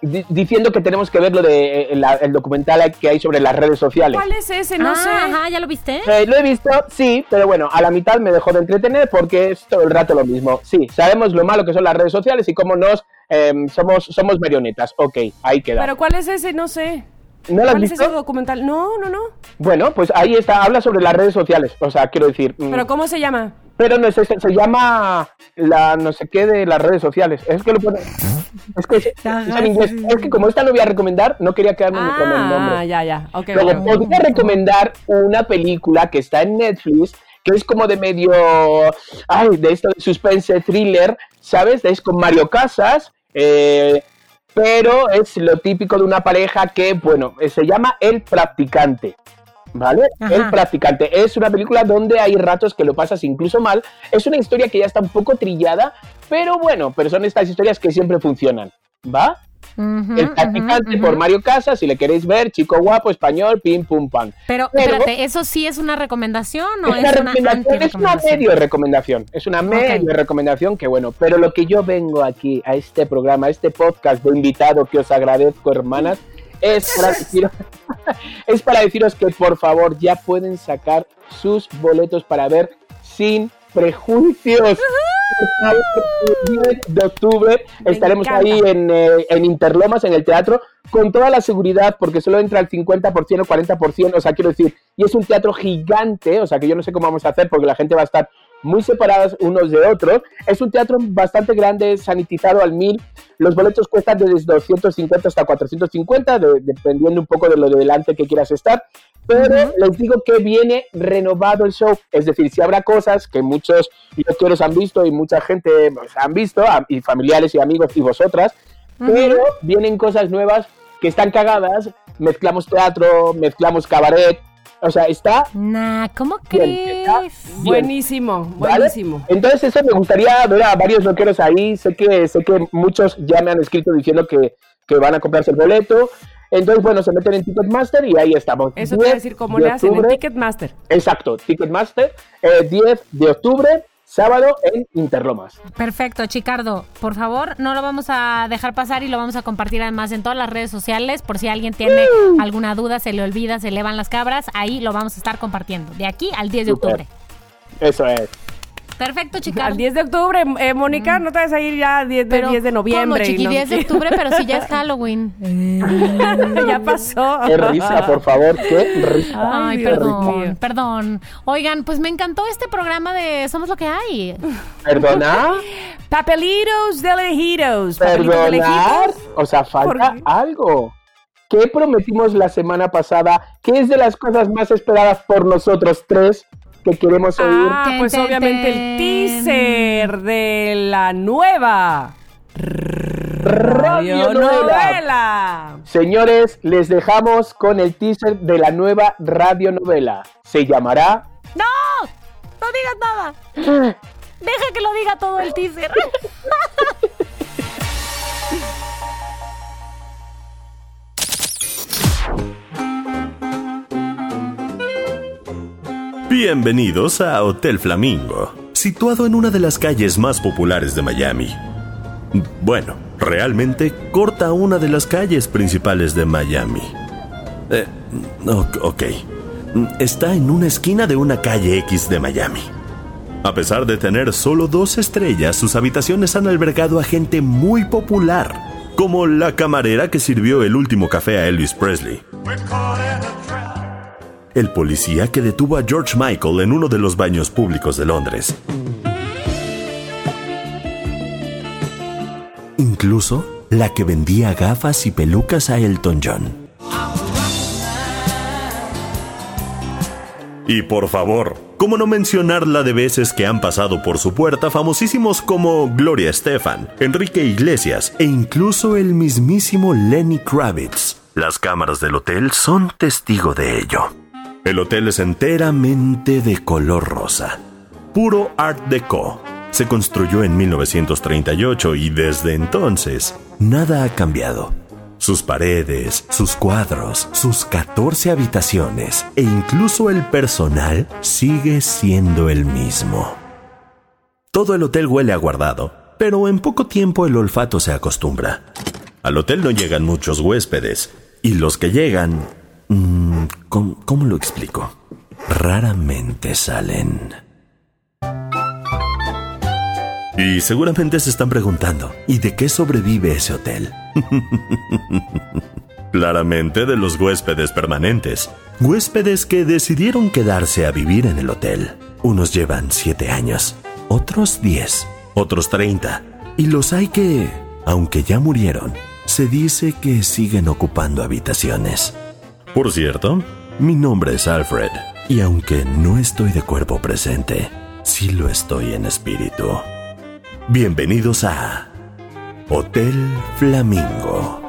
S4: di- diciendo que tenemos que ver lo de eh, la- el documental que hay sobre las redes sociales.
S3: ¿Cuál es ese? No
S2: Ah,
S3: sé.
S2: Ajá, ¿ya lo viste?
S4: Eh, lo he visto, sí, pero bueno, a la mitad me dejó de entretener porque es todo el rato lo mismo. Sí, sabemos lo malo que son las redes sociales y cómo nos em, somos, somos marionetas. Ok, ahí queda.
S3: Pero ¿cuál es ese? No sé.
S4: ¿No lo has
S3: ¿Cuál es
S4: visto?
S3: ese documental? No, no, no.
S4: Bueno, pues ahí está, habla sobre las redes sociales. O sea, quiero decir. mm,
S3: ¿Pero cómo se llama?
S4: pero no es este, se llama la no sé qué de las redes sociales. Es que lo pone- Es que, es, es en inglés. Es que como esta lo voy a recomendar, no quería quedarme con el nombre.
S3: Ah, ya, ya. Ok,
S4: Luego,
S3: ok.
S4: podría recomendar una película que está en Netflix, que es como de medio, ay, de esto de suspense, thriller, ¿sabes? Es con Mario Casas, eh, pero es lo típico de una pareja que, bueno, eh, se llama El Practicante. ¿Vale?
S2: Ajá.
S4: El practicante. Es una película donde hay ratos que lo pasas incluso mal. Es una historia que ya está un poco trillada, pero bueno, pero son estas historias que siempre funcionan. ¿Va?
S2: Ujú,
S4: El practicante
S2: ujú, ujú.
S4: por Mario Casas, si le queréis ver, chico guapo, español, pim pum pam.
S2: Pero,
S4: Pero-
S2: espérate, ¿eso sí es una recomendación o es
S4: es, una
S2: una
S4: recomendación, es una
S2: antirrecomendación?
S4: medio recomendación, es una medio recomendación que bueno, pero lo que yo vengo aquí a este programa, a este podcast de invitado que os agradezco, hermanas, es para, deciros, es para deciros que por favor ya pueden sacar sus boletos para ver sin prejuicios. Por favor, el 10 de octubre estaremos
S3: encanta.
S4: ahí en, eh, en Interlomas, en el teatro, con toda la seguridad, porque solo entra el 50% o 40%, o sea, quiero decir, y es un teatro gigante, o sea, que yo no sé cómo vamos a hacer, porque la gente va a estar muy separadas unos de otros. Es un teatro bastante grande, sanitizado al mil. Los boletos cuestan desde 250 hasta 450, de- dependiendo un poco de lo de delante que quieras estar. Pero les digo que viene renovado el show. Es decir, si habrá cosas que muchos youtubers han visto y mucha gente pues, han visto, a- y familiares y amigos y vosotras, pero vienen cosas nuevas que están cagadas. Mezclamos teatro, mezclamos cabaret. O sea, está
S2: Nah, ¿cómo
S4: Bien, ya.
S2: crees?
S4: Bien.
S3: Buenísimo,
S4: ¿Vale?
S3: buenísimo.
S4: Entonces eso me gustaría ver a varios loqueros ahí. Sé que, sé que muchos ya me han escrito diciendo que, que van a comprarse el boleto. Entonces, bueno, se meten en Ticketmaster y ahí estamos.
S3: Eso te iba a
S4: 10
S3: decir cómo
S4: de
S3: le hacen en
S4: octubre.
S3: Ticketmaster.
S4: Exacto, Ticketmaster, eh, 10 de octubre, sábado en Interlomas.
S2: Perfecto, Chicardo. Por favor, no lo vamos a dejar pasar y lo vamos a compartir además en todas las redes sociales. Por si alguien tiene
S4: Mm.
S2: alguna duda, se le olvida, se le van las cabras, ahí lo vamos a estar compartiendo. De aquí al 10 de
S4: Súper.
S2: octubre.
S4: Eso es.
S2: Perfecto,
S3: Al
S2: Chicardo.
S3: 10 de octubre, eh, Mónica, no te vas a ir ya 10 de,
S2: Mm. Pero,
S3: 10 de noviembre.
S2: ¿cómo,
S3: y
S2: chiqui?
S3: no sé
S2: 10 de
S3: qué.
S2: octubre, pero si ya es Halloween.
S3: ya pasó.
S4: Qué risa, por favor, qué risa.
S2: Ay,
S3: Dios
S2: perdón,
S3: mío.
S2: perdón. Oigan, pues me encantó este programa de Somos lo que hay.
S4: ¿Perdona?
S3: Papelitos de lejitos. papelitos de
S4: perdonar,
S3: lejitos.
S4: o sea, falta
S3: ¿Por qué?
S4: algo. ¿Qué prometimos la semana pasada? ¿Qué es de las cosas más esperadas por nosotros tres que queremos oír?
S3: Ah, pues
S2: Ten, ten,
S3: obviamente el
S2: ten.
S3: teaser de la nueva radionovela.
S4: Señores, les dejamos con el teaser de la nueva radionovela. Se llamará
S2: ¡No! ¡No digas nada! Deja que lo diga todo el teaser.
S10: Bienvenidos a Hotel Flamingo, situado en una de las calles más populares de Miami. Bueno, realmente corta una de las calles principales de Miami. Eh, o- ok. Mm, Está en una esquina de una calle X de Miami. A pesar de tener solo dos estrellas, sus habitaciones han albergado a gente muy popular, como la camarera que sirvió el último café a Elvis Presley. El policía que detuvo a George Michael en uno de los baños públicos de Londres. Incluso la que vendía gafas y pelucas a Elton John.
S6: Y por favor, ¿cómo no mencionar la de veces que han pasado por su puerta famosísimos como Gloria Estefan, Enrique Iglesias e incluso el mismísimo Lenny Kravitz? Las cámaras del hotel son testigo de ello. El hotel es enteramente de color rosa. Puro Art Deco. Se construyó en 1938 y desde entonces nada ha cambiado. Sus paredes, sus cuadros, sus 14 habitaciones e incluso el personal sigue siendo el mismo. Todo el hotel huele a guardado, pero en poco tiempo el olfato se acostumbra. Al hotel no llegan muchos huéspedes y los que llegan... mm, ¿cómo- ¿Cómo lo explico? Raramente salen. Y seguramente se están preguntando, ¿y de qué sobrevive ese hotel? Claramente de los huéspedes permanentes. Huéspedes que decidieron quedarse a vivir en el hotel. Unos llevan 7 años, otros 10, otros 30. Y los hay que, aunque ya murieron, se dice que siguen ocupando habitaciones. Por cierto, mi nombre es Alfred. Y aunque no estoy de cuerpo presente, sí lo estoy en espíritu. Bienvenidos a Hotel Flamingo.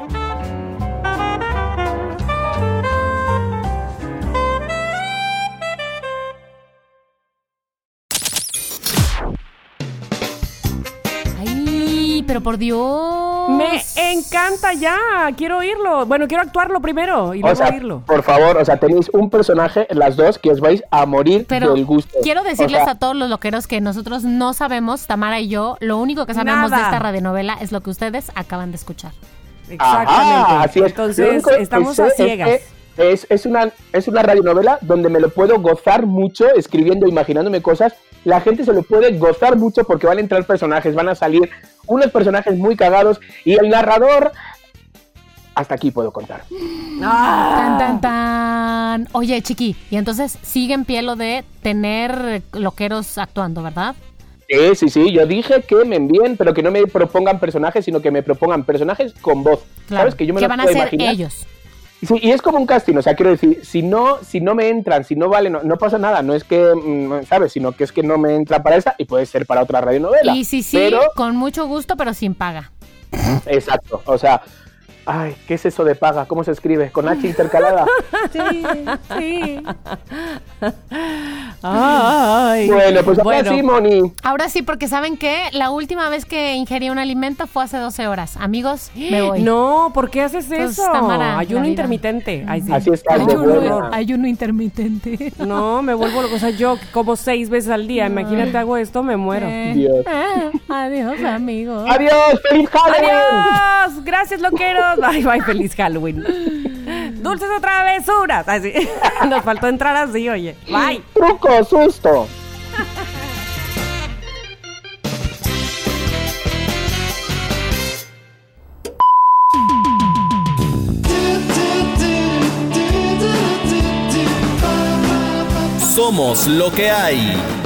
S2: Ay, pero por Dios.
S3: Me encanta ya, quiero oírlo. Bueno, quiero actuarlo primero y
S4: O
S3: luego
S4: sea,
S3: oírlo.
S4: por favor, o sea, tenéis un personaje, las dos, que os vais a morir
S2: Pero
S4: del gusto.
S2: quiero
S4: O
S2: decirles
S4: sea,
S2: a todos los loqueros que nosotros no sabemos, Tamara y yo, lo único que sabemos
S3: Nada.
S2: de esta radionovela es lo que ustedes acaban de escuchar.
S3: Exactamente.
S4: Ajá, así es.
S3: Entonces,
S4: Lo único que
S3: estamos
S4: sé
S3: a
S4: es que
S3: ciegas.
S4: Es, es una, es una radionovela donde me lo puedo gozar mucho escribiendo, imaginándome cosas. La gente se lo puede gozar mucho porque van a entrar personajes, van a salir unos personajes muy cagados y el narrador... Hasta aquí puedo contar.
S2: Tan,
S3: Ah.
S2: tan, tan. Oye, Chiqui, y entonces sigue en pie lo de tener eh, loqueros actuando, ¿verdad?
S4: Sí, sí, sí, yo dije que me envíen, pero que no me propongan personajes, sino que me propongan personajes con voz. ¿Sabes? Que yo me
S2: ¿Qué
S4: los
S2: van a
S4: puedo
S2: hacer
S4: imaginar.
S2: ellos?
S4: Sí, y es como un casting, o sea, quiero decir, si no, si no me entran, si no vale, no, no pasa nada, no es que, mm, ¿sabes? Sino que es que no me entra para esta y puede ser para otra radionovela.
S2: Y sí, sí,
S4: Pero,
S2: con mucho gusto, pero sin paga.
S4: exacto, o sea, ay, ¿qué es eso de paga? ¿Cómo se escribe? ¿Con H intercalada?
S2: Sí, sí.
S3: Ay.
S4: bueno, pues ahora
S3: Bueno.
S4: sí, Moni.
S2: Ahora sí, porque ¿saben qué? La última vez que ingerí un alimento fue hace 12 horas. Amigos, me voy.
S3: No, ¿por qué haces
S2: Pues,
S3: eso?
S2: Tamara, la
S3: Ayuno
S2: vida.
S3: intermitente. Ay, sí.
S4: Así está, de buena.
S2: Ayuno intermitente.
S3: No, me vuelvo loco. O sea, yo como seis veces al día. Imagínate, hago esto, me muero.
S4: Dios.
S2: Ah, adiós, amigos.
S4: Adiós, feliz Halloween.
S3: ¡Adiós! Gracias, loqueros. Bye, bye, feliz Halloween. Dulces o travesuras. Ay, sí. Nos faltó entrar así, oye. Bye.
S4: Truco, susto.
S1: Somos lo que hay.